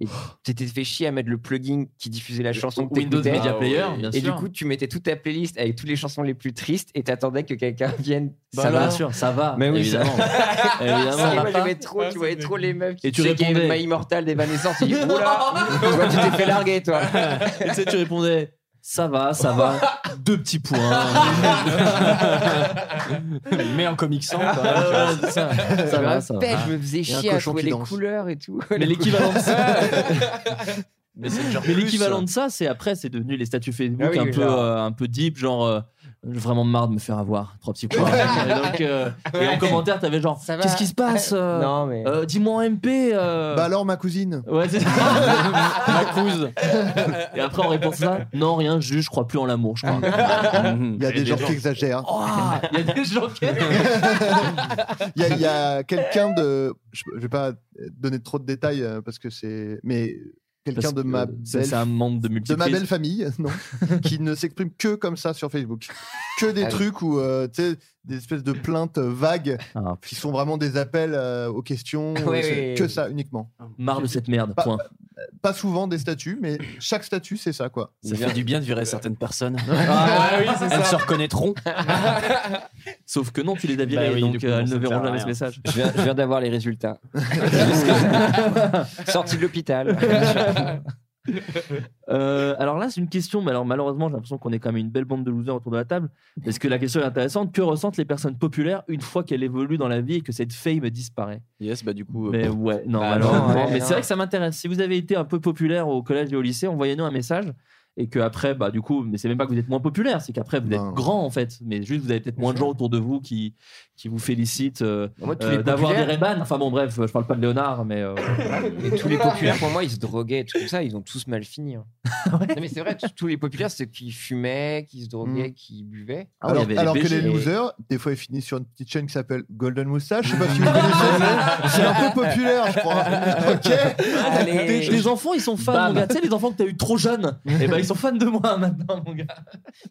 Et t'étais fait chier à mettre le plugin qui diffusait la chanson que Windows t'écoutais. Media Player, bien Et sûr. du coup, tu mettais toute ta playlist avec toutes les chansons les plus tristes et t'attendais que quelqu'un vienne. Bah, ça va bien sûr, ça va. Mais oui, ça- évidemment. Évidemment. Ça, Ça moi, j'aimais va pas. Ah, trop, tu voyais trop les meufs qui Et tu checkaient répondais. My Immortal d'Evanescence. Tu dis, oula, tu vois, tu t'es fait larguer, toi. Et tu sais, tu répondais ça va, ça va, deux petits points. Mais en comic sans. Ouais, ouais, ça, ça va, ça Pète, va. je me faisais Il y a un chier à cochon trouver qui les danse. couleurs et tout. Mais Les l'équivalent de ça. Mais c'est Mais l'équivalent de ça, c'est après, c'est devenu les statuts Facebook Ah oui, un, peu, genre. euh, un peu deep, genre euh, j'ai vraiment marre de me faire avoir, trois petits points. et, donc, euh, et en commentaire, t'avais genre Ça va. qu'est-ce qui se passe euh, Non, mais- euh, Dis-moi en MP. euh, Bah alors, ma cousine. Ouais, c'est ça. La couse. Et après, on répond ça non, rien, juste, je crois plus en l'amour, je crois. hein. Il Mm-hmm. y a des gens qui exagèrent. hein. Ah, Il y a des gens qui. Il y a, il y a quelqu'un de. Je je vais pas donner trop de détails euh, parce que c'est. Mais quelqu'un Parce de que ma c'est- belle. C'est un membre de De ma multiprise. belle famille, non, qui ne s'exprime que comme ça sur Facebook. Que des Ah oui. trucs où, euh, tu sais, des espèces de plaintes euh, vagues Ah, qui sont vraiment des appels euh, aux questions. Ouais, euh, c'est ouais, que ouais. ça uniquement. Marre de cette merde, point. Pas souvent des statuts, mais chaque statut, c'est ça, quoi. Ça fait du bien de virer certaines personnes. Ah, oui, c'est Elles ça. se reconnaîtront. Sauf que non, tu les as virés, Bah oui, donc du coup, euh, non, elles ça ne ne sert verront à jamais rien. ce message. Je viens, je viens d'avoir les résultats. Sorti de l'hôpital. Euh, alors là, c'est une question, mais alors malheureusement, j'ai l'impression qu'on est quand même une belle bande de losers autour de la table. Parce que la question est intéressante. Que ressentent les personnes populaires une fois qu'elles évoluent dans la vie et que cette fame disparaît Yes, bah du coup. euh, Mais ouais, non, Bah, malheureusement. non, ouais, mais non. c'est vrai que ça m'intéresse. Si vous avez été un peu populaire au collège et au lycée, envoyez-nous un message. Et que après, bah, du coup, mais c'est même pas que vous êtes moins populaire, c'est qu'après vous êtes grand en fait. Mais juste vous avez peut-être moins de gens autour de vous qui, qui vous félicitent euh, Moi, tous euh, les d'avoir des populaires- Ray-Ban. Enfin bon, bref, je parle pas de Léonard, mais. euh, Et tous les populaires, pour moi, ils se droguaient et tout comme ça, ils ont tous mal fini. hein. Non, mais c'est vrai, tous- tous les populaires, c'est qui fumaient, qui se droguaient, Mm. qui buvaient. Ah Ah, alors alors que les losers, des fois, ils finissent sur une petite chaîne qui s'appelle Golden Moustache. Je sais pas si vous connaissez. C'est un peu populaire, je crois. Ok. Les, Ah, les enfants, ils sont fans, Ah, Bam. mon gars. Tu sais, les enfants que t'as eu trop jeune, et ben ils sont fans de moi maintenant, mon gars.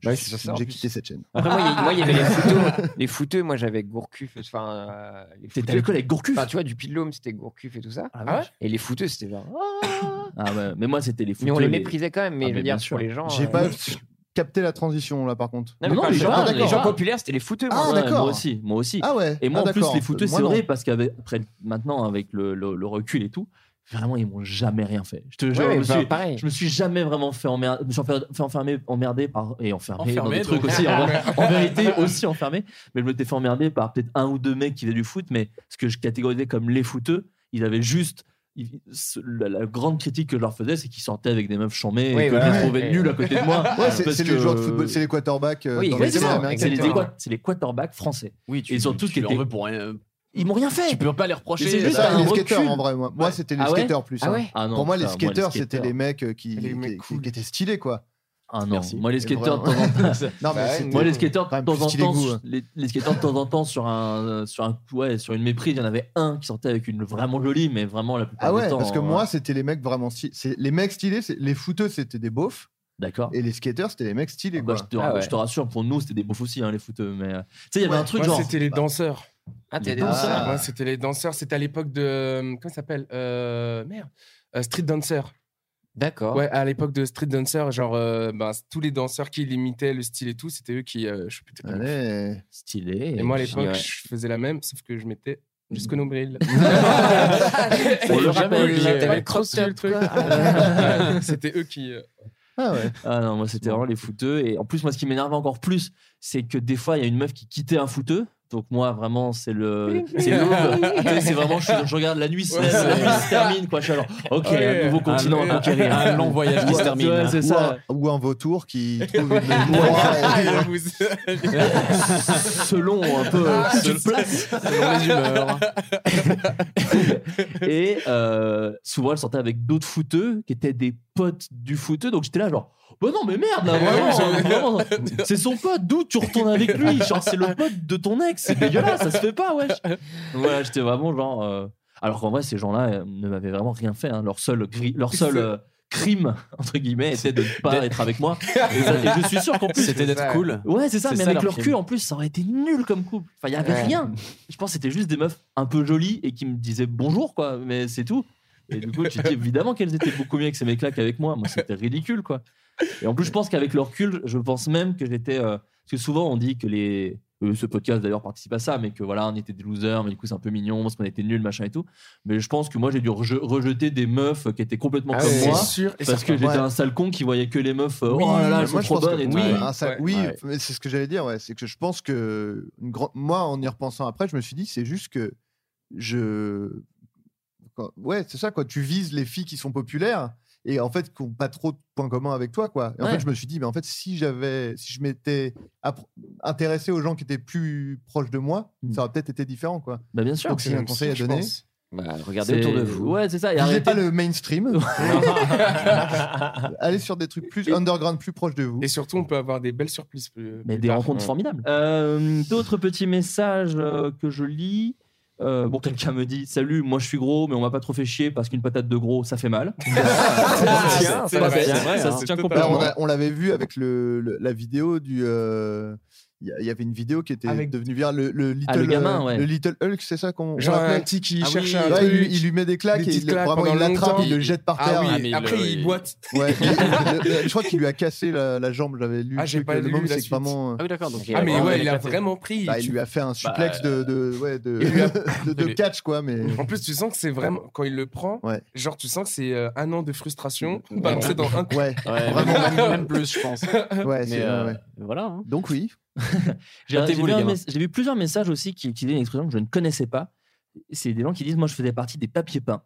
J'ai quitté cette chaîne. Après, moi, il y- moi, il y avait les fouteux. Les fouteux, moi, j'avais Gourcuff. Enfin, euh, les T'étais à fouteux. l'école avec Gourcuff Enfin, tu vois, du pilôme, c'était Gourcuff et tout ça. Ah la vache. et les fouteux, c'était genre. oh. Ah ouais, mais moi, c'était les fous. Mais on les méprisait quand même, mais je veux dire, pour les Oh, gens. J'ai euh, pas capté la transition, là, par contre. Non, mais pas les gens- Ah, les gens d'accord. populaires, c'était les fouteux. Ah, moi. Ouais, d'accord. Moi aussi, moi aussi. Ah ouais. Et moi, Ah, en plus, d'accord. les fouteux, Moi, c'est non. vrai, parce qu'après, maintenant, avec le, le- le recul et tout, vraiment, ils m'ont jamais rien fait. Je te jure, Ouais, je, me bah, suis, pareil. je me suis jamais vraiment fait emmerder, je me suis enfer- fait enfermer, enmerder par, et enfermé, dans Enfermé, des trucs donc. aussi. En, en vérité, aussi enfermé. Mais je m'étais fait emmerder par peut-être un ou deux mecs qui faisaient du foot, mais ce que je catégorisais comme les fouteux, ils avaient juste. ils- ce- La, la grande critique que je leur faisais, c'est qu'ils sortaient avec des meufs chômées Oui, et que bah, je les ouais. trouvais nuls à côté de moi. Ouais, c'est parce c'est que- les joueurs de football, c'est les quarterbacks. euh, oui, dans les exactement. séries américaines. C'est les, équa- c'est les quarterbacks français. Oui, tu, Et surtout, tu ce qui leur était- veux pour rien. Ils m'ont rien fait. Tu peux pas les reprocher. euh, Mais c'est juste Ça, un les recul. skateurs en vrai moi, moi c'était les Ah ouais skateurs plus Ah hein. ouais Ah non, pour moi les putain, moi, les skateurs c'était skateurs. les mecs euh, qui, qui, qui étaient stylés quoi Ah non, moi les Et skateurs de temps vraiment. en temps. Non, mais c'était- moi les skateurs de quand même temps plus en stylé temps, goût, sur- hein. les, les skateurs de temps en temps sur un euh, sur un ouais, sur une méprise, il y en avait un qui sortait avec une vraiment jolie mais vraiment la plupart ah ouais du temps. parce que euh, moi c'était les mecs vraiment stylés C'est- les mecs stylés c'est- les footeux c'était des beaufs D'accord. et les skateurs c'était les mecs stylés bah, quoi Ah je, te, je te rassure, pour nous c'était des beaufs aussi hein, les footeux mais euh, tu sais il y avait Ouais. un truc Moi, genre Bah. C'était les danseurs. Ah, t'es Les des danseurs. Ouais, c'était les danseurs. C'était à l'époque de. Comment ça s'appelle Euh, Merde. Euh, street Dancer. D'accord. Ouais, à l'époque de Street Dancer, genre, euh, ben, tous les danseurs qui imitaient le style et tout, c'était eux qui. euh, je pétais comme Stylé. Et moi, à l'époque, Ouais. je faisais la même, sauf que je mettais jusqu'au nombril. On l'a jamais J'avais oublié. pas Le crop-top, conçu le truc. quoi. Ouais, C'était eux qui. euh, Ah ouais. Ah non, moi c'était vraiment les fouteux. Et en plus, moi ce qui m'énerve encore plus, c'est que des fois il y a une meuf qui quittait un fouteux. Donc moi vraiment c'est le c'est l'aube. Tu sais, c'est vraiment je, je regarde la nuit se lève, la nuit se termine quoi. Je suis alors OK, un nouveau continent Ah, à conquérir. Ouais, Hein. ouais, c'est Ou ça. un- Ou un vautour qui trouve une selon un peu euh, Ah, se je sais. place Selon les humeurs. et euh, souvent elle sortait avec d'autres fouteux qui étaient des potes du fouteux donc j'étais là genre bah non mais merde là, vraiment, vraiment, c'est son pote d'où tu retournes avec lui genre c'est le pote de ton ex c'est dégueulasse ça se fait pas wesh Donc voilà j'étais vraiment genre euh, alors qu'en vrai ces gens là ne m'avaient vraiment rien fait hein. leur seul cri- leur seul euh, crime entre guillemets était de ne pas être avec moi et, ça- et je suis sûr qu'en plus C'était d'être cool. ouais c'est ça C'est mais ça, avec le leur crime. recul en plus ça aurait été nul comme couple enfin il y avait Ouais. rien je pense que c'était juste des meufs un peu jolies et qui me disaient bonjour quoi mais c'est tout et du coup tu te dis évidemment qu'elles étaient beaucoup mieux avec ces mecs là qu'avec moi moi c'était ridicule quoi et en plus je pense qu'avec le recul je pense même que j'étais euh, parce que souvent on dit que les euh, ce podcast d'ailleurs participe à ça mais que voilà on était des losers mais du coup c'est un peu mignon parce qu'on était nuls machin et tout mais je pense que moi j'ai dû reje- rejeter des meufs qui étaient complètement Ah comme ouais, moi c'est sûr et parce que certain. j'étais Ouais. un sale con qui voyait que les meufs euh, Oui, oh là là mais elles sont moi, je trop pense bonnes que- et tout oui, Ouais. un sale- Ouais. Ah, oui, Ouais. mais c'est ce que j'allais dire. Ouais, c'est que je pense que une grande- moi, en y repensant après, je me suis dit, c'est juste que je, quand- ouais, c'est ça quoi. Tu vises les filles qui sont populaires et en fait qui n'ont pas trop de points communs avec toi quoi. Et en Ouais. fait, je me suis dit, mais en fait, si j'avais, si je m'étais appro- intéressé aux gens qui étaient plus proches de moi, Hmm. ça aurait peut-être été différent quoi. Bah, bien sûr. Donc, c'est un conseil à donner. Bah, regardez C'est- autour de vous. Ouais, c'est ça. Et Visez arrêtez- pas le mainstream. Allez sur des trucs plus underground, plus proches de vous. Et surtout, on peut avoir des belles surprises. euh, Plus, Mais des rencontres formidables. Euh, D'autres petits messages euh, que je lis. Euh, bon, quelqu'un me dit Salut, moi je suis gros, mais on m'a pas trop fait chier parce qu'une patate de gros, ça fait mal. Ah, Ça c'est se vrai, tient, c'est vrai, ça hein. se tient Bah, complètement. on a- On l'avait vu avec le, le- la vidéo du. euh, Il y, a- il y avait une vidéo qui était Avec- devenue virale, le, le Little, Ah, le gamin, euh, ouais. le Little Hulk, c'est ça qu'on on Genre l'appelait un petit qui Ah cherche oui. un Ouais, truc. il, lui- il lui met des claques et petites il, le- claques vraiment, il pendant l'attrape, longtemps. il le jette par Ah terre. oui, après, il boite. Ouais, il- le- le- je crois qu'il lui a cassé la, la jambe. J'avais lu. Ah, le j'ai truc, pas le lu moment, la c'est que suite. Vraiment... Ah oui, d'accord, donc Ah, il a mais vraiment ouais, il a éclaté. vraiment pris. Bah, il lui a fait un suplex Bah, de, de, ouais, de, il lui a- de, de catch, quoi. Mais... En plus, tu sens que c'est vraiment. Quand il le prend, genre, tu sens que c'est euh, un an de frustration balancé dans un coup. Ouais, vraiment, même, même plus, je pense. Ouais, c'est- ouais, ouais. Voilà. hein. Donc, oui. J'ai j'ai Battez-vous, vu, les un gamins. mes- j'ai vu plusieurs messages aussi qui utilisaient une expression que je ne connaissais pas. C'est des gens qui disent Moi je faisais partie des papiers peints.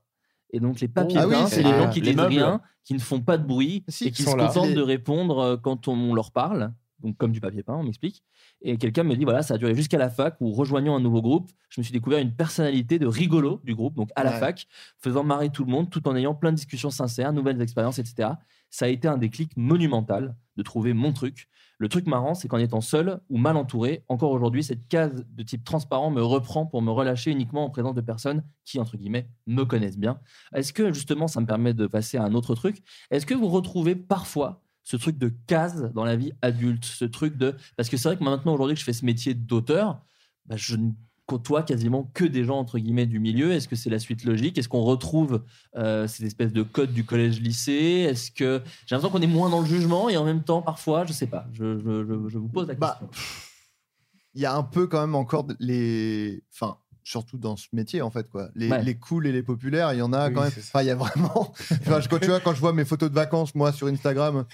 Et donc les papiers Ah oui, peints, c'est c'est les les- gens qui les disent meubles. rien, qui ne font pas de bruit Si, et qui ils se sont là. contentent Les- de répondre euh, quand on leur parle. Donc comme du papier peint, on m'explique. Et quelqu'un me dit Voilà, ça a duré jusqu'à la fac où rejoignant un nouveau groupe, je me suis découvert une personnalité de rigolo du groupe, donc à la Ouais. fac, faisant marrer tout le monde tout en ayant plein de discussions sincères, nouvelles expériences, etc. Ça a été un déclic monumental de trouver mon truc. Le truc marrant, c'est qu'en étant seul ou mal entouré, encore aujourd'hui, cette case de type transparent me reprend pour me relâcher uniquement en présence de personnes qui, entre guillemets, me connaissent bien. Est-ce que justement, ça me permet de passer à un autre truc Est-ce que vous retrouvez parfois ce truc de case dans la vie adulte, ce truc de... Parce que c'est vrai que moi, maintenant, aujourd'hui, que je fais ce métier d'auteur, bah, je ne côtoie quasiment que des gens entre guillemets du milieu. Est-ce que c'est la suite logique Est-ce qu'on retrouve euh, ces espèces de codes du collège-lycée Est-ce que j'ai l'impression qu'on est moins dans le jugement et en même temps parfois, je sais pas. Je, je- je- je vous pose la Bah, question. il y a un peu quand même encore de- les. Enfin, surtout dans ce métier, en fait, quoi. Les, Ouais. les cools et les populaires, il y en a Oui, quand même. c'est Enfin, il y a vraiment. Enfin, je- quand, tu vois, quand je vois mes photos de vacances, moi, sur Instagram,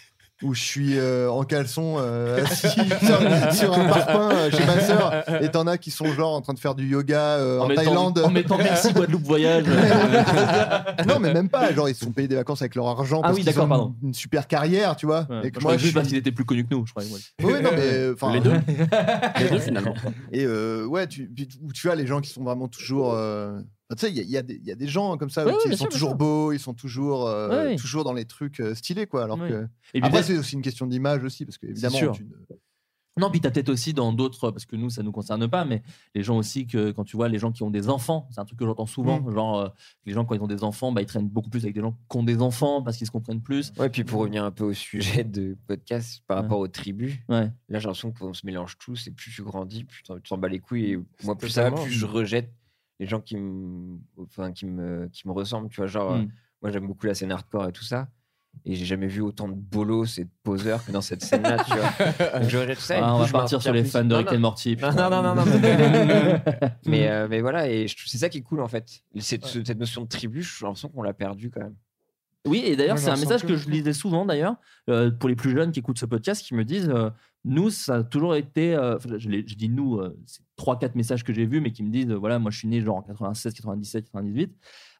où je suis euh, en caleçon euh, assis sur, sur un parpaing euh, chez ma sœur, et t'en as qui sont genre en train de faire du yoga euh, en, mettant, Thaïlande. en mettant merci Guadeloupe voyage. non, mais même pas. Genre, ils se sont payés des vacances avec leur argent. Ah parce oui, qu'ils d'accord, ont pardon. Une super carrière, tu vois. Ouais, et que moi, moi, euh, je je sais pas suis- s'il était plus connu que nous, je crois. ouais. Oui, non, mais euh, enfin, Les deux. Les deux, finalement. Et euh, ouais, tu, puis tu- où tu as les gens qui sont vraiment toujours. euh, Tu sais, il y a- il y, a des- il y a des gens comme ça Ouais, qui ouais, bien sont sûr, bien toujours sûr. beaux, ils sont toujours, euh, Ouais, ouais. toujours dans les trucs euh, stylés, quoi. Alors Ouais. que Et puis après, peut-être- c'est aussi une question d'image aussi, parce que évidemment, sûr. tu ne- Non, puis t'as peut-être aussi dans d'autres, parce que nous, ça nous concerne pas, mais les gens aussi, que quand tu vois les gens qui ont des enfants, c'est un truc que j'entends souvent, Mm. genre euh, les gens quand ils ont des enfants, bah, ils traînent beaucoup plus avec des gens qui ont des enfants parce qu'ils se comprennent plus. Ouais, puis pour revenir un peu au sujet de podcast par rapport aux tribus, Ouais. là j'ai l'impression qu'on se mélange tous et plus tu grandis, plus t'en- tu t'en bats les couilles Mmh, et moi plus ça va, Totalement. plus je rejette les gens qui me, enfin, qui me, qui me ressemblent. Tu vois, genre, Mmh. Mm. euh, moi j'aime beaucoup la scène hardcore et tout ça. Et j'ai jamais vu autant de bolos et de poseurs que dans cette scène-là, tu vois. Donc je rejette tout ça. et du Ah, on coup, va je m'en partir sur retire les plus. fans de Non, Rick non. and Morty, Non, non, putain. non, non, non. mais, euh, mais voilà, et je trouve- c'est ça qui est cool en fait. Cette, cette notion de tribu, j'ai l'impression qu'on l'a perdue quand même. Oui, et d'ailleurs, Moi, c'est j'en un sens message que- que je lisais souvent, d'ailleurs, euh, pour les plus jeunes qui écoutent ce podcast, qui me disent euh, Nous, ça a toujours été. euh, enfin, je, l'ai- je dis nous, euh, c'est 3-4 messages que j'ai vus, mais qui me disent euh, Voilà, moi, je suis né genre en 96, 97, 98.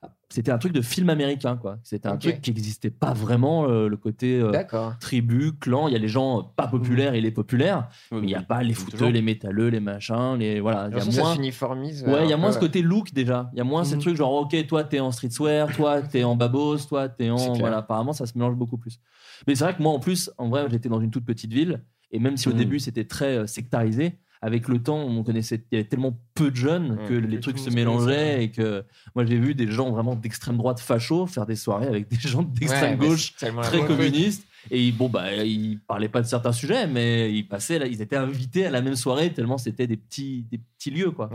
Ah, C'était un truc de film américain, quoi. C'était un Ok. truc qui n'existait pas vraiment, euh, le côté euh, D'accord. Mmh. tribu, clan. Il y a les gens euh, pas populaires et les populaires, mais il n'y a pas les fouteux, toujours. les métalleux, les machins, les. Voilà. Il y a l'impression que ça moins. s'uniformise, euh, Ouais, il y a un moins peu, ce ouais. Mm. côté look déjà. Il y a moins ces trucs genre, ok, toi t'es en streetwear, toi t'es en babos, toi t'es C'est en. clair. Voilà, apparemment ça se mélange beaucoup plus. Mais c'est vrai que moi en plus, en vrai, j'étais dans une toute petite ville et même si au Mm. début c'était très euh, sectarisé, avec le temps on connaissait, il y avait tellement peu de jeunes que les trucs se mélangeaient et que moi j'ai vu des gens vraiment d'extrême droite facho faire des soirées avec des gens d'extrême Ouais, mais gauche c'est tellement la très bonne chose. communistes. Et ils- bon, bah, ils parlaient pas de certains sujets, mais ils passaient, là, ils étaient invités à la même soirée tellement c'était des petits, des petits lieux, quoi.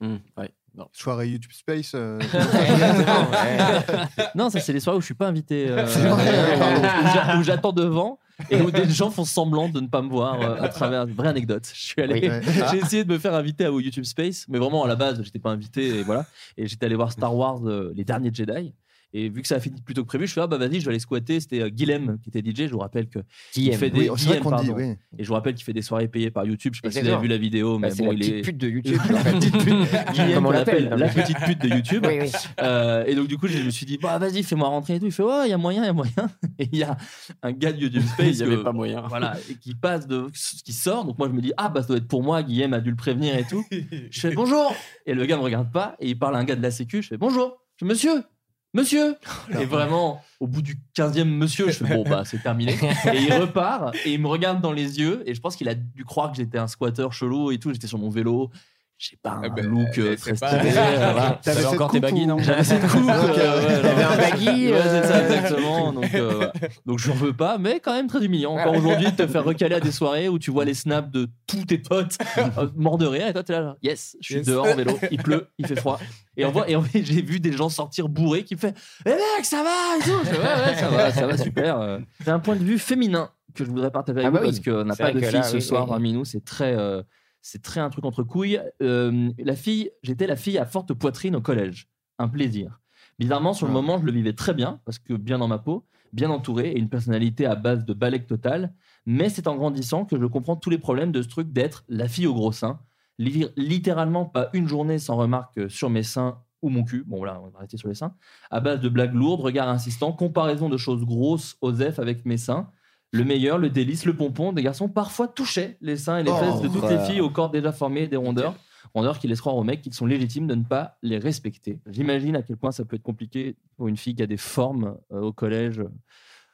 Mm. Soirée YouTube Space. euh, non, ça, c'est les soirées où je suis pas invité. euh, C'est vrai. où j'a- où j'attends devant et où des gens font semblant de ne pas me voir euh, à travers. Vraie anecdote. Je suis allé, Oui. Ouais. j'ai essayé de me faire inviter à au YouTube Space, mais vraiment à la base, j'étais pas invité et voilà. Et j'étais allé voir Star Wars, euh, les derniers Jedi. Et vu que ça a fini plus tôt que prévu, je suis là, ah, bah vas-y, je vais aller squatter. C'était euh, Guilhem qui était DJ. Je vous rappelle que il Guilhem. fait des Oui, c'est vrai Guilhem, qu'on dit, pardon. oui. Et je vous rappelle qu'il fait des soirées payées par YouTube. Je sais pas si vous Exactement. avez vu la vidéo, Bah, mais c'est bon, la il petite est pute de YouTube, en La fait. petite pute. Guilhem, Comme on on l'appelle, l'appelle, non, la mais- petite pute de YouTube. Oui, Ah oui. Euh, et donc du coup, je me suis dit, bah vas-y, fais-moi rentrer et tout. Il fait, ouais, il y a moyen, il y a moyen. Et il y a un gars de YouTube Space, Il y avait que- pas moyen. Voilà, et qui passe de, qui sort. Donc moi, je me dis, ah bah ça doit être pour moi. Guillaume a dû le prévenir et tout. Je fais bonjour. Et le gars me regarde pas et il parle à un gars de la Sécu. Je fais bonjour, je fais, monsieur. Monsieur Oh, Et vraiment, au bout du 15e monsieur, je fais bon, bah c'est terminé. Et il repart et il me regarde dans les yeux. Et je pense qu'il a dû croire que j'étais un squatter chelou et tout. J'étais sur mon vélo. J'ai pas un Ah look euh, très ben, pas- stylé. euh, voilà. T'avais T'avais encore cette tes coupe baggies, ou- non J'avais cette coupe. Ok, euh, ouais, ouais. T'avais genre- un baggy, Ouais, c'est ça, euh. exactement. Donc, euh, voilà. donc je n'en veux pas, mais quand même très humiliant. Encore aujourd'hui, de te faire recaler à des soirées où tu vois les snaps de tous tes potes euh, morts de rire et toi, t'es là, genre, yes, je suis Yes. dehors en vélo, il pleut, il fait froid. Et, on voit, et, on- et j'ai vu des gens sortir bourrés qui me fait Eh mec, ça va et tout. Je fais, ouais, ouais, ça va, ça va, super. euh. C'est un point de vue féminin que je voudrais partager avec Ah vous bah oui. parce qu'on euh, n'a C'est pas vrai de que fille là, ce oui, soir oui. parmi nous. C'est très, euh, c'est très un truc entre couilles. Euh, la fille, j'étais la fille à forte poitrine au collège. Un plaisir. Bizarrement, sur le Ah. moment, je le vivais très bien parce que bien dans ma peau, bien entouré et une personnalité à base de balèque totale. Mais c'est en grandissant que je comprends tous les problèmes de ce truc d'être la fille au gros sein. Li- Littéralement, pas une journée sans remarque euh, sur mes seins ou mon cul. Bon, voilà, on va rester sur les seins. À base de blagues lourdes, regards insistants, comparaison de choses grosses aux F avec mes seins. Le meilleur, le délice, le pompon, des garçons parfois touchaient les seins et les Oh, fesses de toutes les horreur. filles au corps déjà formé des rondeurs. Rondeurs qui laissent croire aux mecs qu'ils sont légitimes de ne pas les respecter. J'imagine à quel point ça peut être compliqué pour une fille qui a des formes euh, au collège,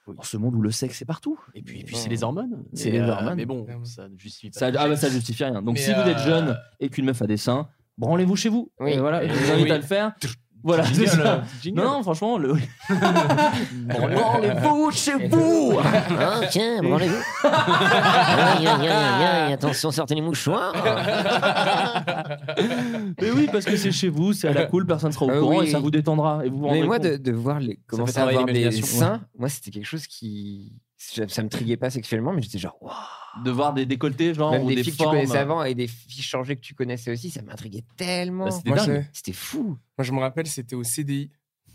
dans ce monde où le sexe est partout. Et puis, et puis c'est les hormones. C'est Et, les euh, hormones. Mais bon, ça ne justifie pas. Ça, ah bah, ça justifie rien. Donc Mais, si vous êtes euh, jeune et qu'une meuf a des seins, branlez-vous chez vous. Oui. Et voilà, je vous Et invite oui. à le faire. Voilà, c'est Jingle, ça. jingle. Non, non, franchement, le... branlez-vous chez vous. Ah, tiens, branlez-vous. Aïe, aïe, aïe, aïe, attention, sortez les mouchoirs. Mais oui, parce que c'est chez vous, c'est à la cool, personne sera au Ah courant oui. et ça vous détendra. Et vous vous Mais rendrez moi, de, compte. de voir les, comment fait ça avoir travailler des l'imagination. seins, moi, c'était quelque chose qui. Ça, ça me triguait pas sexuellement, mais j'étais genre, waouh. De voir des décolletés, genre, Même ou Oh, des, des filles formes. que tu connaissais avant et des filles changées que tu connaissais aussi, ça m'intriguait tellement. Bah, c'était Moi, dingue. c'est- C'était fou. Moi, je me rappelle, c'était au CDI.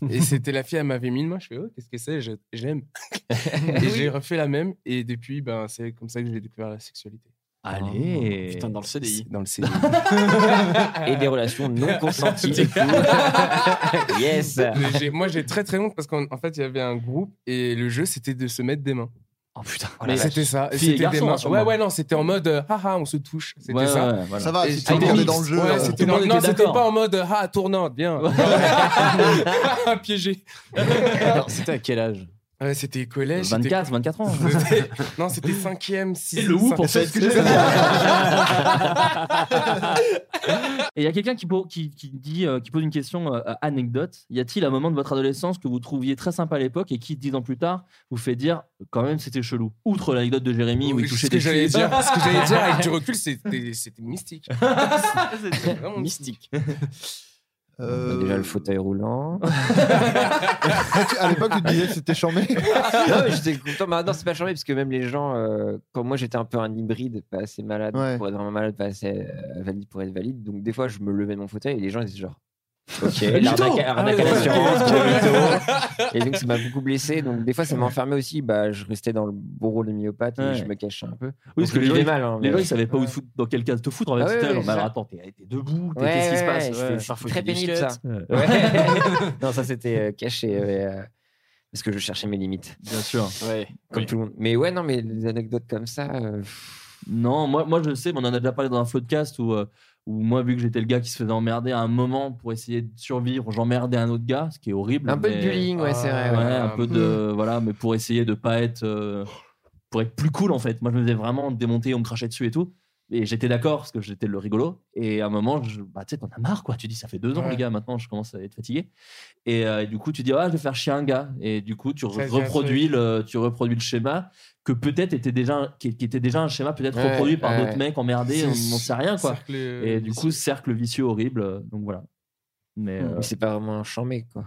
Et c'était la fille, elle m'avait mis le main. Je fais, oh, qu'est-ce que c'est Je- J'aime. et j'ai refait la même. Et depuis, ben, c'est comme ça que j'ai découvert la sexualité. Allez. Putain, dans le CDI. Dans le CDI. et des relations non consenties. du coup. yes. Mais j'ai- moi, j'ai très très honte parce qu'en en fait, il y avait un groupe et le jeu, c'était de se mettre des mains. Oh putain. Mais c'était ça. et C'était des mains. Ouais, ouais, non, c'était en mode euh, haha, on se touche. C'était Ouais, ça. ouais, voilà. Ça va, Et si c'était tout le monde est mixte. dans le jeu, Ouais, euh, c'était tout le dans- monde non, était c'était d'accord. pas en mode euh, ah, tournante, bien. Piégé. C'était à quel âge Ouais, c'était collège. 24, 24 ans. C'était- non, c'était 5e, 6 Et le ouf, en fait. Et il y a quelqu'un qui, po- qui, qui dit, euh, qui pose une question euh, anecdote. Y a-t-il un moment de votre adolescence que vous trouviez très sympa à l'époque et qui, dix ans plus tard, vous fait dire quand même c'était chelou Outre l'anecdote de Jérémy où il touchait ce que des j'allais filles. dire, ce que j'allais dire avec du recul, c'était c'était mystique. C'était vraiment mystique. euh, Bah, Déjà le fauteuil roulant. à l'époque, tu te disais que c'était Ah chambé. non, mais j'étais content. Maintenant, c'est pas changé parce que même les gens, euh, comme moi, j'étais un peu un hybride, pas assez malade pour être vraiment malade, pas assez euh, valide pour être valide. Donc, des fois, je me levais de mon fauteuil et les gens étaient genre. Ok, Ludo l'arnaque Ah l'arnaque à ouais. l'assurance, Ludo. Et donc, ça m'a beaucoup blessé. Donc, des fois, ça m'enfermait aussi. Bah, je restais dans le beau rôle de myopathe Ouais. et je me cachais un peu. Oui, Donc, parce que je les gens, vivais ils- mal, hein, les mais- gens, ils savaient pas où te foutre, dans quel cas te foutre. En fait, Ah ouais, c'était, ouais, genre, c'est ça. bah, alors, attends, t'es, t'es debout, t'es, Ouais, qu'est-ce qui se ouais, passe ouais, Ouais, c'est parfois, très il y a des pénible, ça. disquettes. Ouais. non, ça c'était euh, caché ouais, euh, parce que je cherchais mes limites. Bien sûr. Ouais. Comme tout le monde. Mais ouais, non, mais les anecdotes comme ça. euh, pff, Non, moi, moi je le sais, mais on en a déjà parlé dans un podcast où, euh, où moi, vu que j'étais le gars qui se faisait emmerder à un moment pour essayer de survivre, j'emmerdais un autre gars, ce qui est horrible. Un peu de mais- bullying, ouais, c'est vrai, Ouais, ouais. un peu de. Voilà, mais pour essayer de pas être. euh, pour être plus cool en fait. Moi, je me faisais vraiment démonter, on me crachait dessus et tout. Et j'étais d'accord parce que j'étais le rigolo. Et à un moment, je, bah, tu sais, t'en as marre quoi. Tu dis, ça fait deux ans, Ouais. les gars, maintenant je commence à être fatigué. Et, euh, et du coup, tu dis, ah, je vais faire chier un gars. Et du coup, tu Ça devient un reproduis truc. le, tu reproduis le schéma que peut-être était déjà, qui, qui était déjà un schéma peut-être Ouais, reproduit par ouais. d'autres mecs emmerdés, C'est on n'en sait rien quoi. cercle, euh, et du coup, cercle vicieux horrible. euh, Donc voilà. Mais, mais euh, c'est pas vraiment un chamé, quoi.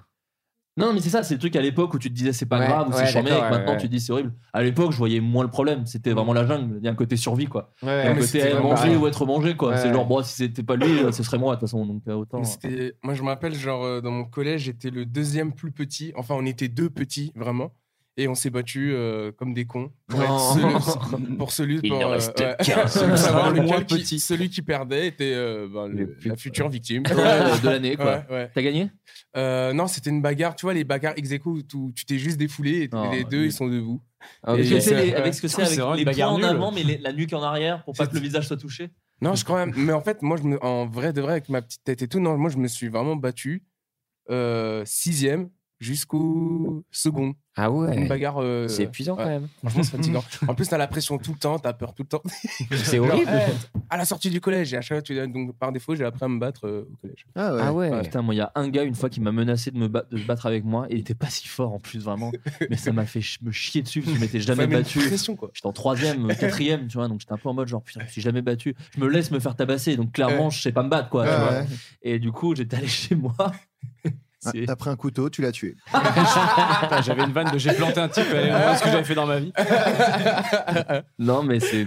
non, mais c'est ça, c'est le truc à l'époque où tu te disais c'est pas Ouais, grave ou ouais, c'est charmé et que d'accord, ouais, maintenant ouais. tu te dis c'est horrible. À l'époque, je voyais moins le problème, c'était vraiment la jungle. Il y a un côté survie quoi. Ouais, Il y ouais, a un mais côté c'était eh, vraiment manger pareil. ou être mangé quoi. Ouais, C'est ouais. genre, bon, si c'était pas lui, euh, ce serait moi de toute façon. Donc euh, autant. Mais c'était- Moi, je me rappelle, genre, euh, dans mon collège, j'étais le deuxième plus petit. Enfin, on était deux petits, vraiment. Et on s'est battus euh, comme des cons pour, Non. être celui, pour celui- Il pour, euh, en reste ouais, qu'un pour seul, savoir le lequel moins qui- celui qui perdait était euh, ben, le- la future victime Euh, Ouais, de l'année, quoi. T'as gagné Non, c'était une bagarre. Tu vois, les bagarres ex aequo où tu- tu t'es juste défoulé et Oh, les deux, mais- ils sont debout. Et Ah, Avec ce que c'est ça- les- ouais. avec ce que c'est, avec les poings en avant, mais les- la nuque en arrière pour pas que le visage soit touché. Non, je crois même. Mais en fait, moi, je me- en vrai de vrai, avec ma petite tête et tout, non, moi, je me suis vraiment battu euh, sixième jusqu'au second. Ah ouais. Une bagarre. euh, C'est épuisant, quand même. Franchement, c'est fatigant. en plus, t'as la pression tout le temps, t'as peur tout le temps. C'est Genre, horrible. eh, à la sortie du collège, et à chaque fois, tu dis, donc par défaut, j'ai appris à me battre euh, au collège. Ah Ah Putain, moi, il y a un gars une fois qui m'a menacé de me, ba- de se battre avec moi. Et il était pas si fort en plus, vraiment. Mais ça m'a fait ch- me chier dessus parce que je m'étais Ça jamais met une battu. pression, quoi. J'étais en troisième, euh, quatrième, tu vois. Donc j'étais un peu en mode genre putain, je me suis jamais battu. Je me laisse me faire tabasser. Donc clairement, je sais pas me battre, quoi. tu Ouais, vois. ouais. Et du coup, j'étais allé chez moi. Ah, T'as pris un couteau, tu l'as tué. Putain, J'avais une vanne de j'ai planté un type, allez, on voit ce que j'avais fait dans ma vie. Non, mais c'est.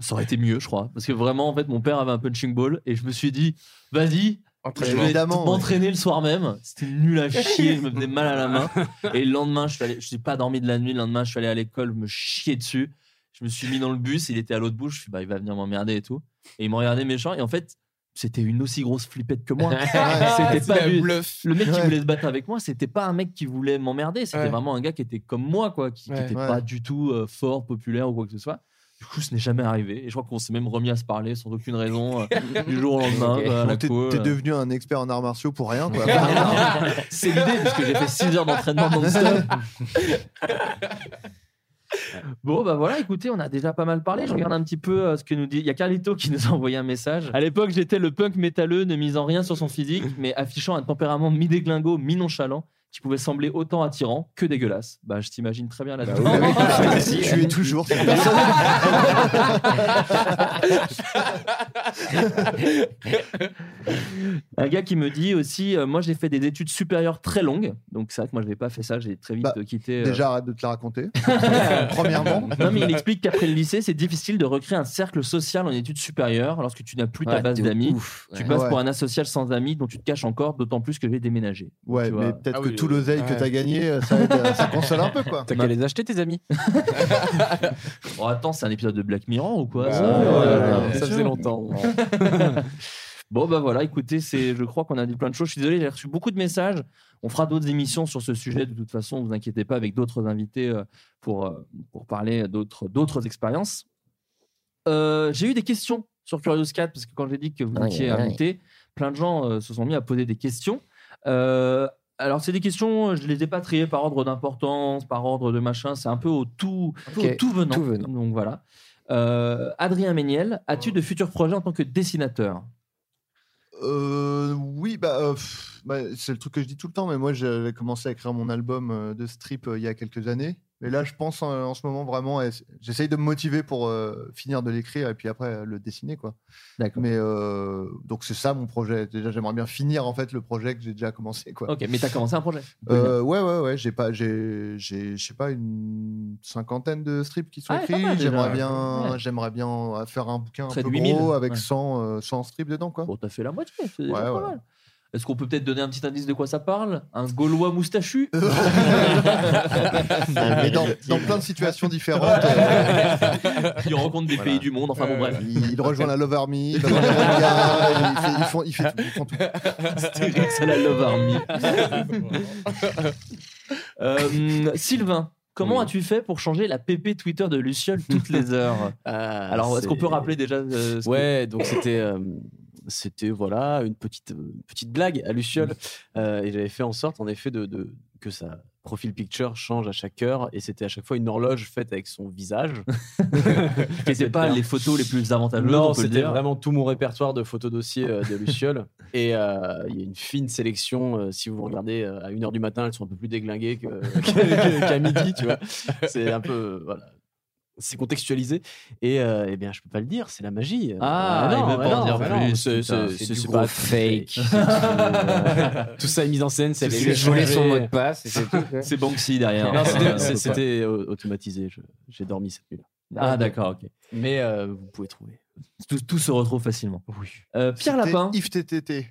Ça aurait été mieux, je crois. Parce que vraiment, en fait, mon père avait un punching ball et je me suis dit, vas-y, je vais Évidemment, ouais. m'entraîner le soir même. C'était nul à chier, je me faisais mal à la main. Et le lendemain, je suis allé, je n'ai pas dormi de la nuit. Le lendemain, je suis allé à l'école, je me chier dessus. Je me suis mis dans le bus, il était à l'autre bout. Je suis, bah, il va venir m'emmerder et tout. Et il m'a regardé méchant. Et en fait, c'était une aussi grosse flippette que moi. c'était Ah, C'est pas la lui. bluff. Le mec qui Ouais. voulait se battre avec moi, c'était pas un mec qui voulait m'emmerder. C'était Ouais. vraiment un gars qui était comme moi, quoi, qui Ouais. n'était Ouais. pas du tout euh, fort, populaire ou quoi que ce soit. Du coup, ce n'est jamais arrivé. Et je crois qu'on s'est même remis à se parler sans aucune raison euh, du jour au lendemain. Ok. quoi, à la Donc, T'es cour, t'es euh. devenu un expert en arts martiaux pour rien, quoi. Bah, C'est l'idée, parce que j'ai fait 6 heures d'entraînement non-stop. Bon, bah voilà, écoutez, on a déjà pas mal parlé. Je regarde un petit peu euh, ce que nous dit. Il y a Carlito qui nous a envoyé un message. À l'époque, j'étais le punk métalleux, ne misant rien sur son physique, mais affichant un tempérament mi-déglingo, mi-nonchalant, qui pouvait sembler autant attirant que dégueulasse. Bah, je t'imagine très bien là-dedans. bah bah tu es toujours cette personne. un gars qui me dit aussi euh, Moi, j'ai fait des études supérieures très longues. Donc, c'est vrai que moi, je n'ai pas fait ça. J'ai très vite euh, quitté. euh, Déjà, arrête de te la raconter. Premièrement. Non, mais il explique qu'après le lycée, c'est difficile de recréer un cercle social en études supérieures lorsque tu n'as plus ta Ouais, base t'es d'amis. ouf, ouais. Tu passes Ouais. pour un asocial sans amis dont tu te caches encore, d'autant plus que j'ai déménagé. Ouais, Tu mais vois. peut-être que tout l'oseille que t'as gagné, euh, ça, aide, euh, ça console un peu, quoi. T'as qu'à les acheter, tes amis. oh, attends, c'est un épisode de Black Mirror ou quoi Bah, ça, ouais, Euh, ouais, ça faisait longtemps. bon, bah voilà, écoutez, c'est, je crois qu'on a dit plein de choses. Je suis désolé, j'ai reçu beaucoup de messages. On fera d'autres émissions sur ce sujet, de toute façon, vous inquiétez pas, avec d'autres invités euh, pour, euh, pour parler d'autres, d'autres expériences. Euh, j'ai eu des questions sur Curious Cat, parce que quand j'ai dit que vous Aïe, étiez aïe, aïe. invité, plein de gens euh, se sont mis à poser des questions. Euh, Alors, c'est des questions, euh, je les ai pas triées par ordre d'importance, par ordre de machin, c'est un peu au tout, un peu au Ok, tout, venant. tout venant. Donc voilà. Euh, Adrien Méniel, as-tu de futurs projets en tant que dessinateur Euh, oui, bah, euh, pff, bah, c'est le truc que je dis tout le temps, mais moi j'avais commencé à écrire mon album euh, de strip euh, il y a quelques années. Mais là, je pense en, en ce moment vraiment, à ess- j'essaye de me motiver pour euh, finir de l'écrire et puis après euh, le dessiner. quoi. D'accord. Mais euh, donc c'est ça mon projet. Déjà, j'aimerais bien finir en fait le projet que j'ai déjà commencé. Quoi. Ok, mais t'as commencé un projet. Euh, ouais, ouais, ouais. J'ai pas, j'ai, j'ai, je sais pas, une cinquantaine de strips qui sont Ah, pas écrits. mal, déjà. J'aimerais bien, Ouais. j'aimerais bien euh, faire un bouquin Près un peu de 8000, gros avec ouais. 100, euh, 100 strips dedans, quoi. Bon, t'as fait la moitié, c'est déjà Ouais, pas ouais. mal. Est-ce qu'on peut peut-être donner un petit indice de quoi ça parle Un Gaulois moustachu Euh, Ah, Mais dans, dans plein de situations différentes. euh, Il rencontre des Voilà. Euh, pays du monde, enfin bon, bref. Il, il rejoint la Love Army, il va dans les mangas, il fait- ils font- ils fait tout, ils font tout. Astérix à la Love Army. Euh, Sylvain, comment as-tu fait pour changer la PP Twitter de Luciole toutes les heures Alors, est-ce qu'on peut Ah, c'est- rappeler déjà euh, ce que- Ouais, donc c'était. euh, C'était voilà une petite euh, petite blague à Luciole Euh, et j'avais fait en sorte en effet de, de- que sa profil picture change à chaque heure et c'était à chaque fois une horloge faite avec son visage. C'était pas les photos les plus avantageuses. Non, on peut le c'était dire. vraiment tout mon répertoire de photos dossiers euh, de Luciole. et euh, il y a une fine sélection. euh, si vous regardez euh, à 1h du matin, elles sont un peu plus déglinguées que- que- qu'à midi, tu vois. C'est un peu. euh, Voilà. C'est contextualisé. Et euh, eh bien, je peux pas le dire, c'est la magie. Ah, il veut bah pas en dire bah plus, c'est- putain, c'est- c'est c'est- du c'est gros pas fake. c'est tout, euh, Tout ça est mis en scène. c'est Tout les- ce qui a volé son mot de passe, et c'est tout. C'est Banksy derrière. Non, Euh, c'était- c'est- faut pas. C'était euh, automatisé. je- J'ai dormi cette nuit-là. Ah, d'accord, ok. Mais euh, vous pouvez trouver. Tout, tout se retrouve facilement. Euh, Pierre C'était Lapin. Yves TTT.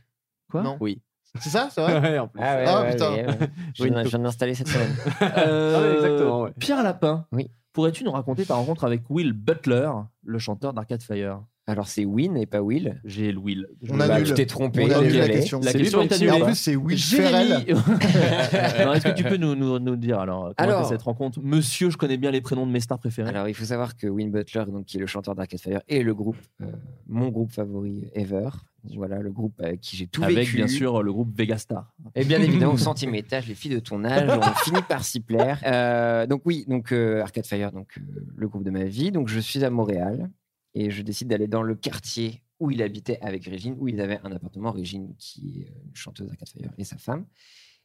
Quoi Non Oui. C'est ça, c'est vrai Ouais, en plus. Ah ouais, Ah, ouais, putain. ouais, ouais. Je Oui, viens, une je viens de l'installer cette semaine. Euh, Ah, exactement, ouais. Pierre Lapin. Oui. Pourrais-tu nous raconter ta rencontre avec Will Butler, le chanteur d'Arcade Fire Alors c'est Win et pas Will. J'ai le Will. On Bah, annule. tu t'es trompé, On annule la désolé. question. La C'est question lui, est Banksy. annulée. En plus, c'est Will Jérémy. Ferrell. Non, Est-ce que tu peux nous, nous, nous dire alors comment Alors- était cette rencontre Monsieur, je connais bien les prénoms de mes stars préférées. Alors il faut savoir que Win Butler, donc, qui est le chanteur d'Arcade Fire, et le groupe, euh, mon groupe favori ever. Voilà le groupe avec qui j'ai tout Avec vécu. bien sûr euh, le groupe Vegastar. Et bien évidemment, au centimétage, les filles de ton âge, on finit par s'y plaire. Euh, donc oui, donc euh, Arcade Fire, donc euh, le groupe de ma vie. Donc je suis à Montréal et je décide d'aller dans le quartier où il habitait avec Régine, où ils avaient un appartement. Régine, qui est euh, une chanteuse Arcade Fire, et sa femme.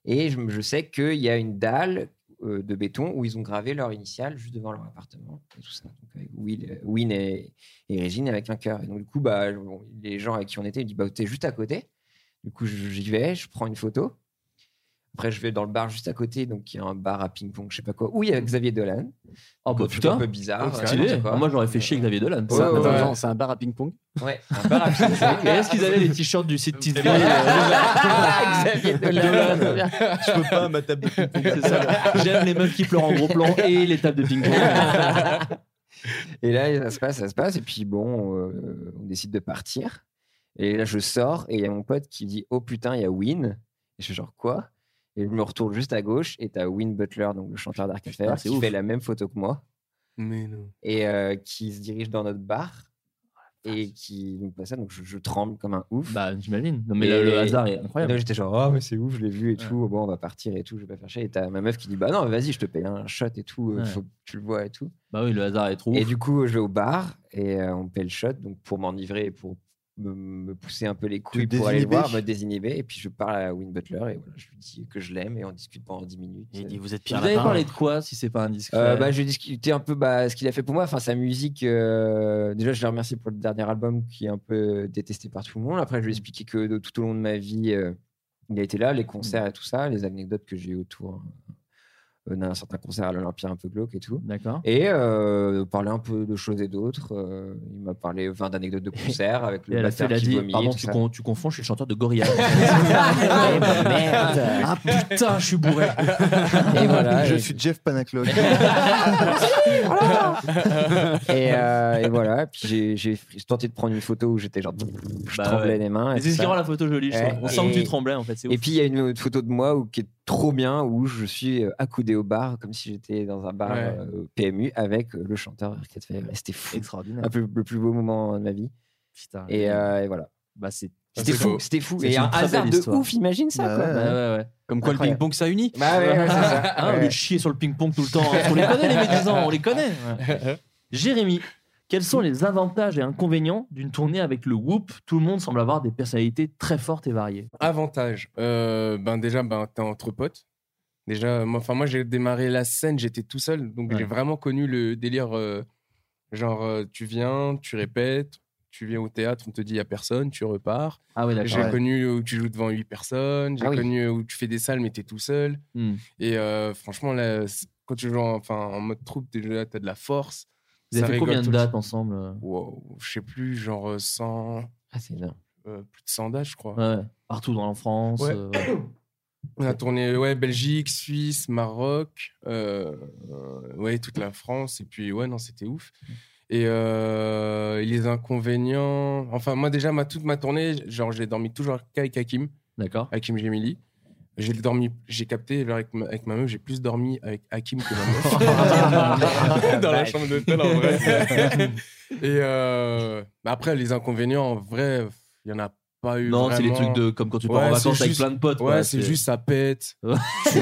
Et je, je sais qu'il y a une dalle euh, de béton où ils ont gravé leur initiale juste devant leur appartement et tout ça. Donc avec Will, euh, Win et, et Régine avec un cœur. Et donc du coup, bah, bon, les gens avec qui on était, ils disent bah t'es juste à côté. Du coup, je- j'y vais, je prends une photo. Après, je vais dans le bar juste à côté, donc il y a un bar à ping-pong, je sais pas quoi. Oui, avec Xavier Dolan. Oh bah Donc, putain, un peu bizarre. hein, Stylé. je sais pas. Ah, moi j'aurais fait chier Xavier Dolan. Ouais, ouais, ouais. C'est un bar à ping-pong Ouais, un bar à ping-pong. Et Est-ce qu'ils avaient les t-shirts du site Tisby Ah, Xavier Dolan. Je peux pas ma table de ping-pong. C'est ça. J'aime les meufs qui pleurent en gros plan et les tables de ping-pong. Et là, ça se passe, ça se passe. Et puis bon, euh, on décide de partir. Et là, je sors et il y a mon pote qui dit Oh putain, il y a Win. Et je suis genre quoi Et je me retourne juste à gauche et t'as Win Butler, donc le chanteur d'Arcade Fire, c'est qui ouf. fait la même photo que moi Mais non. et euh, qui se dirige dans notre bar. Et qui nous passe ça, donc je, je tremble comme un ouf. Bah j'imagine. Non mais le, le Et- hasard est et là, incroyable. j'étais genre, ah, mais c'est ouf, je l'ai vu et tout. Bon, on va partir et tout, je vais pas faire chier. Et t'as ma meuf qui dit, bah non, vas-y, je te paye un shot et tout, euh, Ouais. faut que tu le vois et tout. Bah oui, le hasard est trop Et ouf. du coup, je vais au bar et euh, on me paye le shot donc pour m'enivrer et pour me, me pousser un peu les couilles pour aller le désinhiber. voir, me désinhiber. Et puis je parle à Win Butler et voilà, je lui dis que je l'aime et on discute pendant 10 minutes. Il dit Vous êtes Vous Pierre avez Lapin. parlé de quoi si c'est pas indiscret Euh, bah, j'ai discuté un peu bah, ce qu'il a fait pour moi, enfin sa musique. euh, déjà, je le remercie pour le dernier album qui est un peu détesté par tout le monde. Après, je lui ai expliqué que de- tout au long de ma vie, euh, il a été là, les concerts et tout ça, les anecdotes que j'ai eu autour euh, d'un certain concert à l'Olympia un peu glauque et tout. D'accord. Et euh, parler un peu de choses et d'autres. euh, il m'a parlé enfin, d'anecdotes de concerts avec Et le elle a fait, batteur elle a qui dit, vomit. pardon, tout tu, ça. con- tu confonds, je suis le chanteur de Gorilla. Eh ben, merde. ah putain, je suis bourré. Et voilà. Je et- suis Jeff Panaclock. et, euh, et voilà. Puis j'ai- j'ai tenté de prendre une photo où j'étais genre, je Bah tremblais ouais. les mains. et Mais tout C'est ce qui ça. rend la photo jolie. je Ouais. trouve. On sent que Et- tu tremblais en fait. c'est Et ouf. puis il y a une autre photo de moi où, qui est trop bien où je suis euh, accoudé au bar comme si j'étais dans un bar Ouais. euh, PMU avec euh, le chanteur Arcade Fire. Et C'était fou. extraordinaire. Un peu, le plus beau moment de ma vie. Putain. Et, euh, et voilà. Bah, c'est C'était c'est fou, beau. c'était fou. C'est Et une un très hasard belle de histoire. ouf, imagine ça, Bah quoi. ouais, ouais, ouais. Comme quoi le Incroyable. ping-pong ça unit. Bah ouais, ouais, c'est ça. Hein, Au lieu de chier sur le ping-pong tout le temps. Parce qu'on les connaît, les médisants, on les connaît. Ouais. Jérémy, quels sont les avantages et inconvénients d'une tournée avec le Whoop Tout le monde semble avoir des personnalités très fortes et variées. Avantage. Euh, ben déjà, ben, t'es entre potes. Déjà, moi, enfin, moi j'ai démarré la scène, j'étais tout seul, donc j'ai vraiment connu le délire. euh, genre, euh, tu viens, tu répètes, tu viens au théâtre, on te dit il n'y a personne, tu repars. Ah ouais, d'accord. J'ai Ouais. connu où tu joues devant 8 personnes, j'ai Ah oui. connu où tu fais des salles, mais t'es tout seul. Hmm. Et euh, franchement, là, c- quand tu joues en, enfin, en mode troupe, déjà, t'as de la force. Vous Ça avez fait rigole combien de tout le- dates ensemble Wow, je sais plus, genre euh, 100. Ah, c'est énorme. plus de 100 dates, je crois. euh, Ouais, Partout dans la France. Ouais. euh, ouais. On a tourné ouais, Belgique, Suisse, Maroc, euh, euh, ouais, toute la France. Et puis, ouais, non, c'était ouf. Et, euh, et les inconvénients. Enfin, moi, déjà, ma, toute ma tournée, genre, j'ai dormi toujours avec Hakim. D'accord. Hakim Gemili. J'ai dormi, j'ai capté, genre, avec ma, avec ma meuf, j'ai plus dormi avec Hakim que ma meuf. Dans la chambre d'hôtel, en vrai. et euh, bah après, les inconvénients, en vrai, il y en a pas eu. Non, c'est les vraiment. trucs de- comme quand tu pars en Ouais, vacances c'est avec juste- plein de potes, Ouais, quoi, c'est c'est- juste ça pète.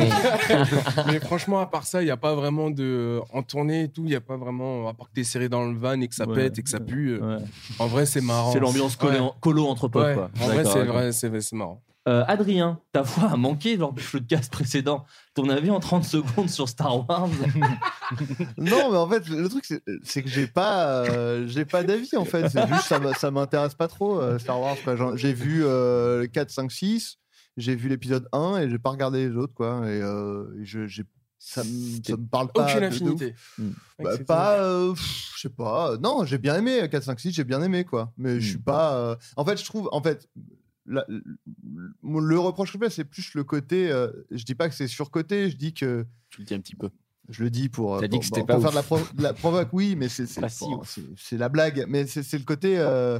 mais franchement, à part ça, il n'y a pas vraiment de. En tournée et tout, il n'y a pas vraiment. À part que t'es serré dans le van et que ça Ouais. pète et que ça pue. euh, En vrai, c'est marrant. C'est l'ambiance collé- Ouais. colo entre potes, Ouais, quoi. En vrai, D'accord, c'est d'accord. vrai, c'est c'est marrant. Euh, Adrien, ta voix a manqué lors du podcast précédent. Ton avis en 30 secondes sur Star Wars non, mais en fait, le truc, c'est- c'est que j'ai pas, euh, j'ai pas d'avis en fait. C'est juste ça, m'a- ça m'intéresse pas trop euh, Star Wars. quoi. J'en- J'ai vu euh, le 4, 5, 6, j'ai vu l'épisode 1 et j'ai pas regardé les autres quoi. Et euh, et je, j'ai- ça, me- ça me parle pas. Aucune de- de ouf. affinité. Hmm. Bah, pas, euh, pff, je sais pas. euh, Non, j'ai bien aimé euh, 4, 5, 6, j'ai bien aimé quoi. Mais je Hmm. suis pas. euh, En fait, je trouve, en fait, la- le- le reproche que je fais, c'est plus le côté. euh, je dis pas que c'est surcoté, je dis que. Tu le dis un petit peu. Je le dis pour, euh, T'as dit pour, que c'était pour pas faire ouf. de la, provo- de la provoque, oui, mais c'est c'est- Pas si bon, ouf. c'est- c'est la blague. Mais c'est c'est le côté. euh,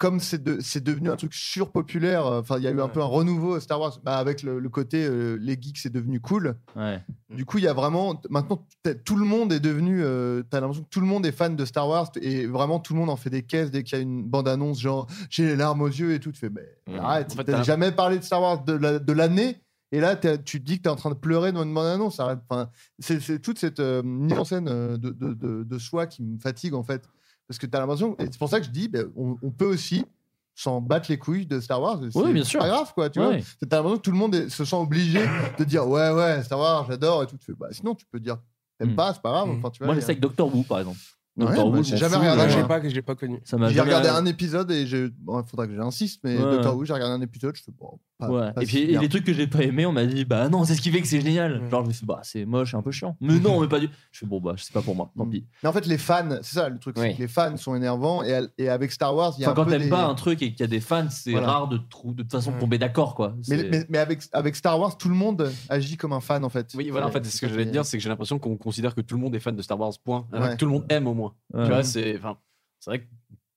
comme c'est de- c'est devenu un truc surpopulaire, euh, enfin, il y a eu un peu un renouveau à Star Wars, bah, avec le, le côté euh, les geeks, c'est devenu cool. Ouais. Du coup, il y a vraiment. Maintenant, t'as- tout le monde est devenu. euh, T'as l'impression que tout le monde est fan de Star Wars et vraiment tout le monde en fait des caisses dès qu'il y a une bande-annonce, genre j'ai les larmes aux yeux et tout. Tu fais, mais Mm. arrête, En fait, t'as t'as- jamais parlé de Star Wars de la- de l'année et là, t'as- tu te dis que t'es en train de pleurer dans une bande-annonce. arrête. Enfin, c'est c'est toute cette euh, mise en scène euh, de, de, de- de soi qui me fatigue en fait. Parce que t'as l'impression. Et c'est pour ça que je dis, ben, on, on peut aussi s'en battre les couilles de Star Wars. C'est Oui, bien sûr. pas grave, quoi. Tu vois, Ouais. T'as l'impression que tout le monde est- se sent obligé de dire ouais, ouais, Star Wars, j'adore et tout. Tu fais, bah, sinon, tu peux dire t'aimes pas, c'est pas grave. Enfin, tu vois, Hmm. Moi, il y j'essaie a- avec Doctor Who, par exemple. Ouais, Doctor bah, Who, je j'ai m'en jamais fous, regardé. euh, J'ai pas- j'ai pas connu. Ça m'a J'ai jamais- regardé un épisode et j'ai. Bon, faudra que j'insiste, mais Ouais. Doctor Who, j'ai regardé un épisode, je fais bon. pas- Ouais. pas et si puis, et bien. les trucs que j'ai pas aimé, on m'a dit, bah non, c'est ce qui fait que c'est génial. Genre, je me suis dit, bah c'est moche, un peu chiant. Mais non, mais pas du. Je fais, bon, bah, c'est pas pour moi, tant pis. Mais en fait, les fans, c'est ça le truc, c'est Oui. que les fans sont énervants et, à- et avec Star Wars, il y a Enfin, un quand peu t'aimes des- pas hein, un truc et qu'il y a des fans, c'est Voilà. rare de, trou- de toute façon Ouais. tomber d'accord, quoi. Mais, C'est- mais, mais avec, avec Star Wars, tout le monde agit comme un fan en fait. Oui, voilà, en fait, ce que j'allais te dire, c'est que j'ai l'impression qu'on considère que tout le monde est fan de Star Wars, point. Alors Ouais. que tout le monde aime au moins. Ouais. Tu vois, c'est. enfin, C'est vrai que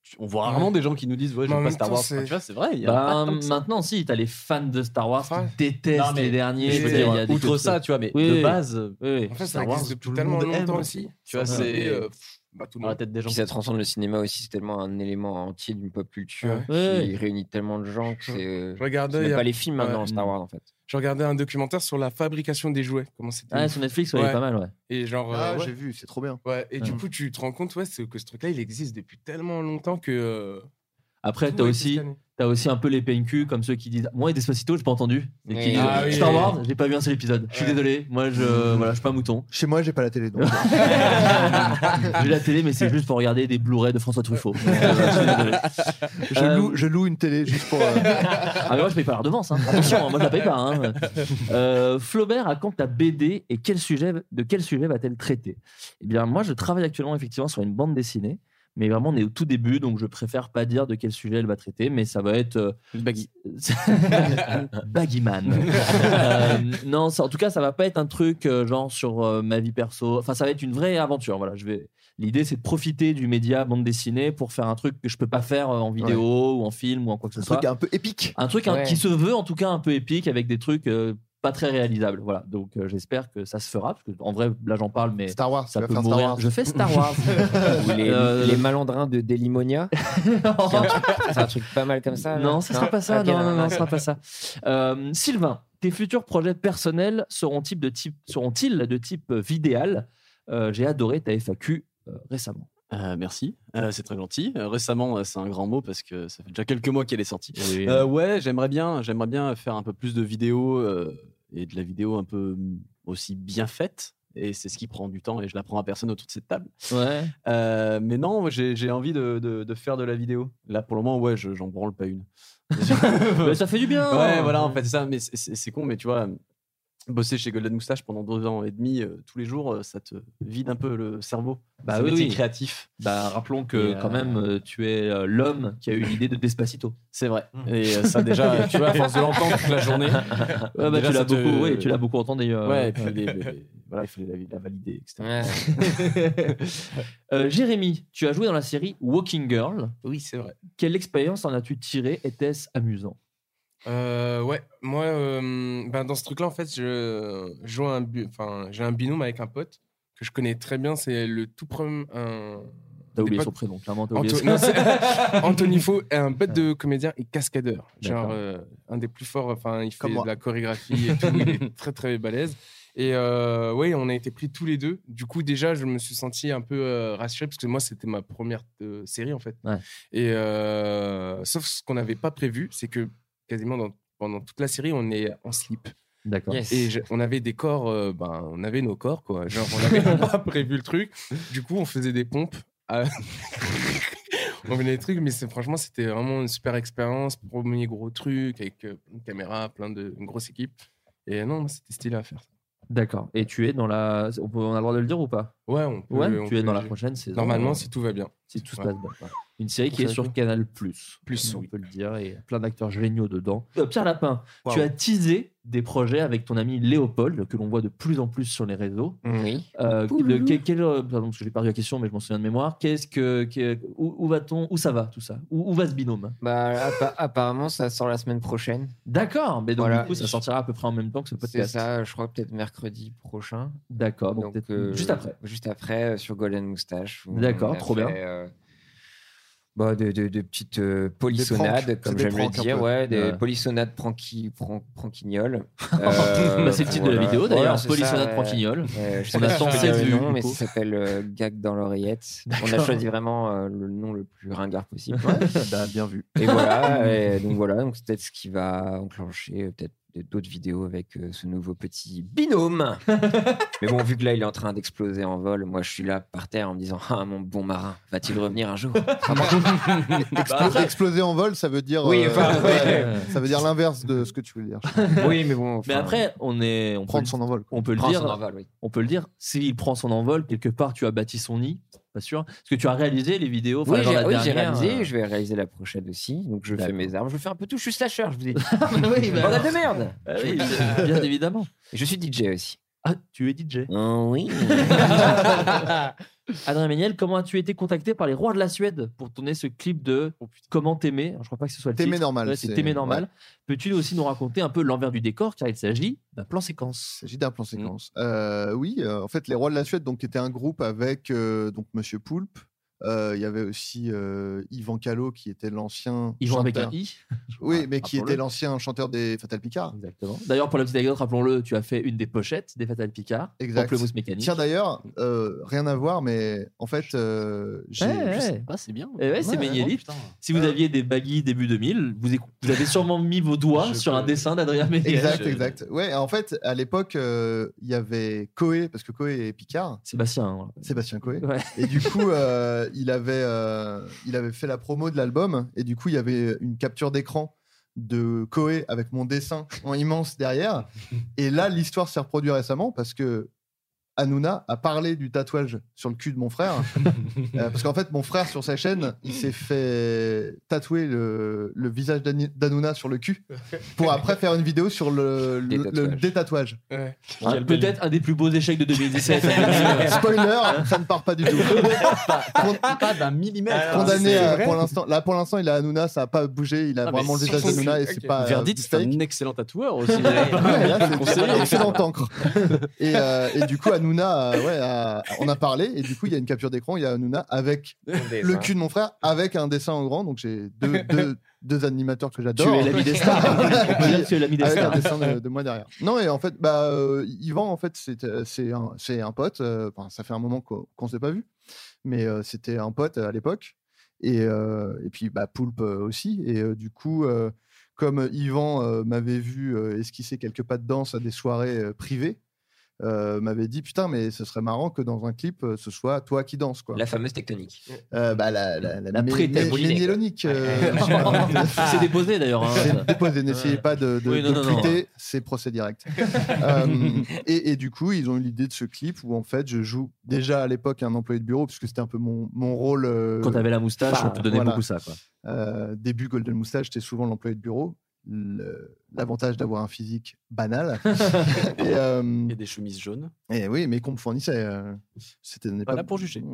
tu- on voit rarement Ouais. des gens qui nous disent, ouais, Mais en Bah, j'aime pas Star même temps, Wars. c'est- Enfin, tu vois, c'est vrai. il y en a Bah, pas tant que ça. maintenant, si, t'as les fans de Star Wars qui détestent Non, mais- les derniers. mais je veux il y a dire, des outre trucs- ça, tu vois, mais Oui, de oui. base, Oui, oui. En fait, ça Star Wars, existe tout depuis le tellement monde aime. longtemps aussi. Tu vois, Ouais. c'est- Et, euh, pff, bah, tout le monde. tête des gens. Puis ça transcende le cinéma aussi, c'est tellement un élément entier d'une pop culture Ouais. qui Ouais. réunit tellement de gens que c'est. euh, Je c'est regardais il même y a- pas les films maintenant, Ouais. Star Wars en fait. Je regardais un documentaire sur la fabrication des jouets. Comment c'était Ah, ouf. sur Netflix, ouais, il est pas mal, ouais. Et genre, Ah, euh, ouais. j'ai vu, c'est trop bien. Ouais, et du Ouais. coup, tu te rends compte, ouais, c'est que ce truc-là, il existe depuis tellement longtemps que. euh, Après, tout t'as a été aussi, scanné. t'as aussi un peu les PNQ comme ceux qui disent Moi, Despacito, j'ai pas entendu. Et qui Oui. disent Ah oui. Star Wars, j'ai pas vu un seul épisode. Je suis désolé, moi, je, voilà, je suis pas un mouton. Chez moi, j'ai pas la télé donc. j'ai la télé, mais c'est juste pour regarder des Blu-ray de François Truffaut. Je suis désolé. je, Euh, loue, je loue une télé juste pour. euh, Ah, mais moi, je paye pas la redevance. hein. Attention, moi, je la paye pas. hein. Euh, Flaubert raconte ta BD et quel sujet, de quel sujet va-t-elle traiter Eh bien, moi, je travaille actuellement effectivement sur une bande dessinée. Mais vraiment, on est au tout début, donc je préfère pas dire de quel sujet elle va traiter, mais ça va être. euh, Baggy. Baggyman. Euh, non, ça- en tout cas, ça va pas être un truc euh, genre sur euh, ma vie perso. Enfin, ça va être une vraie aventure. Voilà, je vais. L'idée, c'est de profiter du média bande dessinée pour faire un truc que je peux pas faire euh, en vidéo ou en film ou en quoi que ce Un soit. truc un peu épique. Un truc hein, Ouais. qui se veut en tout cas un peu épique avec des trucs euh, pas très réalisable. Voilà, donc euh, j'espère que ça se fera parce que en vrai, là j'en parle, mais Star Wars, ça tu vas peut faire Star mourir. Wars. Je fais Star Wars. Ou les, Euh, les malandrins de Delimonia. C'est un truc- c'est un, truc pas mal comme ça. là. Non, ce sera pas ça. Ok, non, non, non, ce sera pas ça. Euh, Sylvain, tes futurs projets personnels seront-ils de type, seront-ils de type euh, vidéal Euh, J'ai adoré ta FAQ euh, récemment. Euh, merci, Euh, c'est très gentil. Euh, récemment, euh, c'est un grand mot parce que ça fait déjà quelques mois qu'elle est sortie. Oui. Euh, ouais, j'aimerais bien, j'aimerais bien faire un peu plus de vidéos euh, et de la vidéo un peu mm, aussi bien faite. Et c'est ce qui prend du temps et je l'apprends à personne autour de cette table. Ouais. Euh, mais non, moi, j'ai j'ai envie de, de- de faire de la vidéo. Là, pour le moment, ouais, je- j'en branle pas une. oh. Mais ça fait du bien. Ouais, voilà, en fait, c'est ça. Mais c'est- c'est c'est con, mais tu vois, bosser chez Golden Moustache pendant deux ans et demi, euh, tous les jours, euh, ça te vide un peu le cerveau. Bah C'est un oui, métier oui. créatif. Bah, rappelons que Et, euh, quand même, euh, tu es euh, l'homme qui a eu l'idée de Despacito. C'est vrai. Mmh. Et euh, ça, déjà, tu vois, à force de l'entendre toute la journée. Ouais, bah, déjà, tu ça l'as te- beaucoup, oui, tu l'as beaucoup entendu. euh, Ouais, et puis ouais. les- les- voilà, il fallait la, la valider, etc. Euh, Jérémy, tu as joué dans la série Walking Girl. Oui, c'est vrai. Quelle expérience en as-tu tiré Était-ce amusant Euh, ouais, moi, euh, ben, dans ce truc-là, en fait, je joue un, bu- enfin, j'ai un binôme avec un pote que je connais très bien. C'est le tout premier. un- des T'as oublié potes- son prénom, clairement, t'as oublié Anto- son- Non, c'est- Anthony Faux est un pote de comédien et cascadeur. Genre, D'accord. euh, un des plus forts. Enfin, il fait Comme moi. de la chorégraphie et tout. il est très, très balèze. Et euh, ouais, on a été pris tous les deux. Du coup, déjà, je me suis senti un peu euh, rassuré parce que moi, c'était ma première euh, série en fait. Ouais. Et euh, sauf ce qu'on n'avait pas prévu, c'est que quasiment dans- pendant toute la série, on est en slip. D'accord. Et je- on avait des corps, euh, ben, on avait nos corps, quoi. Genre, on n'avait pas prévu le truc. Du coup, on faisait des pompes. à- on faisait des trucs, mais c'est- franchement, c'était vraiment une super expérience. Premier gros truc avec euh, plein de caméras, plein de, une grosse équipe. Et non, c'était stylé à faire. D'accord. Et tu es dans la. On, peut- on a le droit de le dire ou pas Ouais, on peut- on tu es peut dans la le- prochaine saison. euh, Normalement, si tout va bien. Si tout se Ouais. passe bien. Une série qui Ça est va sur bien. Canal Plus. Plus, on oui. peut le dire. Et plein d'acteurs géniaux dedans. Euh, Pierre Lapin, Waouh. tu as teasé des projets avec ton ami Léopold, que l'on voit de plus en plus sur les réseaux. Oui. Euh, de Pouloulou. quel, quel- euh, pardon, parce que j'ai perdu la question, mais je m'en souviens de mémoire. Qu'est-ce que, que- où, où va-t-on, où ça va tout ça où, où va ce binôme Bah, appa- apparemment, ça sort la semaine prochaine. D'accord, mais donc Voilà. du coup, ça sortira à peu près en même temps que ce C'est podcast. ça, je crois peut-être mercredi prochain. D'accord, donc Donc, peut-être euh, juste après. Juste après, euh, sur Golden Moustache. où D'accord, on a trop fait, bien. euh, bah, de, de- de petites euh, polissonnades, pranks, c'est comme des j'aime le pranks un dire. peu. Ouais, des Ouais. polissonnades pranqui, pran- pranquignoles. euh, Bah, c'est le titre de la vidéo, d'ailleurs, polissonnades pranquignoles. On on attend attend cette le vue, nom, du mais coup. ça s'appelle euh, Gag dans l'oreillette. On a D'accord. choisi vraiment euh, le nom le plus ringard possible. Bah, bien vu. Et voilà, et donc voilà, donc c'est peut-être ce qui va enclencher euh, peut-être d'autres vidéos avec euh, ce nouveau petit binôme. Mais bon, vu que là il est en train d'exploser en vol, moi je suis là par terre en me disant Ah mon bon marin, va-t-il revenir un jour Ah, Bah, Explo- exploser en vol, ça veut dire. Oui, euh, enfin, ouais. Ça veut dire l'inverse de ce que tu voulais dire. Oui, mais bon. Mais enfin, après, on est, on Prendre peut, son envol. On peut le Prendre dire. son envol, oui. On peut le dire. S'il prend son envol, quelque part, tu as bâti son nid. Pas sûr. Parce que tu as réalisé les vidéos. enfin, oui, genre j'ai la oui, j'ai dernière, réalisé, euh, je vais réaliser la prochaine aussi. Donc je fais mes armes, je fais un peu tout, je suis slasher, je vous dis. oui, bah Bande alors. de merde Ah oui, c'est- bien évidemment. Et Je suis DJ aussi. Ah, tu es DJ Oui. Adrien Méniel, comment as-tu été contacté par les rois de la Suède pour tourner ce clip de Comment t'aimer Alors, Je crois pas que ce soit le T'aimer titre. normal, Ouais, c'est c'est- T'aimer normal. ouais. Peux-tu aussi nous raconter un peu l'envers du décor car il s'agit d'un plan séquence. Il s'agit d'un plan séquence. Euh, oui, euh, en fait, les Rois de la Suède, donc, était un groupe avec euh, donc Monsieur Poulpe. Euh, Il y avait aussi euh, Yvan Callot qui était l'ancien. Ils jouent avec un chanteur- i. Ah, Oui, mais qui Rappelons-le. était l'ancien chanteur des Fatal Picard. Exactement. D'ailleurs, pour la petite anecdote, rappelons-le, tu as fait une des pochettes des Fatal Picard. Exact. Pamplemousse mécanique. Tiens d'ailleurs, euh, rien à voir, mais en fait, euh, j'ai. Ouais, je sais ouais. pas, c'est bien. Eh ouais, c'est Ouais, Ménielite. ouais, putain. si vous aviez des baguilles début 2000, vous, écou- vous avez sûrement mis vos doigts sur un dessin d'Adrien Méniel. Exact, Je- exact. Ouais, en fait, à l'époque, euh, il y avait Coé, parce que Coé et Picard. Sébastien. hein. voilà. Sébastien Coé. Ouais. Et du coup, euh, il, avait, euh, il avait fait la promo de l'album, et du coup, il y avait une capture d'écran de Coé avec mon dessin en immense derrière. Et là, l'histoire s'est reproduite récemment parce que Hanouna a parlé du tatouage sur le cul de mon frère. Euh, parce qu'en fait, mon frère, sur sa chaîne, il s'est fait tatouer le, le visage d'Ani- d'Hanouna sur le cul pour après faire une vidéo sur le, le- le détatouage. Ah, Peut-être un des plus beaux échecs de 2017. Spoiler, ça ne part pas du tout. Pas d'un millimètre. condamné euh, pour l'instant. Là, pour l'instant, il a Hanouna, ça n'a pas bougé. Il a vraiment le visage d'Hanouna et Ah, c'est pas. euh, Ah, Verdict, c'est un excellent tatoueur aussi. Ouais, là, c'est Conseillé. un excellent encre. Et, euh, et du coup, Hanouna, euh, ouais, a- on a parlé, et du coup, il y a une capture d'écran, il y a Hanouna avec le cul de mon frère, avec un dessin en grand. Donc, j'ai deux, deux, deux animateurs que j'adore. Tu es l'ami des stars. On peut dire que tu es l'ami des Avec stars. un dessin Ah, de, de moi derrière. Non, et en fait, bah, euh, Yvan, en fait, c'est euh, c'est un, c'est un pote. euh, Enfin, ça fait un moment qu'on qu'on s'est pas vu, mais euh, c'était un pote euh, à l'époque. Et, euh, et puis, bah, Poulpe euh, aussi. Et euh, du coup, euh, comme Yvan euh, m'avait vu euh, esquisser quelques pas de danse à des soirées euh, privées, euh, m'avait dit putain mais ce serait marrant que dans un clip euh, ce soit toi qui danse quoi La fameuse tectonique. Euh, bah, la la la, La mé- prête à mé- Boulinet, ménielonique, quoi. euh, C'est déposé, d'ailleurs, hein. C'est déposé, n'essayez pas de, de, Oui, non, de non, non. tweeter, c'est procès direct. Euh, et, et du coup, ils ont eu l'idée de ce clip où en fait, je joue déjà à l'époque un employé de bureau puisque c'était un peu mon, mon rôle. euh, Quand t'avais la moustache, phare. on te donnait beaucoup ça, quoi. Euh, début Golden Moustache, j'étais souvent l'employé de bureau. Le- L'avantage d'avoir un physique banal. et, euh, Des chemises jaunes. et Eh oui, mais qu'on me fournissait. euh, C'était n'est Pas là pour juger.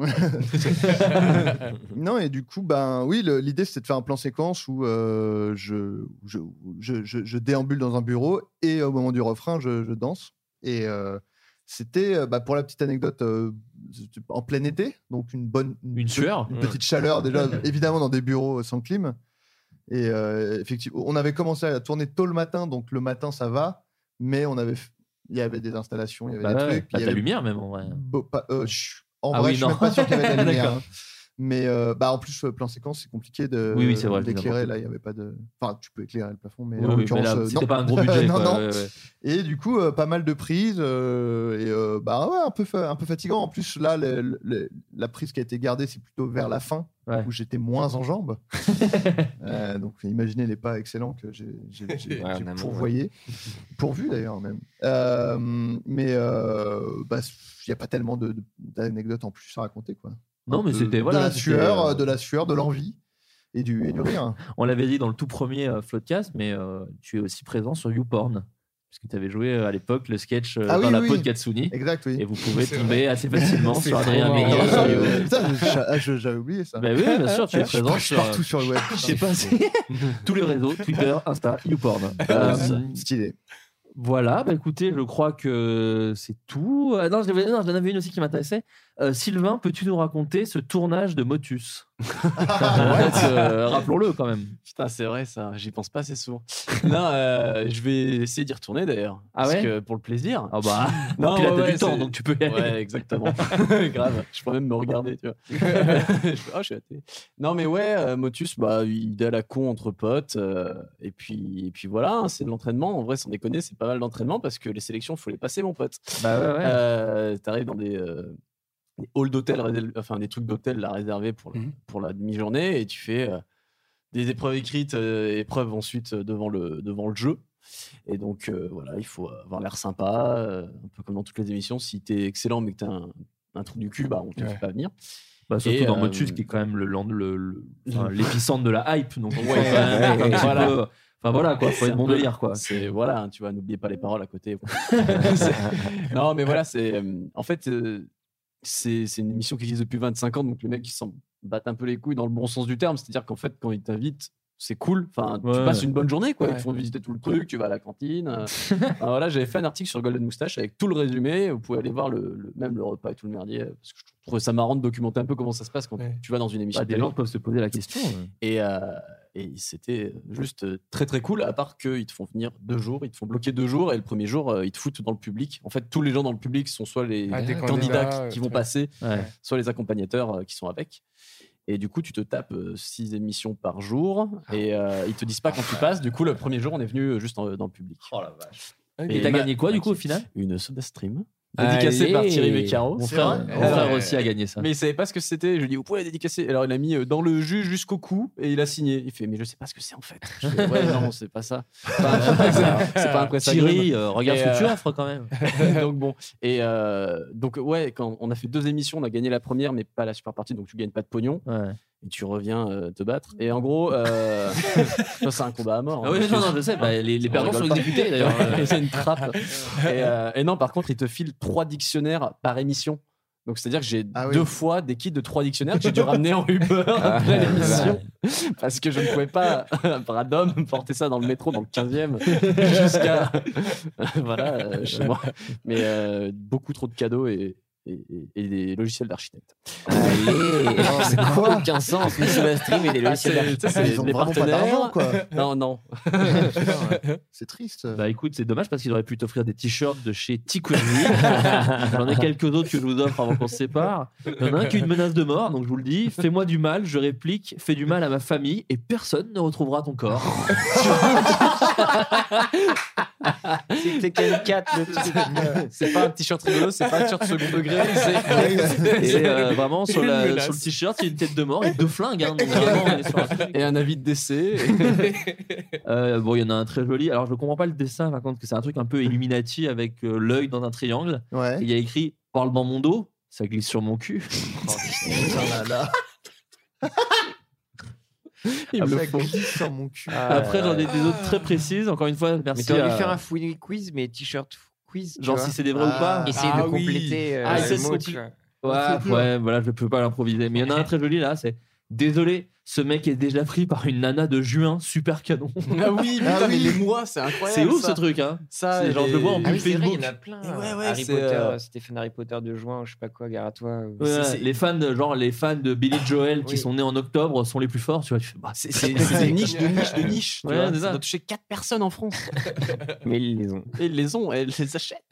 non, et du coup, ben oui, le- l'idée c'était de faire un plan séquence où euh, je, je, je, je- je déambule dans un bureau et au moment du refrain, je, je danse. Et euh, c'était, euh, bah, pour la petite anecdote, euh, c'était en plein été, donc une bonne. Une, pe- sueur. Une petite chaleur, déjà, évidemment, dans des bureaux euh, sans clim. Et euh, effectivement, on avait commencé à tourner tôt le matin, donc le matin ça va, mais on avait, f- il y avait des installations, il y avait Bah des ouais, trucs. il bah y ta avait lumière même en vrai. beau- pas- euh, chut. en Ah vrai, oui, je non. suis même pas sûr qu'il y avait de la lumière. D'accord. hein. Mais euh, bah, en plus, euh, plan séquence, c'est compliqué de Oui, oui, c'est vrai, je d'éclairer. n'importe Là, il y avait pas de. Enfin, tu peux éclairer le plafond, mais Oui, en oui, mais l'occurrence, là, euh, c'était non. pas un gros budget, non, quoi, non. ouais, ouais. Et du coup, euh, pas mal de prises euh, et euh, bah ouais, un peu fa- un peu fatigant. En plus, là, le- le- la prise qui a été gardée, c'est plutôt vers la fin où j'étais moins en jambes. Euh, donc, imaginez les pas excellents que j'ai j'ai- j'ai- Ouais, j'ai en amont, pourvoyés. pourvu d'ailleurs même. Euh, mais euh, bah, il n'y a pas tellement de- de- d'anecdotes en plus à raconter quoi. Non, mais De- c'était- de voilà, la c'était, sueur, euh, de la sueur, de l'envie et du, et du rire. On l'avait dit dans le tout premier euh, Floodcast, mais euh, tu es aussi présent sur YouPorn. Parce que tu avais joué euh, à l'époque le sketch euh, Ah oui, dans la oui. peau de Katsuni. Exact, oui. Et vous pouvez C'est tomber vrai. assez facilement C'est sur Adrien trop Méniel marrant. sur YouPorn. Ça, je- ah, je- j'avais oublié ça. Bah oui, bien sûr, tu Je es suis présent pas- je suis sur- partout sur le web. Je sais pas si- Tous les réseaux, Twitter, Insta, YouPorn. Euh, Stylé. Voilà, bah écoutez, je crois que c'est tout. Ah non, je l'avais- non, j'en avais une aussi qui m'intéressait. Euh, Sylvain, peux-tu nous raconter ce tournage de Motus Parce que, euh, Rappelons-le quand même. Putain, Ah, c'est vrai ça, j'y pense pas assez souvent. non, euh, je vais essayer d'y retourner d'ailleurs. Ah parce ouais que pour le plaisir. Ah bah, puis là, t'as du temps, donc tu peux y aller. Ouais, exactement. Grave, je pourrais même me regarder, tu vois. je, fais, oh, je suis à la télé. Non, mais ouais, euh, Motus, bah, il est à la con entre potes. euh, et, puis, et puis voilà, hein, c'est de l'entraînement. En vrai, sans déconner, c'est pas mal d'entraînement parce que les sélections, faut les passer, mon pote. Bah ouais, ouais. Euh, T'arrives dans des. euh, des halls d'hôtel, résel- enfin des trucs d'hôtel là réservés pour, Mmh le- pour la demi-journée et tu fais euh, des épreuves écrites, euh, épreuves ensuite euh, devant le, devant le jeu. Et donc euh, voilà, il faut avoir l'air sympa, euh, un peu comme dans toutes les émissions. Si t'es excellent mais que t'as un, un trou du cul, bah on te Ouais. fait pas venir. Bah, surtout Et, dans euh, Motus, qui est quand même le land- le- le- enfin, l'épicentre de la hype. Donc, il faut Ouais, quand même être un petit voilà. peu- Enfin voilà, quoi, faut C'est être un bon peu- délire, quoi. C'est voilà, hein, tu vois, n'oubliez pas les paroles à côté. C'est- non, mais voilà, c'est euh, en fait euh, c'est c'est une émission qui existe depuis 25 ans, donc les mecs qui s'en battent un peu les couilles dans le bon sens du terme, c'est-à-dire qu'en fait quand ils t'invitent c'est cool, enfin, tu Ouais. passes une bonne journée, quoi. Ils Ouais. te font visiter tout le truc, tu vas à la cantine. euh. Enfin, voilà, j'avais fait un article sur Golden Moustache avec tout le résumé. Vous pouvez aller voir le, le- même le repas et tout le merdier, euh, parce que je trouvais ça marrant de documenter un peu comment ça se passe quand tu vas dans une émission. Bah, de des télé. gens peuvent se poser la question. ouais. Et, euh, et c'était juste euh, très très cool, à part qu'ils te font venir deux jours, ils te font bloquer deux jours, et le premier jour, euh, ils te foutent dans le public. En fait, tous les gens dans le public sont soit les Ah, des candidats, candidats, qui- qui euh, vont très- passer, Ouais. soit les accompagnateurs euh, qui sont avec. Et du coup, tu te tapes euh, six émissions par jour, Ah et euh, ils te disent pas quand tu passes. Du coup, le euh, Oh, premier jour, on est venu euh, juste en- dans le public. Et t'as gagné quoi, du coup, au final Une soda stream. Dédicacé par Allez. Thierry Beccaro. Mon frère- mon frère aussi a gagné ça. Mais il savait pas ce que c'était. Je lui ai dit, vous pouvez la dédicacer. Alors il l'a mis euh, dans le jus jusqu'au cou et il a signé. Il fait, mais je sais pas ce que c'est en fait. Je fais, ouais, non, c'est pas ça. Enfin, c'est pas un pressagrume. Thierry, euh, regarde Et, ce que tu euh, offres quand même. donc bon. Et euh, donc ouais, quand on a fait deux émissions, on a gagné la première, mais pas la super partie, donc tu gagnes pas de pognon. Et tu reviens euh, te battre. Et en gros, euh, ça, c'est un combat à mort. hein. Ah oui, non, non, je sais, bah, les- les On perdants rigole sont pas. exécutés, d'ailleurs. c'est une trappe. Et, euh, et non, par contre, ils te filent trois dictionnaires par émission. Donc c'est-à-dire que j'ai Ah oui. deux fois des kits de trois dictionnaires que j'ai dû ramener en Uber Ah, après l'émission parce que je ne pouvais pas Bradom porter ça dans le métro dans le 15e jusqu'à voilà euh, chez moi mais euh, beaucoup trop de cadeaux et et, et- et des logiciels d'architecte. Oh, C'est quoi Aucun sens, mais Sébastien, mais des Ah, logiciels c'est- d'architecte. c'est Ils ont des vraiment pas partenaires. d'argent, quoi. Non, non. C'est triste. Bah écoute, c'est dommage parce qu'il aurait pu t'offrir des t-shirts de chez Tikuni. J'en ai quelques autres que je vous offre avant qu'on se sépare. Il y en a un qui est une menace de mort, donc je vous le dis fais-moi du mal, je réplique, fais du mal à ma famille et personne ne retrouvera ton corps. C'était quel 4 le truc C'est pas un t-shirt rigolo, c'est pas un t-shirt second degré. c'est- Et euh, vraiment, sur, Une la- menace. sur le t-shirt, il y a une tête de mort et deux flingues. hein, donc vraiment, on est sur un truc. Et un avis de décès. Euh, bon, il y en a un très joli. Alors, je comprends pas le dessin, par contre, que c'est un truc un peu Illuminati avec euh, l'œil dans un triangle. Ouais. Et Il y a écrit Parle dans mon dos, ça glisse sur mon cul. Ah Il me le Ça faut. glisse sur mon cul. Après, j'en ai des autres très précises. Encore une fois, Euh, Ah Mais merci. t'aurais dû à- faire un fouille quiz, mais t-shirt quiz. tu Genre, vois. Ah, si c'est des vrais ou pas. Essayer de compléter. euh, Ah, le essayer de mot, compl- tu vois. Ouais, ouais, voilà, je peux pas l'improviser. Mais il y en a un très joli là, c'est Désolé, ce mec est déjà pris par une nana de juin, super canon. Ah oui, putain, mais les mois, c'est incroyable. C'est ouf ça. ce truc, hein. Ça, C'est et genre, je les- le vois en Ah pub oui, c'est vrai, Facebook. il y en a plein. Ouais, ouais, Harry c'est, Potter, euh, euh, Stéphane Harry Potter de juin, je sais pas quoi, gare à toi. ou- Ouais, les fans, euh, genre les fans de Billy Joel qui Oui. sont nés en octobre sont les plus forts. Tu vois, tu fais, bah, C'est- C'est c'est des niches, de niches, de niches. tu Ouais, vois. c'est ça ça. doit toucher 4 personnes en France. Mais ils les ont. Et ils les ont, elles les achètent.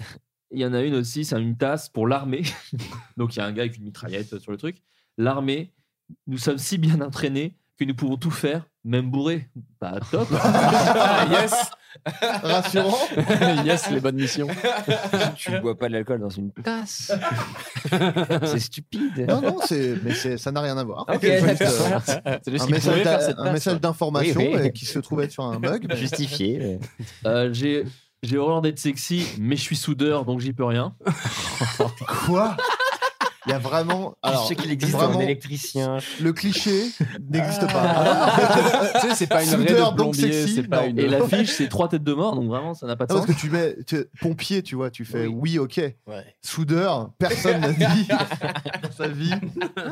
Il y en a une aussi, c'est une tasse pour l'armée. Donc il y a un gars avec une mitraillette sur le truc. L'armée, nous sommes si bien entraînés que nous pouvons tout faire, même bourré. Bah top. Ah, yes. Rassurant. yes, les bonnes missions. Tu bois pas de l'alcool dans une tasse. C'est stupide. Non, non, c'est- mais c'est- ça n'a rien à voir. Ok, C'est juste, d'accord. euh, C'est juste un qu'il message pouvait faire d'a- cette un tasse, message quoi. d'information Oui, oui. et qui se trouvait être sur un bug. mais- Justifié. mais- Euh, j'ai j'ai horreur d'être sexy, mais je suis soudeur, donc j'y peux rien. Quoi Il y a vraiment. Alors, je sais qu'il existe vraiment, un électricien. Le cliché n'existe Ah. pas. Tu sais, c'est pas une raie de Soudeur, donc plombier, sexy, c'est pas non. une- Et l'affiche, c'est trois têtes de mort, donc vraiment, ça n'a pas de Non, Ah, parce sens. que tu mets tu- pompier, tu vois, tu fais oui, ok. Soudeur, personne n'a dit dans sa vie.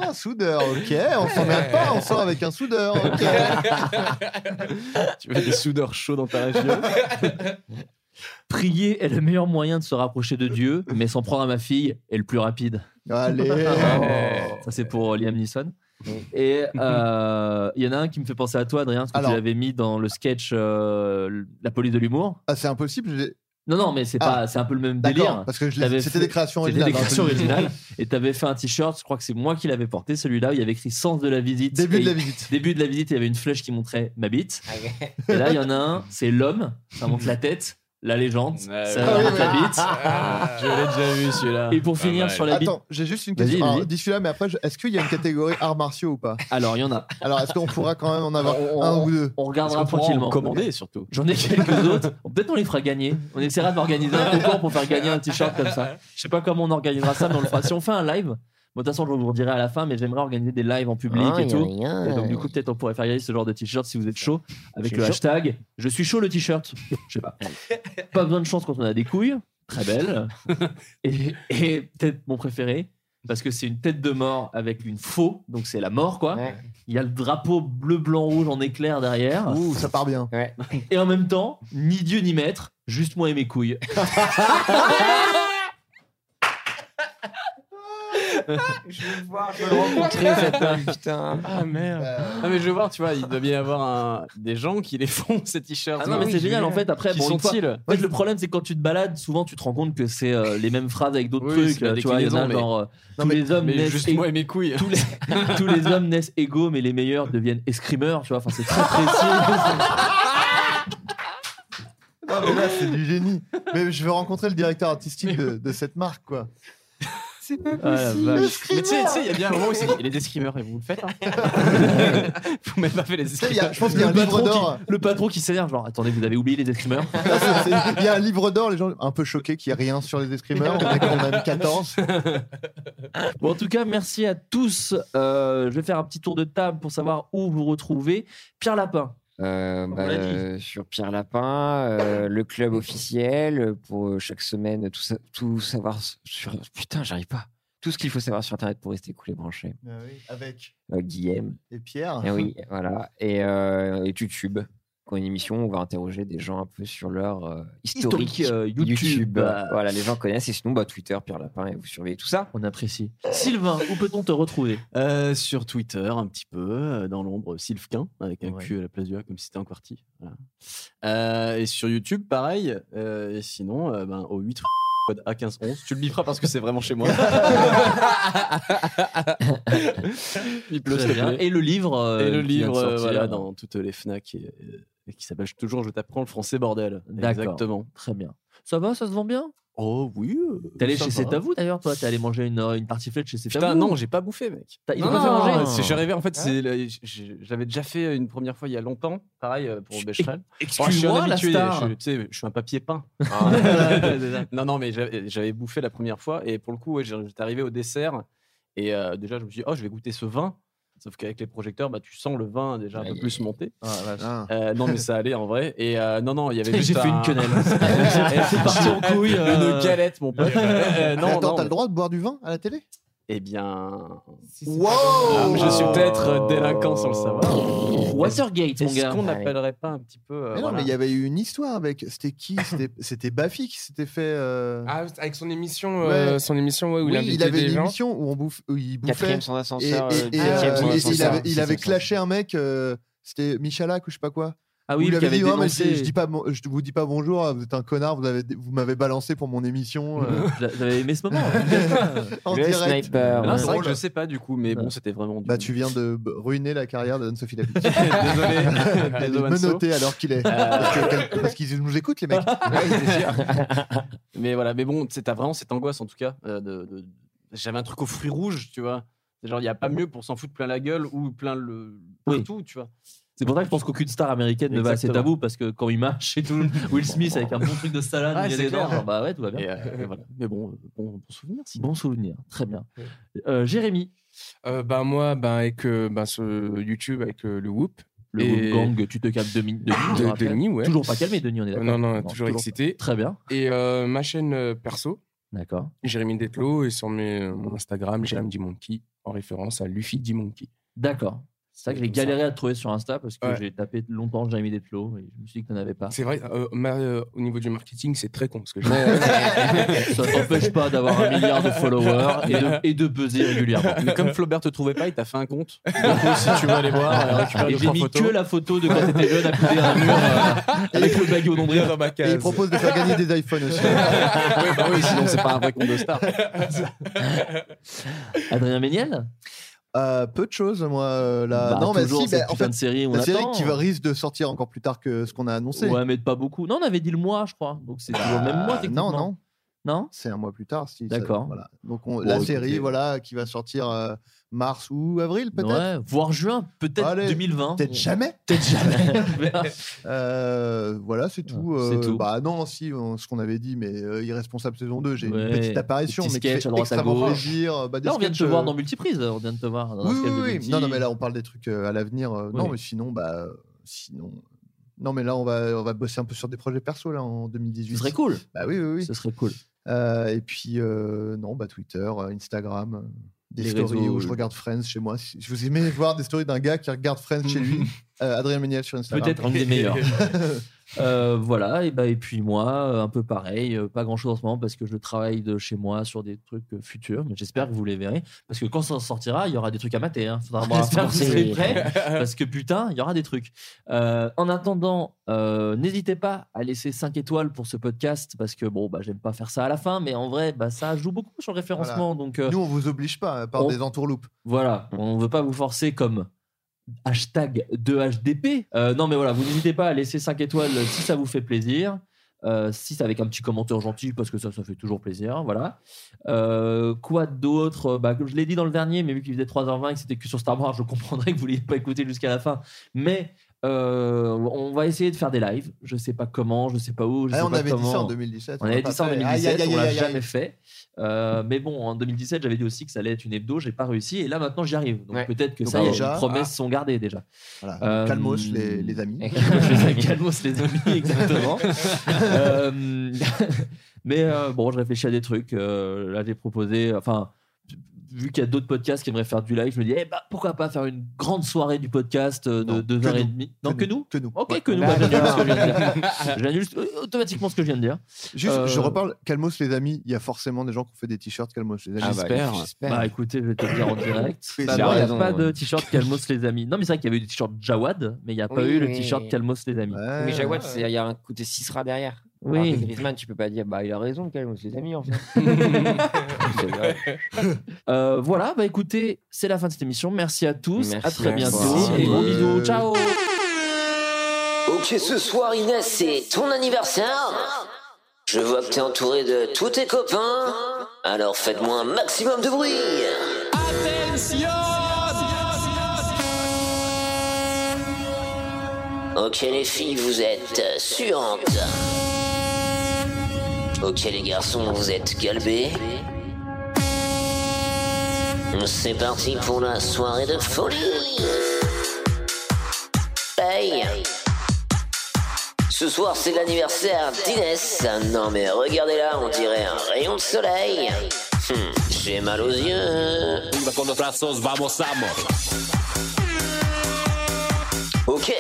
Ah, soudeur, ok, on s'emmerde pas, on sort avec un soudeur. ok. Tu veux des soudeurs chauds dans ta région. Prier est le meilleur moyen de se rapprocher de Dieu, mais s'en prendre à ma fille est le plus rapide. Allez. oh, Ça, c'est pour euh, Liam Neeson. Et euh, il y en a un qui me fait penser à toi, Adrien, parce que tu Alors. l'avais mis dans le sketch euh, La police de l'humour. Ah, c'est impossible. je l'ai- Non, non, mais c'est Ah. pas, c'est un peu le même D'accord, délire. parce que je l'ai- T'avais c'était fait- des créations c'était originales, des hein, créations je le dis. originales. Et t'avais fait un t-shirt, je crois que c'est moi qui l'avais porté, celui-là. où Il y avait écrit Sens de la visite. Début Et de la il- visite. Début de la visite, il y avait une flèche qui montrait ma bite. Et là, il y en a un, c'est l'homme, ça montre la tête, la légende, ça Ah oui, montre la oui. bite. Je l'ai déjà vu celui-là. Et pour finir sur la bite. Attends, j'ai juste une Vas-y, question. vas-y. Alors, dis celui-là, mais après, je- est-ce qu'il y a une catégorie arts martiaux ou pas Alors, il y en a. Alors, est-ce qu'on pourra quand même en avoir On- un ou deux On regardera Est-ce qu'on pourra en tranquillement. commander, surtout J'en ai quelques autres. Peut-être on les fera gagner. On essaiera d'organiser un concours pour faire gagner un t-shirt comme ça. Je sais pas comment on organisera ça, mais on le fera. Si on fait un live, bon, de toute façon, je vous redirai à la fin, mais j'aimerais organiser des lives en public Ah, et y a tout. rien. Et donc, du coup, peut-être on pourrait faire gagner ce genre de t-shirt si vous êtes chaud avec Je suis le chaud. hashtag Je suis chaud le t-shirt. Je sais pas. Pas besoin de chance quand on a des couilles. Très belles. Et, et peut-être mon préféré. Parce que c'est une tête de mort avec une faux, donc c'est la mort quoi. Il y a le drapeau bleu, blanc, rouge en éclair derrière. Ouh, ça part bien. Et en même temps, ni Dieu ni maître, juste moi et mes couilles. Je veux le voir, je veux le rencontrer cet homme, putain. Ah merde. Euh, Non, mais je veux voir, tu vois, il doit bien y avoir un- des gens qui les font, ces t-shirts. Ah non, mais c'est génial en fait. Après, qui bon, une fois- sont-ils en fait, le problème, c'est que quand tu te balades, souvent tu te rends compte que c'est euh, les mêmes phrases avec d'autres Oui, trucs. c'est la euh, Tu vois, il y en a déclinaison, mais- genre. euh, Non, tous mais- les hommes mais naissent. juste ég- moi et mes couilles. Tous les, tous les hommes naissent égaux, mais les Ah, meilleurs deviennent escrimeurs, tu vois. Enfin, c'est très précis. Non, mais là, c'est du génie. Mais je veux rencontrer le directeur artistique de, de cette marque, quoi. C'est pas Mais tu sais, tu sais, il y a bien un moment où c'est les escrimeurs et vous le faites. hein. vous m'avez pas fait les sais, il y a- escrimeurs. je pense qu'il y a Le un livre patron d'or. qui- Le patron qui s'énerve, genre attendez, vous avez oublié les escrimeurs. Là, c'est- c'est- Il y a un livre d'or, les gens un peu choqués qu'il n'y a rien sur les escrimeurs. On est quand même 14. Bon, en tout cas, merci à tous. Euh, je vais faire un petit tour de table pour savoir où vous retrouvez. Pierre Lapin. Euh, bah, l'a dit. euh, sur Pierre Lapin, euh, le club officiel euh, pour euh, chaque semaine tout, sa- tout savoir s- sur putain j'arrive pas tout ce qu'il faut savoir sur internet pour rester cool et branché. Ah Avec. Euh, Guillaume Et Pierre. Eh oui voilà et, euh, et YouTube quand une émission on va interroger des gens un peu sur leur euh, historique, Historique, euh, YouTube. Euh, voilà les gens connaissent et sinon bah Twitter Pierre Lapin et vous surveillez tout ça. On apprécie. Sylvain, où peut-on te retrouver Euh, sur Twitter, un petit peu, euh, dans l'ombre, Sylvquin, avec un Q à la place du A, comme si c'était un QWERTY. Voilà. Euh, et sur YouTube, pareil. Euh, et sinon, euh, ben, au 8 code A1511, tu le biferas parce que c'est vraiment chez moi. Bip-le, s'il te Très bien. plaît. Et le livre, euh, et le qui vient de livre, euh, sortir. voilà, dans toutes les Fnac et, euh, et qui s'appelle toujours Je t'apprends le français, bordel. D'accord. Exactement. Très bien. Ça va, ça se vend bien Oh oui. euh, T'es allé ça chez va. Setavou d'ailleurs, toi T'es allé manger une, euh, une tartiflette chez Setavou Putain, non, j'ai pas bouffé, mec. T'as- Ils Non, ont pas fait non, manger Ah. c'est- Je suis arrivé, en fait, c'est le- j- j- j'avais déjà fait une première fois il y a longtemps, pareil euh, pour Becherel. excuse-moi, je suis un la habitué, star. je- tu sais, je suis un papier peint. Ah, non, non, mais j'avais j'avais bouffé la première fois et pour le coup, ouais, j'ai- j'étais arrivé au dessert et euh, déjà, je me suis dit, oh, je vais goûter ce vin. Sauf qu'avec les projecteurs, bah, tu sens le vin déjà un peu plus monter. Ah, Euh, non, mais ça allait en vrai. Et euh, non, non, il y avait. J'ai juste fait un- une quenelle. C'est- c'est parti en couille, euh. Une galette, mon pote. Euh, non, Mais attends, non, t'as le droit de boire du vin à la télé eh bien. Wow Ah, mais je suis peut-être euh, délinquant sans le savoir. Watergate, mon Est-ce gars. qu'on n'appellerait pas un petit peu. euh, Mais non, voilà. mais il y avait eu une histoire avec. C'était qui C'était- C'était Bafi qui s'était fait. euh, Ah, avec son émission, euh, Ouais. son émission ouais, où Oui, il invitait avait des une gens. émission où, on bouffe, où il bouffait. Quatrième son ascenseur, Et, euh, et- et, septième son euh, et- et il ascenseur, avait, il sixième avait son clashé un mec. euh, C'était Michalak ou je sais pas quoi. Ah Où oui, il qui avait avait dit, Ouais, mais dénoncé- je, dis pas, bon- je vous dis pas bonjour, hein, vous êtes un connard, vous, avez- vous m'avez balancé pour mon émission. euh, J'a- J'avais aimé ce moment. en Le direct. Ah, Ah, sniper. Non, c'est vrai drôle. que je sais pas du coup, mais bon, c'était vraiment. du- Bah, tu viens de b- ruiner la carrière d'Anne-Sophie Lapid. Désolé. de Désolé, me Anso. noter alors qu'il est. Parce que- parce qu'ils nous écoutent, les mecs. mais voilà, mais bon, c'est- t'as vraiment cette angoisse en tout cas. euh, de, de- J'avais un truc aux fruits rouges, tu vois. C'est Genre, il n'y a pas mieux pour s'en foutre plein la gueule ou plein le. Mhm. Oui. Partout, tu vois. C'est pour ça que je pense qu'aucune star américaine ne va à Exactement. Setavou parce que quand il marche et tout, Will Smith avec un bon truc de salade, Ouais, il y a c'est des dents. clair. genre, bah ouais, tout va bien. Et, euh, et voilà. Mais bon, euh, bon, bon souvenir. sinon. Bon souvenir, très bien. Euh, Jérémy, Euh, bah, moi, bah, avec euh, bah, ce YouTube, avec euh, le Whoop. le Et- gang, tu te calmes Denis. Denis, je De- le rappelle. Denis, ouais. Toujours pas calmé, Denis, on est d'accord. Non, non, toujours excité. Très bien, Et euh, ma chaîne euh, perso, d'accord. Jérémy Detlo, et sur mes, euh, mon Instagram, Jérémy Dimonkey, en référence à Luffy Dimonkey. D'accord. C'est vrai que j'ai comme ça. galéré à te trouver sur Insta parce que Ouais. j'ai tapé longtemps Jérémy Detlo et je me suis dit que t'en avais pas. C'est vrai, euh, ma- euh, au niveau du marketing, c'est très con ce que je Ça t'empêche pas d'avoir un milliard de followers et de, et de buzzer régulièrement. Mais comme Flaubert te trouvait pas, il t'a fait un compte. Du coup, si tu veux aller voir, euh, récupérer Et deux, j'ai trois mis photos. que la photo de quand t'étais jeune accoudé à un mur euh, avec le baguette au nombril. dans ma Et ils proposent de faire gagner des iPhones aussi. oui, bah oui, sinon c'est pas un vrai compte de star. Adrien Méniel Euh, peu de choses, moi. euh, Là. Bah, non, mais toujours si, cette bah, en putain fait, de série, on la série attend. hein. qui va- risque de sortir encore plus tard que ce qu'on a annoncé. Ouais, mais pas beaucoup. Non, on avait dit le mois, je crois. Donc c'est toujours le même mois, Euh, non, techniquement. non. Non C'est un mois plus tard. Si ça- D'accord. voilà. Donc, on- Bon, la écoutez. série voilà, qui va sortir euh, mars ou avril, peut-être. Ouais, voire juin, peut-être Allez, 2020. Peut-être jamais. Hein. Peut-être jamais. Euh, voilà, c'est tout. C'est euh, tout. Bah non, si on- ce qu'on avait dit, mais euh, irresponsable saison 2, j'ai Ouais, une petite apparition, des petits mais qui sketchs fait à droite, à extrêmement gauche. plaisir. Bah, des Là, on vient de te sketchs, voir euh, dans Multiprise. On vient de te voir. dans Oui, un sketch oui, de oui. Multi. Non, non, mais là, on parle des trucs euh, à l'avenir. euh, Non, Oui. mais sinon, bah, euh, sinon. Non, mais là, on va, on va bosser un peu sur des projets perso là en 2018. Ce serait cool. Bah oui, oui, oui. Ce serait cool. Euh, et puis, euh, non, bah Twitter, euh, Instagram, euh, des Les stories réseaux, où je euh, regarde Friends chez moi. Si si vous aimez voir des stories d'un gars qui regarde Friends chez lui, euh, Adrien Méniel sur Instagram. Peut-être un des meilleurs. Euh, voilà, et, bah, et puis moi, euh, un peu pareil, euh, pas grand chose en ce moment parce que je travaille de chez moi sur des trucs euh, futurs, mais j'espère que vous les verrez. Parce que quand ça sortira, il y aura des trucs à mater. Hein. Faudra avoir Ah, J'espère un que serez oui. prêts parce que putain, il y aura des trucs. Euh, en attendant, euh, n'hésitez pas à laisser 5 étoiles pour ce podcast parce que bon, bah, j'aime pas faire ça à la fin, mais en vrai, bah, ça joue beaucoup sur le référencement. Donc euh, Nous, on vous oblige pas, par On- des entourloupes. voilà, on veut pas vous forcer comme hashtag 2HDP. Euh, non, mais voilà, vous n'hésitez pas à laisser 5 étoiles si ça vous fait plaisir. Euh, si c'est avec un petit commentaire gentil, parce que ça, ça fait toujours plaisir. Voilà. Euh, quoi d'autre bah, comme Je l'ai dit dans le dernier, mais vu qu'il faisait 3h20 et que c'était que sur Star Wars, je comprendrais que vous ne l'ayez pas écouté jusqu'à la fin. Mais euh, on va essayer de faire des lives. Je ne sais pas comment, je ne sais pas où. Je Ah, sais on pas avait dit comment. ça en 2017, On on avait l'a dit ça en pas fait. 2017, Aïe, aïe, on l'a aïe, aïe, jamais aïe. fait. Euh, mais bon, en 2017, j'avais dit aussi que ça allait être une hebdo, j'ai pas réussi. Et là, maintenant, j'y arrive. Donc Ouais. peut-être que Donc ça y est, déjà, les promesses ah. sont gardées déjà. Voilà. Euh, Calmos, les, les amis. Ah, Calmos les amis, exactement. Euh, mais euh, bon, je réfléchis à des trucs. Euh, là, j'ai proposé. Enfin, vu qu'il y a d'autres podcasts qui aimeraient faire du live, je me dis, eh bah, pourquoi pas faire une grande soirée du podcast euh, de 2h30 Non, que nous Que nous. Ok, que nous. Bah, J'annule ce que je viens de dire. J'annule euh, automatiquement ce que je viens de dire. Juste, je Euh, reparle, Calmos les amis, il y a forcément des gens qui ont fait des t-shirts Calmos les amis. Bah écoutez, je vais te le dire en direct. Oui, Bah, c'est non, il vrai, n'y a raison, pas ouais. de t-shirt Calmos les amis. Non, mais c'est vrai qu'il y avait eu le t-shirt Jawad, mais il n'y a pas Oui, eu le oui. t-shirt Calmos les amis. Mais Jawad, c'est- il y a un côté Cicera derrière. Oui. Alors que Griezmann, tu peux pas dire, bah il a raison quand même, c'est les amis en fait. C'est vrai. Euh, voilà, bah écoutez, c'est la fin de cette émission. Merci à tous. Merci. à très bientôt. Merci. Et gros bisous. Ciao. Ok, ce soir, Inès, c'est ton anniversaire. Je vois que t'es entouré de tous tes copains. Alors faites-moi un maximum de bruit. Ok, les filles, vous êtes suantes. Ok, les garçons, vous êtes galbés. C'est parti pour la soirée de folie. Hey. Ce soir, c'est l'anniversaire d'Inès. Non, mais regardez-la, on dirait un rayon de soleil. Hmm, J'ai mal aux yeux. Ok.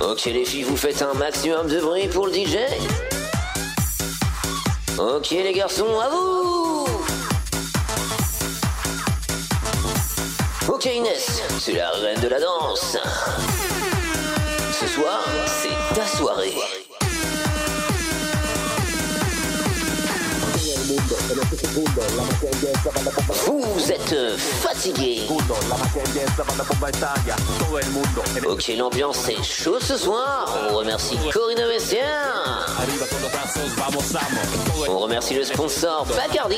Ok, les filles, vous faites un maximum de bruit pour le DJ. Ok, les garçons, à vous Ok, Inès, c'est la reine de la danse. Ce soir, c'est ta soirée. Vous êtes fatigué. Ok, l'ambiance est chaude ce soir. On remercie Corinne Messière. On remercie le sponsor Bacardi.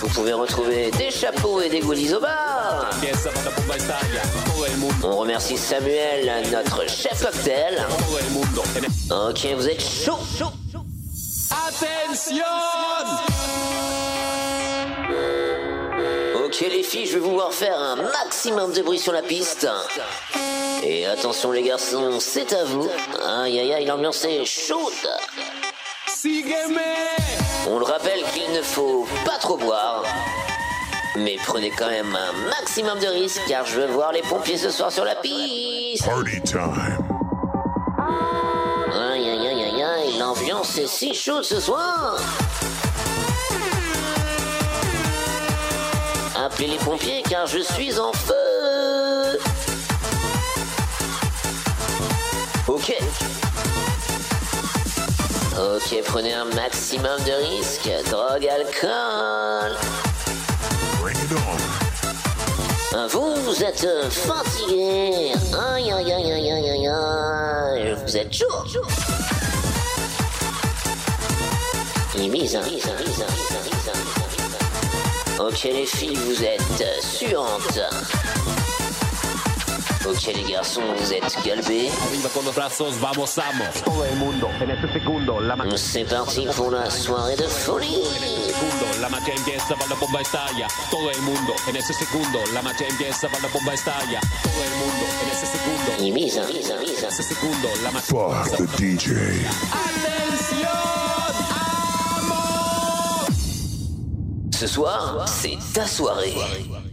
Vous pouvez retrouver des chapeaux et des goodies au bar. On remercie Samuel, notre chef cocktail. Ok, vous êtes chaud. Ok les filles, je vais vouloir faire un maximum de bruit sur la piste. Et attention les garçons, c'est à vous. Aïe aïe aïe, l'ambiance est chaude. On le rappelle qu'il ne faut pas trop boire. Mais prenez quand même un maximum de risques car je veux voir les pompiers ce soir sur la piste. Party time. Aïe aïe aïe aïe aïe, l'ambiance est si chaude ce soir. Appelez les pompiers car je suis en feu. Ok. Ok, prenez un maximum de risques. Drogue, alcool. Ah, Vous êtes euh, fatigué. Aïe, aïe, aïe, aïe, aïe, aïe, aïe. Vous êtes chaud. Il mise, hein. Ok, les filles, vous êtes suantes. Ok, les garçons, vous êtes galbés. C'est parti pour la soirée de folie. La macchia empieza, va la bomba estalla. Todo el mundo en ese segundo. La macchia empieza, va la bomba estalla. Todo el mundo en ese segundo. Il mise, hein. En ese segundo, la macchia Fuck the DJ. Ce soir, c'est ta soirée.